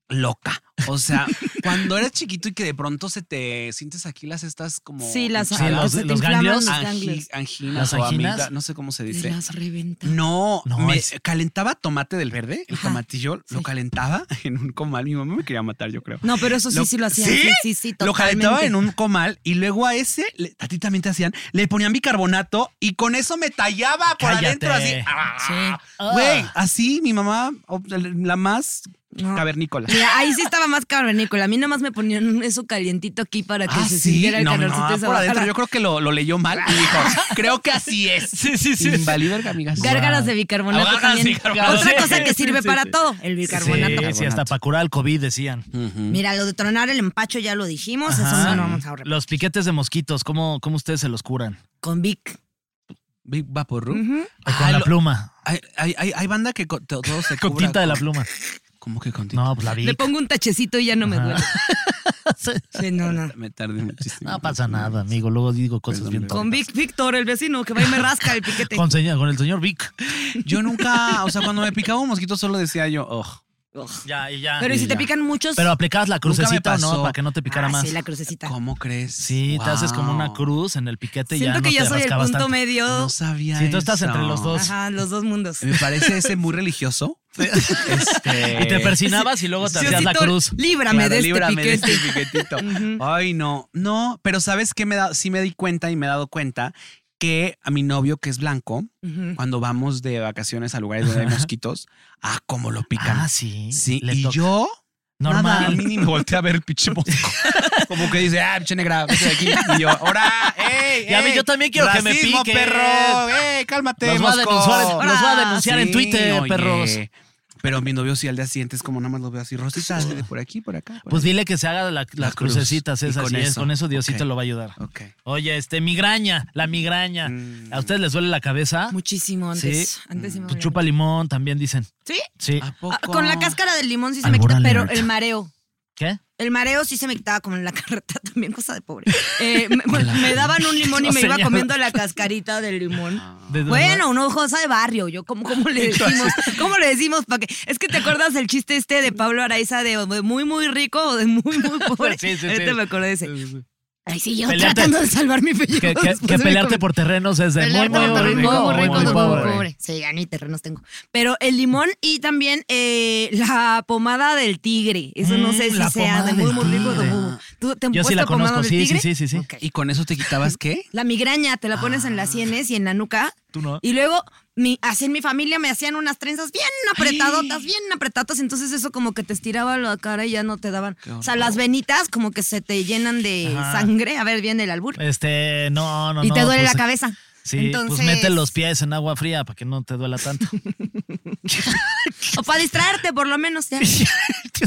Speaker 2: loca. O sea, cuando eras chiquito y que de pronto se te sientes aquí las estas como...
Speaker 4: Sí, las
Speaker 3: Sí,
Speaker 4: las
Speaker 3: los-
Speaker 4: que se te
Speaker 3: los
Speaker 4: inflaman
Speaker 3: ganglios.
Speaker 4: los
Speaker 2: angi-
Speaker 4: ganglios.
Speaker 2: anginas
Speaker 3: ¿Las
Speaker 2: o
Speaker 3: anginas?
Speaker 2: amigda- no sé cómo se
Speaker 4: Te
Speaker 2: dice.
Speaker 4: las reventa.
Speaker 2: No,
Speaker 3: No,
Speaker 2: me
Speaker 3: es-
Speaker 2: calentaba tomate del verde, el
Speaker 4: Ajá,
Speaker 2: tomatillo, lo
Speaker 4: sí.
Speaker 2: calentaba en un comal. Mi mamá me quería matar, yo creo.
Speaker 4: No, pero eso sí, sí lo hacían. Sí, sí, sí,
Speaker 2: Lo calentaba
Speaker 4: totalmente.
Speaker 2: en un comal y luego a ese, le- a ti también te hacían, le ponían bicarbonato y con eso me tallaba por
Speaker 3: Cállate.
Speaker 2: adentro así. Ah, Güey, así mi mamá, o- la más
Speaker 4: No.
Speaker 2: cavernícola.
Speaker 4: Ah. Mira, ahí sí estaba más cavernícola. A mí nada más me ponían eso calientito aquí para que
Speaker 2: Ah,
Speaker 4: se
Speaker 2: sí,
Speaker 4: sintiera el
Speaker 2: no, mi
Speaker 4: calorcito.
Speaker 2: mamá
Speaker 4: de esa
Speaker 2: por adentro.
Speaker 4: bajada.
Speaker 2: Yo creo que lo, lo leyó mal y dijo, creo que así es. Sí, sí, sí. Invalida, amigas.
Speaker 4: Gárgaras de bicarbonato
Speaker 2: Gárgaras de
Speaker 4: también.
Speaker 2: bicarbonato.
Speaker 4: Otra
Speaker 2: Sí,
Speaker 4: cosa que
Speaker 3: sí,
Speaker 4: sirve
Speaker 3: sí,
Speaker 4: para
Speaker 3: sí.
Speaker 4: todo, el bicarbonato.
Speaker 3: Sí, sí, hasta para curar el COVID decían.
Speaker 4: Mira, lo de tronar el empacho ya lo dijimos, eso
Speaker 3: Ajá.
Speaker 4: no lo vamos a repetir.
Speaker 3: Los piquetes de mosquitos, ¿cómo, cómo ustedes se los curan?
Speaker 4: Con Vic.
Speaker 2: Big Vaporru.
Speaker 4: Ujú.
Speaker 3: O con
Speaker 2: Ah,
Speaker 3: la
Speaker 2: lo-
Speaker 3: pluma.
Speaker 2: Hay, hay, hay, hay banda que co- to- todo se
Speaker 3: Con
Speaker 2: cubra
Speaker 3: tinta de la
Speaker 2: con-
Speaker 3: pluma.
Speaker 2: ¿Cómo que con tinta?
Speaker 3: No, pues la vi.
Speaker 4: Le pongo un tachecito y ya no me duele. Sí, no, no.
Speaker 2: Me tardé muchísimo.
Speaker 3: No pasa nada, amigo. Luego digo cosas
Speaker 2: Perdón,
Speaker 3: bien
Speaker 2: perdón.
Speaker 4: Con
Speaker 3: tontas.
Speaker 4: Vic Víctor, el vecino, que va y me rasca el piquete.
Speaker 3: Con, señor- con el señor Vic.
Speaker 2: Yo nunca, o sea, cuando me picaba un mosquito solo decía yo, oh.
Speaker 4: Ugh.
Speaker 3: Ya, y ya.
Speaker 4: Pero ¿y si te pican muchos?
Speaker 3: Pero aplicabas la
Speaker 2: me
Speaker 3: crucecita, ¿no?
Speaker 2: pasó.
Speaker 3: Para que no te picara
Speaker 4: Ah,
Speaker 3: más.
Speaker 4: Sí, la crucecita.
Speaker 2: ¿Cómo crees?
Speaker 3: Sí, te
Speaker 2: Wow.
Speaker 3: haces como una cruz en el piquete y ya
Speaker 4: Siento
Speaker 3: no
Speaker 4: que
Speaker 3: te
Speaker 4: yo soy el
Speaker 3: rasca
Speaker 4: punto
Speaker 3: bastante.
Speaker 4: medio.
Speaker 2: No sabía.
Speaker 3: Sí, tú estás
Speaker 2: eso.
Speaker 3: entre los dos.
Speaker 4: Ajá, los dos mundos.
Speaker 2: Me parece ese muy religioso. Este,
Speaker 3: Y te persinabas y luego te hacías la
Speaker 4: Diosito,
Speaker 3: cruz.
Speaker 4: Líbrame
Speaker 2: Claro,
Speaker 4: de este
Speaker 2: líbrame de
Speaker 4: piquete.
Speaker 2: este piquetito.
Speaker 4: Ujú.
Speaker 2: Ay, no, no, pero sabes que me da, sí me di cuenta y me he dado cuenta que a mi novio que es blanco,
Speaker 4: Ujú.
Speaker 2: cuando vamos de vacaciones a lugares donde hay mosquitos, ah, cómo lo pican.
Speaker 3: Ah, sí.
Speaker 2: Sí,
Speaker 3: Le
Speaker 2: y
Speaker 3: toca.
Speaker 2: yo.
Speaker 3: Normal.
Speaker 2: Nada, a mí ni me volteé a ver el pinche mosco. Como que dice, ah, pinche negra, vete de aquí. Y yo, ahora, ey,
Speaker 3: Ya vi,
Speaker 2: ey,
Speaker 3: yo también quiero que me
Speaker 2: racismo,
Speaker 3: piquen.
Speaker 2: perro, ey, cálmate,
Speaker 3: Los voy a
Speaker 2: mosco.
Speaker 3: denunciar, en- los voy a
Speaker 4: Ahora,
Speaker 3: denunciar en Twitter,
Speaker 2: oye.
Speaker 3: perros.
Speaker 2: Pero mi novio sí al día siguiente es como nada más lo veo así, Rosita, hazle de por aquí, por acá. por
Speaker 3: Pues
Speaker 2: ahí.
Speaker 3: dile que se haga la-
Speaker 2: La
Speaker 3: las
Speaker 2: cruz.
Speaker 3: crucecitas
Speaker 2: Y
Speaker 3: esas.
Speaker 2: con
Speaker 3: y es-
Speaker 2: eso.
Speaker 3: con eso Diosito
Speaker 2: Ok.
Speaker 3: lo va a ayudar.
Speaker 2: Ok. Mm.
Speaker 3: Oye, este, migraña, la migraña. ¿A ustedes les duele la cabeza?
Speaker 4: Muchísimo antes.
Speaker 3: Sí.
Speaker 4: Antes sí me
Speaker 3: Pues
Speaker 4: dolía
Speaker 3: chupa limón, también dicen.
Speaker 4: mucho. ¿Sí?
Speaker 3: Sí.
Speaker 2: ¿A
Speaker 4: Ah,
Speaker 2: poco?
Speaker 4: con la cáscara del limón sí se me quita,
Speaker 3: Albor
Speaker 4: pero
Speaker 3: alert.
Speaker 4: el mareo.
Speaker 3: ¿Qué?
Speaker 4: El mareo sí se me quitaba como en la carreta también, cosa de pobre. Eh, me, me daban un limón y me iba
Speaker 3: Señora.
Speaker 4: comiendo la cascarita del limón.
Speaker 3: ¿De dónde?
Speaker 4: Bueno, una hojosa de barrio, yo como cómo le decimos, cómo le decimos para que es que te acuerdas el chiste este de Pablo Araiza de, de muy muy rico o de muy muy pobre.
Speaker 3: Sí, sí, sí.
Speaker 4: Ahorita me acordé de ese. Ay, sí, yo
Speaker 3: Pelearte.
Speaker 4: tratando de salvar mi pellejo.
Speaker 3: Que, que-
Speaker 4: después
Speaker 3: que
Speaker 4: de mi
Speaker 3: pelearte
Speaker 4: comida.
Speaker 3: por terrenos es de muy,
Speaker 4: pues, Pelearte
Speaker 3: muy,
Speaker 4: por terrenos,
Speaker 3: rico,
Speaker 4: muy, muy rico,
Speaker 3: muy
Speaker 4: muy, muy
Speaker 3: pobre.
Speaker 4: pobre. Sí, ya ni terrenos tengo. Pero el limón y también eh, la pomada del tigre. Eso no
Speaker 3: Mm,
Speaker 4: sé si
Speaker 3: la
Speaker 4: sea
Speaker 3: pomada
Speaker 4: de muy,
Speaker 3: del
Speaker 4: muy rico.
Speaker 3: tigre.
Speaker 4: como- ¿Tú te han
Speaker 3: Yo sí
Speaker 4: puesto
Speaker 3: la
Speaker 4: pomada
Speaker 3: conozco,
Speaker 4: del
Speaker 3: sí, sí,
Speaker 4: tigre?
Speaker 3: sí, sí, sí.
Speaker 4: Ok.
Speaker 2: ¿Y con eso te quitabas qué?
Speaker 4: La migraña te la pones en las sienes y en la nuca.
Speaker 3: Ah. ¿Tú no?
Speaker 4: Y luego, mi, así en mi familia me hacían unas trenzas bien apretadotas, bien apretadas. Entonces, eso como que te estiraba la cara y ya no te daban. O sea, las venitas como que se te llenan de sangre. A ver, viene el albur.
Speaker 3: Este, no, no,
Speaker 4: y te
Speaker 3: no,
Speaker 4: duele
Speaker 3: pues,
Speaker 4: la cabeza.
Speaker 3: Sí,
Speaker 4: Entonces-
Speaker 3: pues mete los pies en agua fría para que no te duela tanto.
Speaker 4: O para distraerte, por lo menos. Ya.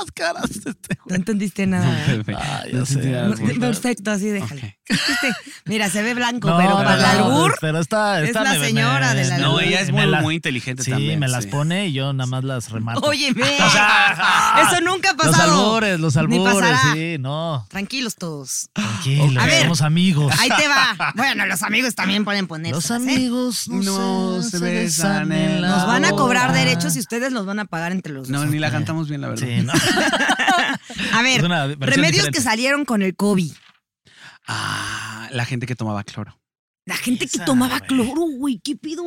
Speaker 3: Las caras. Este.
Speaker 4: No entendiste nada. ¿eh?
Speaker 3: Ah, ya sé.
Speaker 4: No, Perfecto, así déjalo. Este, Mira, se ve blanco,
Speaker 3: No,
Speaker 4: pero para el
Speaker 3: no,
Speaker 4: albur.
Speaker 3: Pero esta,
Speaker 4: es
Speaker 3: esta
Speaker 4: la
Speaker 3: me- me-
Speaker 4: señora de la
Speaker 2: No,
Speaker 4: luz.
Speaker 2: ella es
Speaker 3: me
Speaker 2: muy,
Speaker 3: la-
Speaker 2: muy inteligente
Speaker 3: sí,
Speaker 2: también.
Speaker 3: me las
Speaker 2: sí.
Speaker 3: pone y yo nada más las remato.
Speaker 4: Oye, ve.
Speaker 3: O sea,
Speaker 4: Eso nunca ha
Speaker 3: Los
Speaker 4: pasado.
Speaker 3: albures, los
Speaker 4: Ni
Speaker 3: albures,
Speaker 4: pasará.
Speaker 3: sí, no.
Speaker 4: Tranquilos todos.
Speaker 3: Tranquilos,
Speaker 4: A ver.
Speaker 3: somos amigos.
Speaker 4: Ahí te va. Bueno, los amigos también pueden ponerse. ¿eh?
Speaker 3: Los amigos no, se, besan en la
Speaker 4: Nos van a cobrar
Speaker 3: boca.
Speaker 4: derechos y ustedes los van a pagar entre los
Speaker 2: No,
Speaker 4: dos.
Speaker 2: ni la cantamos bien, la
Speaker 3: Sí,
Speaker 2: verdad.
Speaker 3: no.
Speaker 4: A ver,
Speaker 3: Es una
Speaker 4: remedios
Speaker 3: versión diferente.
Speaker 4: que salieron con el COVID.
Speaker 2: Ah, la gente que tomaba cloro.
Speaker 4: La gente que
Speaker 3: Esa,
Speaker 4: tomaba
Speaker 3: güey.
Speaker 4: cloro, güey, ¿qué pido?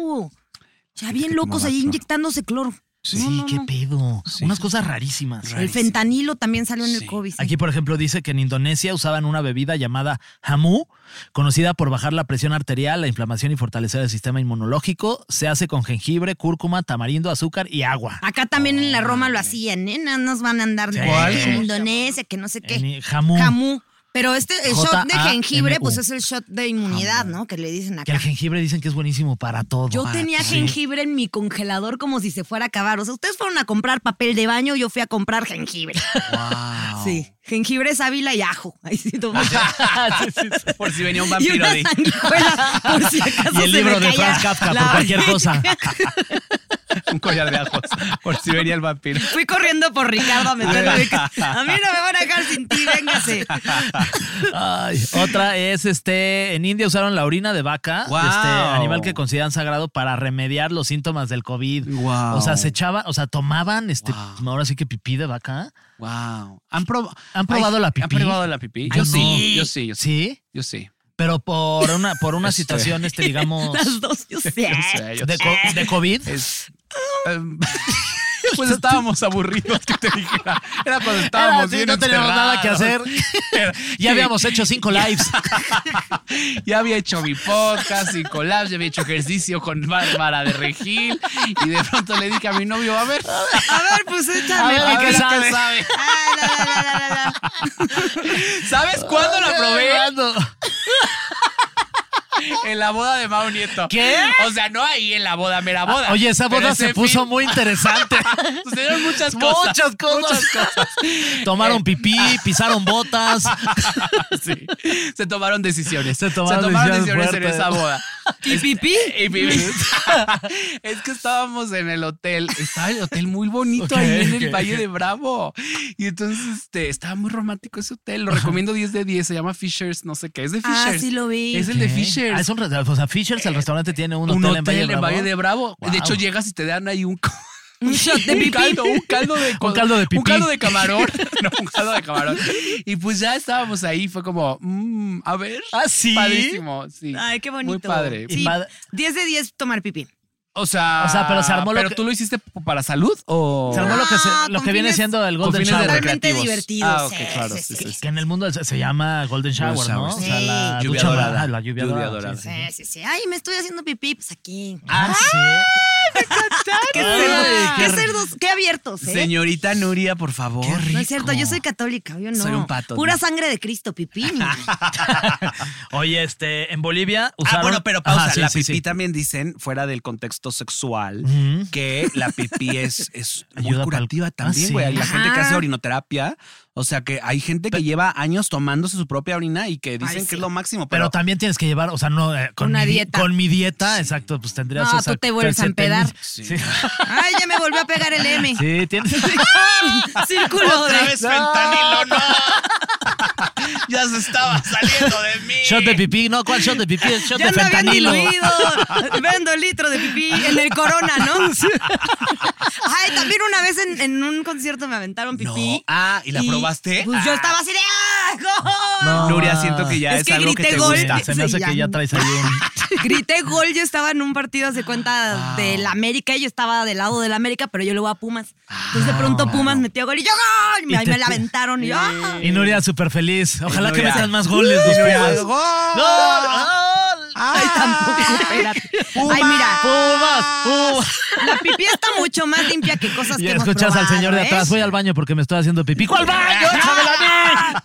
Speaker 4: Ya
Speaker 2: Gente que
Speaker 4: bien locos
Speaker 2: tomaba
Speaker 4: ahí
Speaker 2: cloro.
Speaker 4: inyectándose cloro.
Speaker 3: Sí,
Speaker 4: No, no,
Speaker 3: qué
Speaker 4: no.
Speaker 3: pedo.
Speaker 2: Sí.
Speaker 3: Unas cosas rarísimas.
Speaker 4: El fentanilo también salió en el
Speaker 2: Sí.
Speaker 4: COVID. sí.
Speaker 3: Aquí, por ejemplo, dice que en Indonesia usaban una bebida llamada hamu, conocida por bajar la presión arterial, la inflamación y fortalecer el sistema inmunológico. Se hace con jengibre, cúrcuma, tamarindo, azúcar y agua.
Speaker 4: Acá también en la Roma lo hacían, ¿eh? No nos van a andar de
Speaker 3: ¿Cuál?
Speaker 4: que en Indonesia, que no sé qué.
Speaker 3: En- jamú.
Speaker 4: Jamú. Pero este, el shot de
Speaker 3: J-A-M-U.
Speaker 4: jengibre, pues es el shot de inmunidad, ¿no? Que le dicen
Speaker 3: Que
Speaker 4: acá.
Speaker 3: el jengibre dicen que es buenísimo para todo. ah,
Speaker 4: Yo
Speaker 3: Para
Speaker 4: tenía
Speaker 3: todo.
Speaker 4: jengibre en mi congelador como si se fuera a acabar. O sea, ustedes fueron a comprar papel de baño, yo fui a comprar jengibre.
Speaker 2: Wow.
Speaker 4: Sí, jengibre, sábila y ajo. Ahí sí tomo.
Speaker 2: Por si venía un
Speaker 4: y
Speaker 2: vampiro
Speaker 4: una
Speaker 2: de.
Speaker 4: sanguijuela, por si acaso
Speaker 3: Y el
Speaker 4: se
Speaker 3: libro
Speaker 4: me
Speaker 3: de
Speaker 4: caía
Speaker 3: Franz Kafka,
Speaker 4: la
Speaker 3: por cualquier
Speaker 4: barriga.
Speaker 3: cosa.
Speaker 2: Un collar de ajos. Por si venía el vampiro.
Speaker 4: Fui corriendo por Ricardo a meterle. de que, A mí no me van a dejar sin ti, véngase.
Speaker 3: Ay, otra es este, en India usaron la orina de vaca,
Speaker 2: Guau.
Speaker 3: este animal que consideran sagrado para remediar los síntomas del COVID.
Speaker 2: Guau.
Speaker 3: O sea, se echaban, o sea, tomaban este,
Speaker 2: Guau.
Speaker 3: ahora sí que pipí de vaca.
Speaker 2: Wow. ¿Han, prob-
Speaker 3: ¿Han probado la
Speaker 2: ¿Han
Speaker 3: pipí?
Speaker 2: probado la pipí?
Speaker 3: Ay,
Speaker 2: Yo
Speaker 3: no.
Speaker 2: sí, yo sí, yo sí.
Speaker 3: Sí,
Speaker 2: Yo sí.
Speaker 3: pero por una por una situación este digamos
Speaker 4: Las dos, yo sé.
Speaker 2: Yo sé, yo
Speaker 3: Eh, de,
Speaker 2: sé.
Speaker 3: co- de COVID.
Speaker 2: Es- em, pues estábamos aburridos, que te dijera. Era cuando estábamos
Speaker 3: Era así,
Speaker 2: bien
Speaker 3: no teníamos nada que hacer.
Speaker 2: encerrados.
Speaker 3: ya habíamos hecho cinco lives.
Speaker 2: Ya había hecho mi podcast y collabs, ya había hecho ejercicio con Bárbara de Regil y de pronto le dije a mi novio, a ver,
Speaker 4: A ver, pues
Speaker 3: A
Speaker 4: échame.
Speaker 3: ver,
Speaker 4: A
Speaker 3: ¿qué
Speaker 4: ver.
Speaker 3: sabe?
Speaker 4: Ah, la, la, la, la, la, la.
Speaker 2: ¿sabes cuándo la probé?
Speaker 3: ¿Cuándo?
Speaker 2: En la boda de Mao Nieto.
Speaker 3: ¿Qué? Ah,
Speaker 2: O sea, no ahí en la boda, mera boda.
Speaker 3: Oye, esa
Speaker 2: Pero
Speaker 3: boda
Speaker 2: ese
Speaker 3: se puso
Speaker 2: fin-
Speaker 3: muy interesante.
Speaker 2: Sucedieron muchas cosas.
Speaker 3: Muchas cosas.
Speaker 2: Muchas cosas. Eh.
Speaker 3: Tomaron pipí, pisaron botas.
Speaker 2: Sí. Se tomaron decisiones.
Speaker 3: Se tomaron decisiones
Speaker 2: en
Speaker 3: fuertes.
Speaker 2: esa boda.
Speaker 4: ¿Y pipí?
Speaker 2: Y pipí. es que estábamos en el hotel. Estaba el hotel muy bonito
Speaker 3: Ok,
Speaker 2: ahí en el
Speaker 3: ok.
Speaker 2: Valle de Bravo. Y entonces este, estaba muy romántico ese hotel. Lo recomiendo 10 de 10. Se llama Fishers, no sé qué. Es de
Speaker 4: Ah,
Speaker 2: Fishers.
Speaker 4: sí lo vi.
Speaker 2: Es el de
Speaker 3: Ok.
Speaker 2: Fishers.
Speaker 3: Ah, es un re- o sea, Fishers, el restaurante tiene un,
Speaker 2: un
Speaker 3: hotel, en Valle de Bravo.
Speaker 2: de Bravo.
Speaker 3: Wow.
Speaker 2: De hecho, llegas y te dan ahí un,
Speaker 4: Un shot de
Speaker 2: un
Speaker 4: pipí.
Speaker 2: caldo, un caldo de
Speaker 3: Un caldo de pipí.
Speaker 2: un caldo de camarón, no, un caldo de camarón. Y pues ya estábamos ahí, fue como, mm, a ver,
Speaker 3: Ah, sí.
Speaker 2: padrísimo, sí.
Speaker 4: Ay, qué bonito.
Speaker 2: Muy padre.
Speaker 3: Y
Speaker 4: Sí,
Speaker 3: pad-
Speaker 4: 10 de 10 tomar pipí.
Speaker 2: O sea,
Speaker 3: O sea, pero se armó lo
Speaker 2: ¿pero
Speaker 3: que-
Speaker 2: tú lo hiciste para salud o
Speaker 3: Se armó lo que, se-
Speaker 4: Ah,
Speaker 3: lo
Speaker 4: con
Speaker 3: que viene
Speaker 4: fines-
Speaker 3: siendo el
Speaker 2: con
Speaker 3: Golden
Speaker 2: fines de
Speaker 3: Shower.
Speaker 4: Totalmente
Speaker 2: recreativos?
Speaker 4: divertido,
Speaker 2: Ah, ok,
Speaker 4: sí,
Speaker 2: claro,
Speaker 4: sí,
Speaker 2: sí,
Speaker 4: sí,
Speaker 2: sí, sí.
Speaker 3: Que en el mundo se- se llama Golden Shower,
Speaker 2: Golden
Speaker 3: ¿no?
Speaker 2: shower,
Speaker 3: O
Speaker 2: sí.
Speaker 3: sea, la
Speaker 2: Lluvia
Speaker 3: ducha
Speaker 2: dorada.
Speaker 3: dorada, La lluvia
Speaker 2: Lluvia
Speaker 3: dorada.
Speaker 2: dorada.
Speaker 3: sí, sí.
Speaker 4: Sí, sí, sí. Ay, me estoy haciendo pipí. Pues aquí.
Speaker 3: Ah, sí.
Speaker 4: qué, cerdos, qué cerdos, qué abiertos, ¿eh?
Speaker 2: Señorita Nuria, por favor.
Speaker 4: No es cierto, yo soy católica, yo no.
Speaker 2: Soy un pato,
Speaker 4: Pura
Speaker 2: ¿no?
Speaker 4: sangre de Cristo, pipín.
Speaker 3: Oye, este, en Bolivia usaron...
Speaker 2: Ah, bueno, pero pausa.
Speaker 3: Ajá, sí,
Speaker 2: la
Speaker 3: sí,
Speaker 2: pipí
Speaker 3: sí.
Speaker 2: también dicen, fuera del contexto sexual, que la pipí es, es muy
Speaker 3: Ayuda pa'l-
Speaker 2: curativa
Speaker 3: Ah,
Speaker 2: también,
Speaker 3: sí.
Speaker 2: güey. Hay La gente que hace
Speaker 4: Ajá.
Speaker 2: orinoterapia. O sea que hay gente que lleva años tomándose su propia orina y que dicen
Speaker 4: Ay,
Speaker 2: que
Speaker 4: sí.
Speaker 2: es lo máximo. Pero,
Speaker 3: Pero también tienes que llevar, o sea, no, eh, con,
Speaker 4: Una
Speaker 3: mi, di-
Speaker 4: dieta.
Speaker 3: con mi dieta, exacto, pues tendrías...
Speaker 4: No,
Speaker 3: esa-
Speaker 4: tú te vuelves a
Speaker 3: 70,000.
Speaker 4: empedar.
Speaker 3: Sí.
Speaker 4: Ay, ya me volvió a pegar el M.
Speaker 3: Sí, tienes...
Speaker 4: Círculo de-
Speaker 2: fentanilo, no. ya se estaba saliendo de mí.
Speaker 3: Shot de pipí, no, ¿cuál shot de pipí? El shot
Speaker 4: Ya
Speaker 3: de
Speaker 4: lo habían
Speaker 3: fentanilo.
Speaker 4: diluido. Vendo el litro de pipí en el corona, ¿no? Ay, también una vez en, en un concierto me aventaron pipí.
Speaker 2: No. Ah, ¿y la probaste?
Speaker 4: Pues yo
Speaker 2: Ah.
Speaker 4: estaba así de ¡Ah! gol".
Speaker 3: No.
Speaker 2: Nuria, siento que ya
Speaker 4: Es
Speaker 2: es,
Speaker 4: que
Speaker 2: algo que
Speaker 4: grité
Speaker 2: te
Speaker 4: gol.
Speaker 2: gusta.
Speaker 3: Se me hace
Speaker 4: ¿eh? Sí,
Speaker 3: que
Speaker 4: ya.
Speaker 3: ya traes ahí un...
Speaker 4: Grité gol, yo estaba en un partido hace cuenta del América y yo estaba del lado del América, pero yo le voy a Pumas. Entonces de
Speaker 2: Ah,
Speaker 4: pronto Pumas metió gol y yo ¡gol! Y me,
Speaker 3: te-
Speaker 4: me la aventaron y yo ¡ah!
Speaker 3: Y Nuria súper feliz. Ojalá que
Speaker 2: Nuria.
Speaker 3: metan más goles ¡Ah! los Pumas. ¡Gol! ¡Gol!
Speaker 4: Ay, tampoco, espérate. Ay, mira.
Speaker 3: ¡Pumas! ¡Pumas!
Speaker 4: La pipí está mucho más limpia que cosas
Speaker 3: ¡Uh! Y
Speaker 4: que Ah, hemos
Speaker 3: escuchas al
Speaker 4: probado,
Speaker 3: señor de
Speaker 4: ¿eh?
Speaker 3: atrás. Voy al baño porque me estoy haciendo pipí. ¿Cuál baño? ¡Échamela a mí!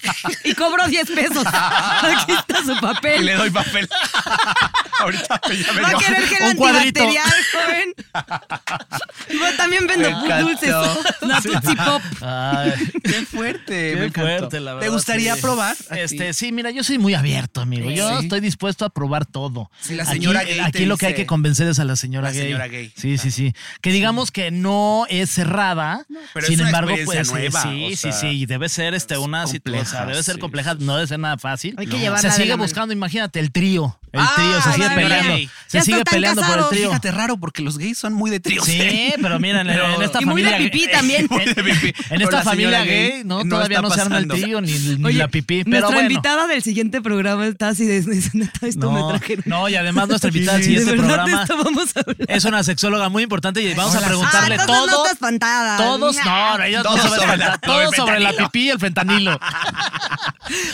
Speaker 4: Y cobro 10 pesos. Aquí está su
Speaker 2: Y
Speaker 4: papel.
Speaker 2: le doy papel. Ahorita ya me
Speaker 4: Va a
Speaker 2: dio-
Speaker 4: querer gel
Speaker 3: Un cuadrito.
Speaker 4: antibacterial, joven. Yo también vendo
Speaker 2: Me encantó.
Speaker 4: dulces. La Tootsie Pop.
Speaker 3: Ah, Ay,
Speaker 2: Qué fuerte.
Speaker 3: qué
Speaker 2: me encantó.
Speaker 3: fuerte, la verdad.
Speaker 2: ¿Te gustaría
Speaker 3: sí.
Speaker 2: probar?
Speaker 3: Este, sí, mira, yo soy muy abierto, amigo. Yo
Speaker 2: Sí.
Speaker 3: estoy dispuesto a probar todo.
Speaker 2: Sí, la señora
Speaker 3: aquí,
Speaker 2: gay te
Speaker 3: Aquí lo que hay
Speaker 2: dice-
Speaker 3: que convencer es a la señora
Speaker 2: La
Speaker 3: gay.
Speaker 2: señora gay.
Speaker 3: Sí, sí, sí. Que digamos que no es cerrada.
Speaker 2: Pero
Speaker 3: sin
Speaker 2: es una
Speaker 3: embargo, pues.
Speaker 2: experiencia
Speaker 3: eh,
Speaker 2: nueva,
Speaker 3: sí,
Speaker 2: o
Speaker 3: sí,
Speaker 2: sea,
Speaker 3: sí. Y Debe ser este, una
Speaker 2: compleja,
Speaker 3: situación. Debe ser
Speaker 2: sí.
Speaker 3: compleja. No debe ser nada fácil.
Speaker 4: Hay que
Speaker 3: No.
Speaker 4: llevarla
Speaker 3: Se
Speaker 4: de la
Speaker 3: sigue
Speaker 4: mano.
Speaker 3: buscando, imagínate, el trío. El
Speaker 2: Ah,
Speaker 3: trío se
Speaker 2: la
Speaker 3: sigue
Speaker 2: señora
Speaker 3: peleando.
Speaker 2: gay.
Speaker 3: Se
Speaker 4: Ya
Speaker 3: sigue
Speaker 4: están
Speaker 3: peleando por el
Speaker 4: casados,
Speaker 3: trío.
Speaker 2: Fíjate, raro, porque los gays son muy de tríos. ¿eh?
Speaker 3: Sí, pero mira, en, en esta
Speaker 4: Y muy de
Speaker 3: familia.
Speaker 4: pipí también.
Speaker 3: En, en
Speaker 2: Pero
Speaker 3: esta
Speaker 2: la
Speaker 3: familia
Speaker 2: señora
Speaker 3: gay,
Speaker 2: gay
Speaker 3: ¿no?
Speaker 2: no
Speaker 3: Todavía
Speaker 2: está
Speaker 3: no se arma el
Speaker 2: pasando.
Speaker 3: trío ni, ni la pipí. Pero
Speaker 4: Nuestra
Speaker 3: bueno.
Speaker 4: invitada del siguiente programa está así de neta, esto
Speaker 3: No,
Speaker 4: me trajeron.
Speaker 3: no, y además nuestra invitada del
Speaker 4: Sí, de
Speaker 3: siguiente
Speaker 4: verdad, de
Speaker 3: programa
Speaker 4: esto vamos a hablar.
Speaker 3: es una sexóloga muy importante y vamos a preguntarle
Speaker 4: Ah, entonces
Speaker 3: todo.
Speaker 4: no estás espantada.
Speaker 3: todos, no, no, ella no
Speaker 2: Todo
Speaker 3: se va a
Speaker 2: sobre la-
Speaker 3: espantar,
Speaker 2: sobre
Speaker 3: todo
Speaker 2: el
Speaker 3: sobre la
Speaker 2: fentanilo.
Speaker 3: pipí y el fentanilo.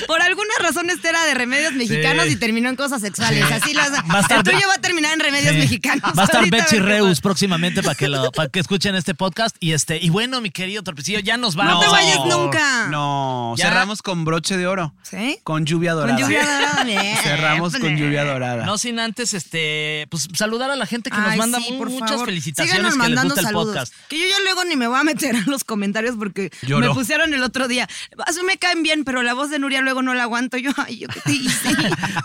Speaker 4: Por alguna razón este era de remedios mexicanos y terminó en cosas sexuales. Así las,
Speaker 3: a estar-
Speaker 4: el tuyo va a terminar en remedios
Speaker 3: Sí.
Speaker 4: mexicanos.
Speaker 3: Eh, Va a estar
Speaker 4: Ahorita
Speaker 3: Betsy
Speaker 4: ver qué
Speaker 3: Reus
Speaker 4: pasa.
Speaker 3: próximamente para que, lo- para que escuchen este podcast. Y este y bueno, mi querido Torpecillo, ya nos vamos.
Speaker 4: No te vayas nunca.
Speaker 2: No,
Speaker 3: Ya.
Speaker 2: cerramos con broche de oro.
Speaker 4: ¿Sí?
Speaker 2: Con lluvia dorada.
Speaker 4: Con lluvia dorada. Eh, bien.
Speaker 2: Cerramos con lluvia dorada.
Speaker 3: No sin antes este pues saludar a la gente que nos
Speaker 4: Ay,
Speaker 3: manda
Speaker 4: sí,
Speaker 3: mu-
Speaker 4: por
Speaker 3: muchas
Speaker 4: favor.
Speaker 3: felicitaciones
Speaker 4: Síganos
Speaker 3: que les
Speaker 4: mandando
Speaker 3: gusta el
Speaker 4: saludos.
Speaker 3: podcast.
Speaker 4: Que yo ya luego ni me voy a meter a los comentarios porque
Speaker 2: Lloró.
Speaker 4: me pusieron el otro día. Así me caen bien, pero la voz de Nuria luego no la aguanto. Yo, ay, yo qué te hice.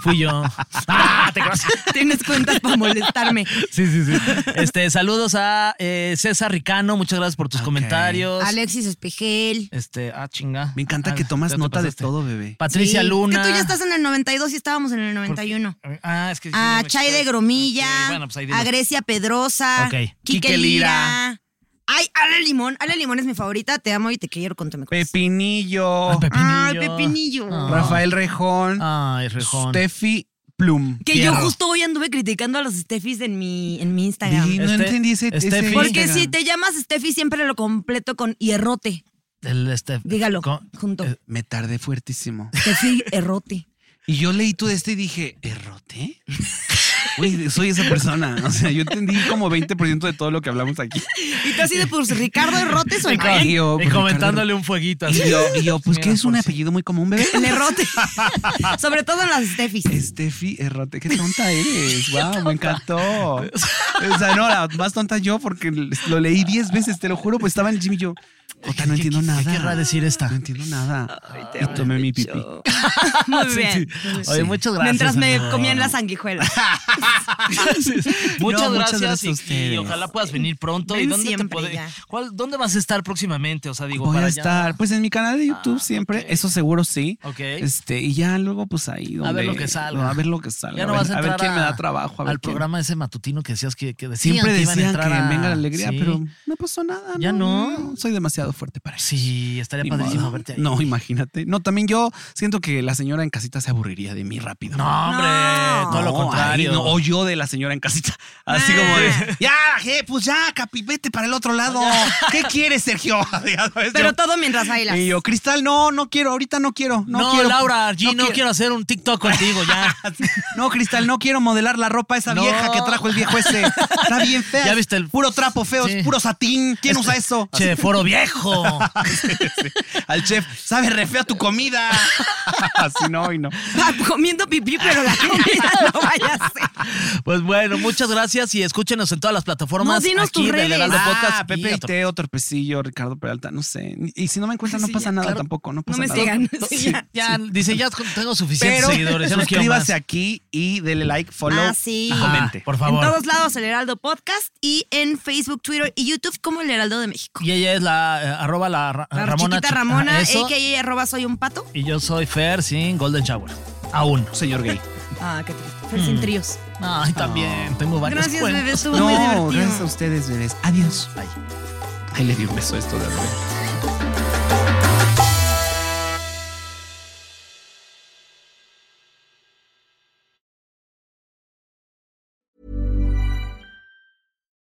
Speaker 3: Fui yo. ¡Ah! Te creas.
Speaker 4: Tienes cuentas para molestarme.
Speaker 3: Sí, sí, sí. Este, saludos a eh, César Ricano, muchas gracias por tus comentarios.
Speaker 4: Alexis Espejel.
Speaker 3: Este, ah, chinga.
Speaker 2: Me encanta
Speaker 3: Ah,
Speaker 2: que tomas
Speaker 3: ya te
Speaker 2: nota de
Speaker 3: pasaste.
Speaker 2: todo, bebé.
Speaker 3: Patricia
Speaker 4: Sí,
Speaker 3: Luna.
Speaker 4: Que tú ya estás en el 92 y estábamos en el 91.
Speaker 3: Ah, es que sí,
Speaker 4: A
Speaker 3: no me
Speaker 4: Chay
Speaker 3: quitaste.
Speaker 4: de Gromilla,
Speaker 3: Ok, bueno, pues ahí dilo.
Speaker 4: a Grecia Pedrosa,
Speaker 3: Ok.
Speaker 4: Quique
Speaker 2: Quique
Speaker 4: Lira.
Speaker 2: Lira.
Speaker 4: Ay, Ale Limón. Ale Limón es mi favorita. Te amo y te quiero con tu mejor.
Speaker 2: Pepinillo. Ah.
Speaker 3: Ay, Pepinillo. Ah.
Speaker 4: Ay, Pepinillo.
Speaker 2: Rafael Rejón.
Speaker 3: Ay, Rejón.
Speaker 2: Steffi Plum.
Speaker 4: Que
Speaker 2: Fierro.
Speaker 4: yo justo hoy anduve criticando a los Steffis en mi, en mi Instagram.
Speaker 2: Vi, no
Speaker 3: Este-
Speaker 2: entendí ese, ese
Speaker 3: Steffi.
Speaker 4: Porque
Speaker 2: Instagram.
Speaker 4: si te llamas Steffi, siempre lo completo con hierrote.
Speaker 3: El, este,
Speaker 4: Dígalo,
Speaker 3: con-
Speaker 4: junto.
Speaker 2: Me tardé fuertísimo.
Speaker 4: Steffi Errote.
Speaker 2: Y yo leí todo esto y dije, ¿errote? Güey, soy esa persona. O sea, yo entendí como 20% de todo lo que hablamos aquí.
Speaker 4: Y tú así de, pues, Ricardo Errote o
Speaker 2: Ricardo.
Speaker 4: el
Speaker 2: Yo,
Speaker 3: y
Speaker 2: Ricardo-
Speaker 3: comentándole un fueguito así.
Speaker 2: Y yo, y yo pues,
Speaker 3: Mira,
Speaker 2: ¿qué es un
Speaker 3: por
Speaker 2: apellido muy común, bebé?
Speaker 4: Errote. Sobre todo en las Steffis.
Speaker 2: Steffi Errote, qué tonta eres. Wow, me encantó. O sea, no, la más tonta yo porque lo leí 10 veces, te lo juro, pues estaba en el gym y yo, Jota, no
Speaker 3: ¿Qué-
Speaker 2: entiendo
Speaker 3: qué-
Speaker 2: nada.
Speaker 3: qué querrá decir esta?
Speaker 2: No entiendo nada. Y tomé mi pipí.
Speaker 4: Muy
Speaker 3: Sí,
Speaker 4: bien. Pues
Speaker 3: sí. Oye, muchas gracias.
Speaker 4: Mientras me
Speaker 3: amigo.
Speaker 4: comían las sanguijuelas.
Speaker 3: Muchas,
Speaker 2: No, muchas
Speaker 3: gracias,
Speaker 2: gracias
Speaker 3: y- y,
Speaker 2: a ustedes.
Speaker 3: ojalá puedas venir pronto. ¿Y
Speaker 4: Ven
Speaker 3: dónde, te
Speaker 4: siempre,
Speaker 3: puede-
Speaker 4: ya.
Speaker 3: cuál- ¿Dónde vas a estar próximamente? O sea, digo,
Speaker 2: Voy
Speaker 3: para
Speaker 2: a
Speaker 3: ya-
Speaker 2: estar, pues en mi canal de YouTube siempre, eso seguro sí.
Speaker 3: Ok.
Speaker 2: Este, y ya luego, pues ahí donde.
Speaker 3: A ver lo que salga.
Speaker 2: A ver lo que salga.
Speaker 3: Ya no
Speaker 2: a, ver,
Speaker 3: vas a
Speaker 2: a ver
Speaker 3: entrar
Speaker 2: quién me
Speaker 3: a-
Speaker 2: da trabajo. a ver
Speaker 3: al
Speaker 2: quién.
Speaker 3: programa ese matutino que decías que, que decían
Speaker 2: Siempre
Speaker 3: que iban a
Speaker 2: decían que
Speaker 3: entrar a-
Speaker 2: venga la alegría,
Speaker 3: Sí.
Speaker 2: pero no pasó nada.
Speaker 3: Ya no.
Speaker 2: Soy demasiado demasiado fuerte para ellos.
Speaker 3: Sí, estaría
Speaker 2: Ni
Speaker 3: padrísimo
Speaker 2: modo.
Speaker 3: verte ahí.
Speaker 2: No, imagínate. No, también yo siento que la señora en casita se aburriría de mí rápido.
Speaker 3: No, hombre,
Speaker 4: No.
Speaker 3: todo lo contrario. Ah.
Speaker 2: ahí no, o yo de la señora en casita. Así como de, ya, bajé, pues ya, capi, vete para el otro lado. ¿Qué quieres, Sergio? Ya sabes,
Speaker 4: Pero
Speaker 2: yo-
Speaker 4: todo mientras bailas.
Speaker 2: Y yo, Cristal, no, no quiero, ahorita no quiero. No,
Speaker 3: No,
Speaker 2: quiero.
Speaker 3: Laura, G, no,
Speaker 2: quiero-
Speaker 3: quiero hacer un TikTok contigo ya.
Speaker 2: No, Cristal, no quiero modelar la ropa a esa
Speaker 3: No.
Speaker 2: vieja que trajo el viejo ese. Está bien fea.
Speaker 3: ¿Ya viste el-
Speaker 2: puro trapo feo,
Speaker 3: Sí.
Speaker 2: es puro satín? ¿Quién usa eso?
Speaker 3: Che, foro viejo.
Speaker 2: Al chef, sabe re fea tu comida. Así no, y no.
Speaker 4: Va Ah, comiendo pipí, pero la comida no vaya a ser.
Speaker 3: Pues bueno, muchas gracias y escúchenos en todas las plataformas.
Speaker 4: No, dinos
Speaker 3: aquí
Speaker 4: tus
Speaker 3: del
Speaker 4: redes.
Speaker 3: Heraldo
Speaker 2: Ah,
Speaker 3: Podcast.
Speaker 2: Pepe
Speaker 3: y
Speaker 2: y
Speaker 3: otro-
Speaker 2: Teo, Torpecillo, Ricardo Peralta, no sé. Y si no me encuentran, no
Speaker 4: Sí,
Speaker 2: pasa
Speaker 4: ya,
Speaker 2: nada
Speaker 3: claro.
Speaker 2: tampoco. No,
Speaker 4: No
Speaker 2: pasa
Speaker 4: me
Speaker 2: nada.
Speaker 4: sigan.
Speaker 2: Sí.
Speaker 4: sí, ya.
Speaker 3: Ya, dice, ya tengo suficientes
Speaker 2: Pero
Speaker 3: seguidores, ya los quiero más.
Speaker 2: suscríbase aquí y dele like, follow
Speaker 4: Ah, sí.
Speaker 2: y comente.
Speaker 3: Por favor.
Speaker 4: En todos lados, el Heraldo Podcast y en Facebook, Twitter y YouTube como el Heraldo de México.
Speaker 3: Y ella es la eh, arroba la, Ra-
Speaker 4: La
Speaker 3: Ramona.
Speaker 4: chiquita
Speaker 3: Ch-
Speaker 4: Ramona,
Speaker 3: Ajá, eso.
Speaker 4: a.k.a. arroba soy un pato.
Speaker 3: Y yo soy Fer sin Golden Shower. Aún.
Speaker 2: Señor gay. Ah.
Speaker 4: Ah, qué triste. Fer
Speaker 3: Mm.
Speaker 4: sin tríos.
Speaker 3: Ay, también. Tengo varios
Speaker 4: Gracias,
Speaker 3: cuentos.
Speaker 4: bebé. Estuvo muy
Speaker 2: No,
Speaker 4: divertido.
Speaker 2: gracias a ustedes, bebés. Adiós. Ay, Ay, le di un beso a esto de bebé.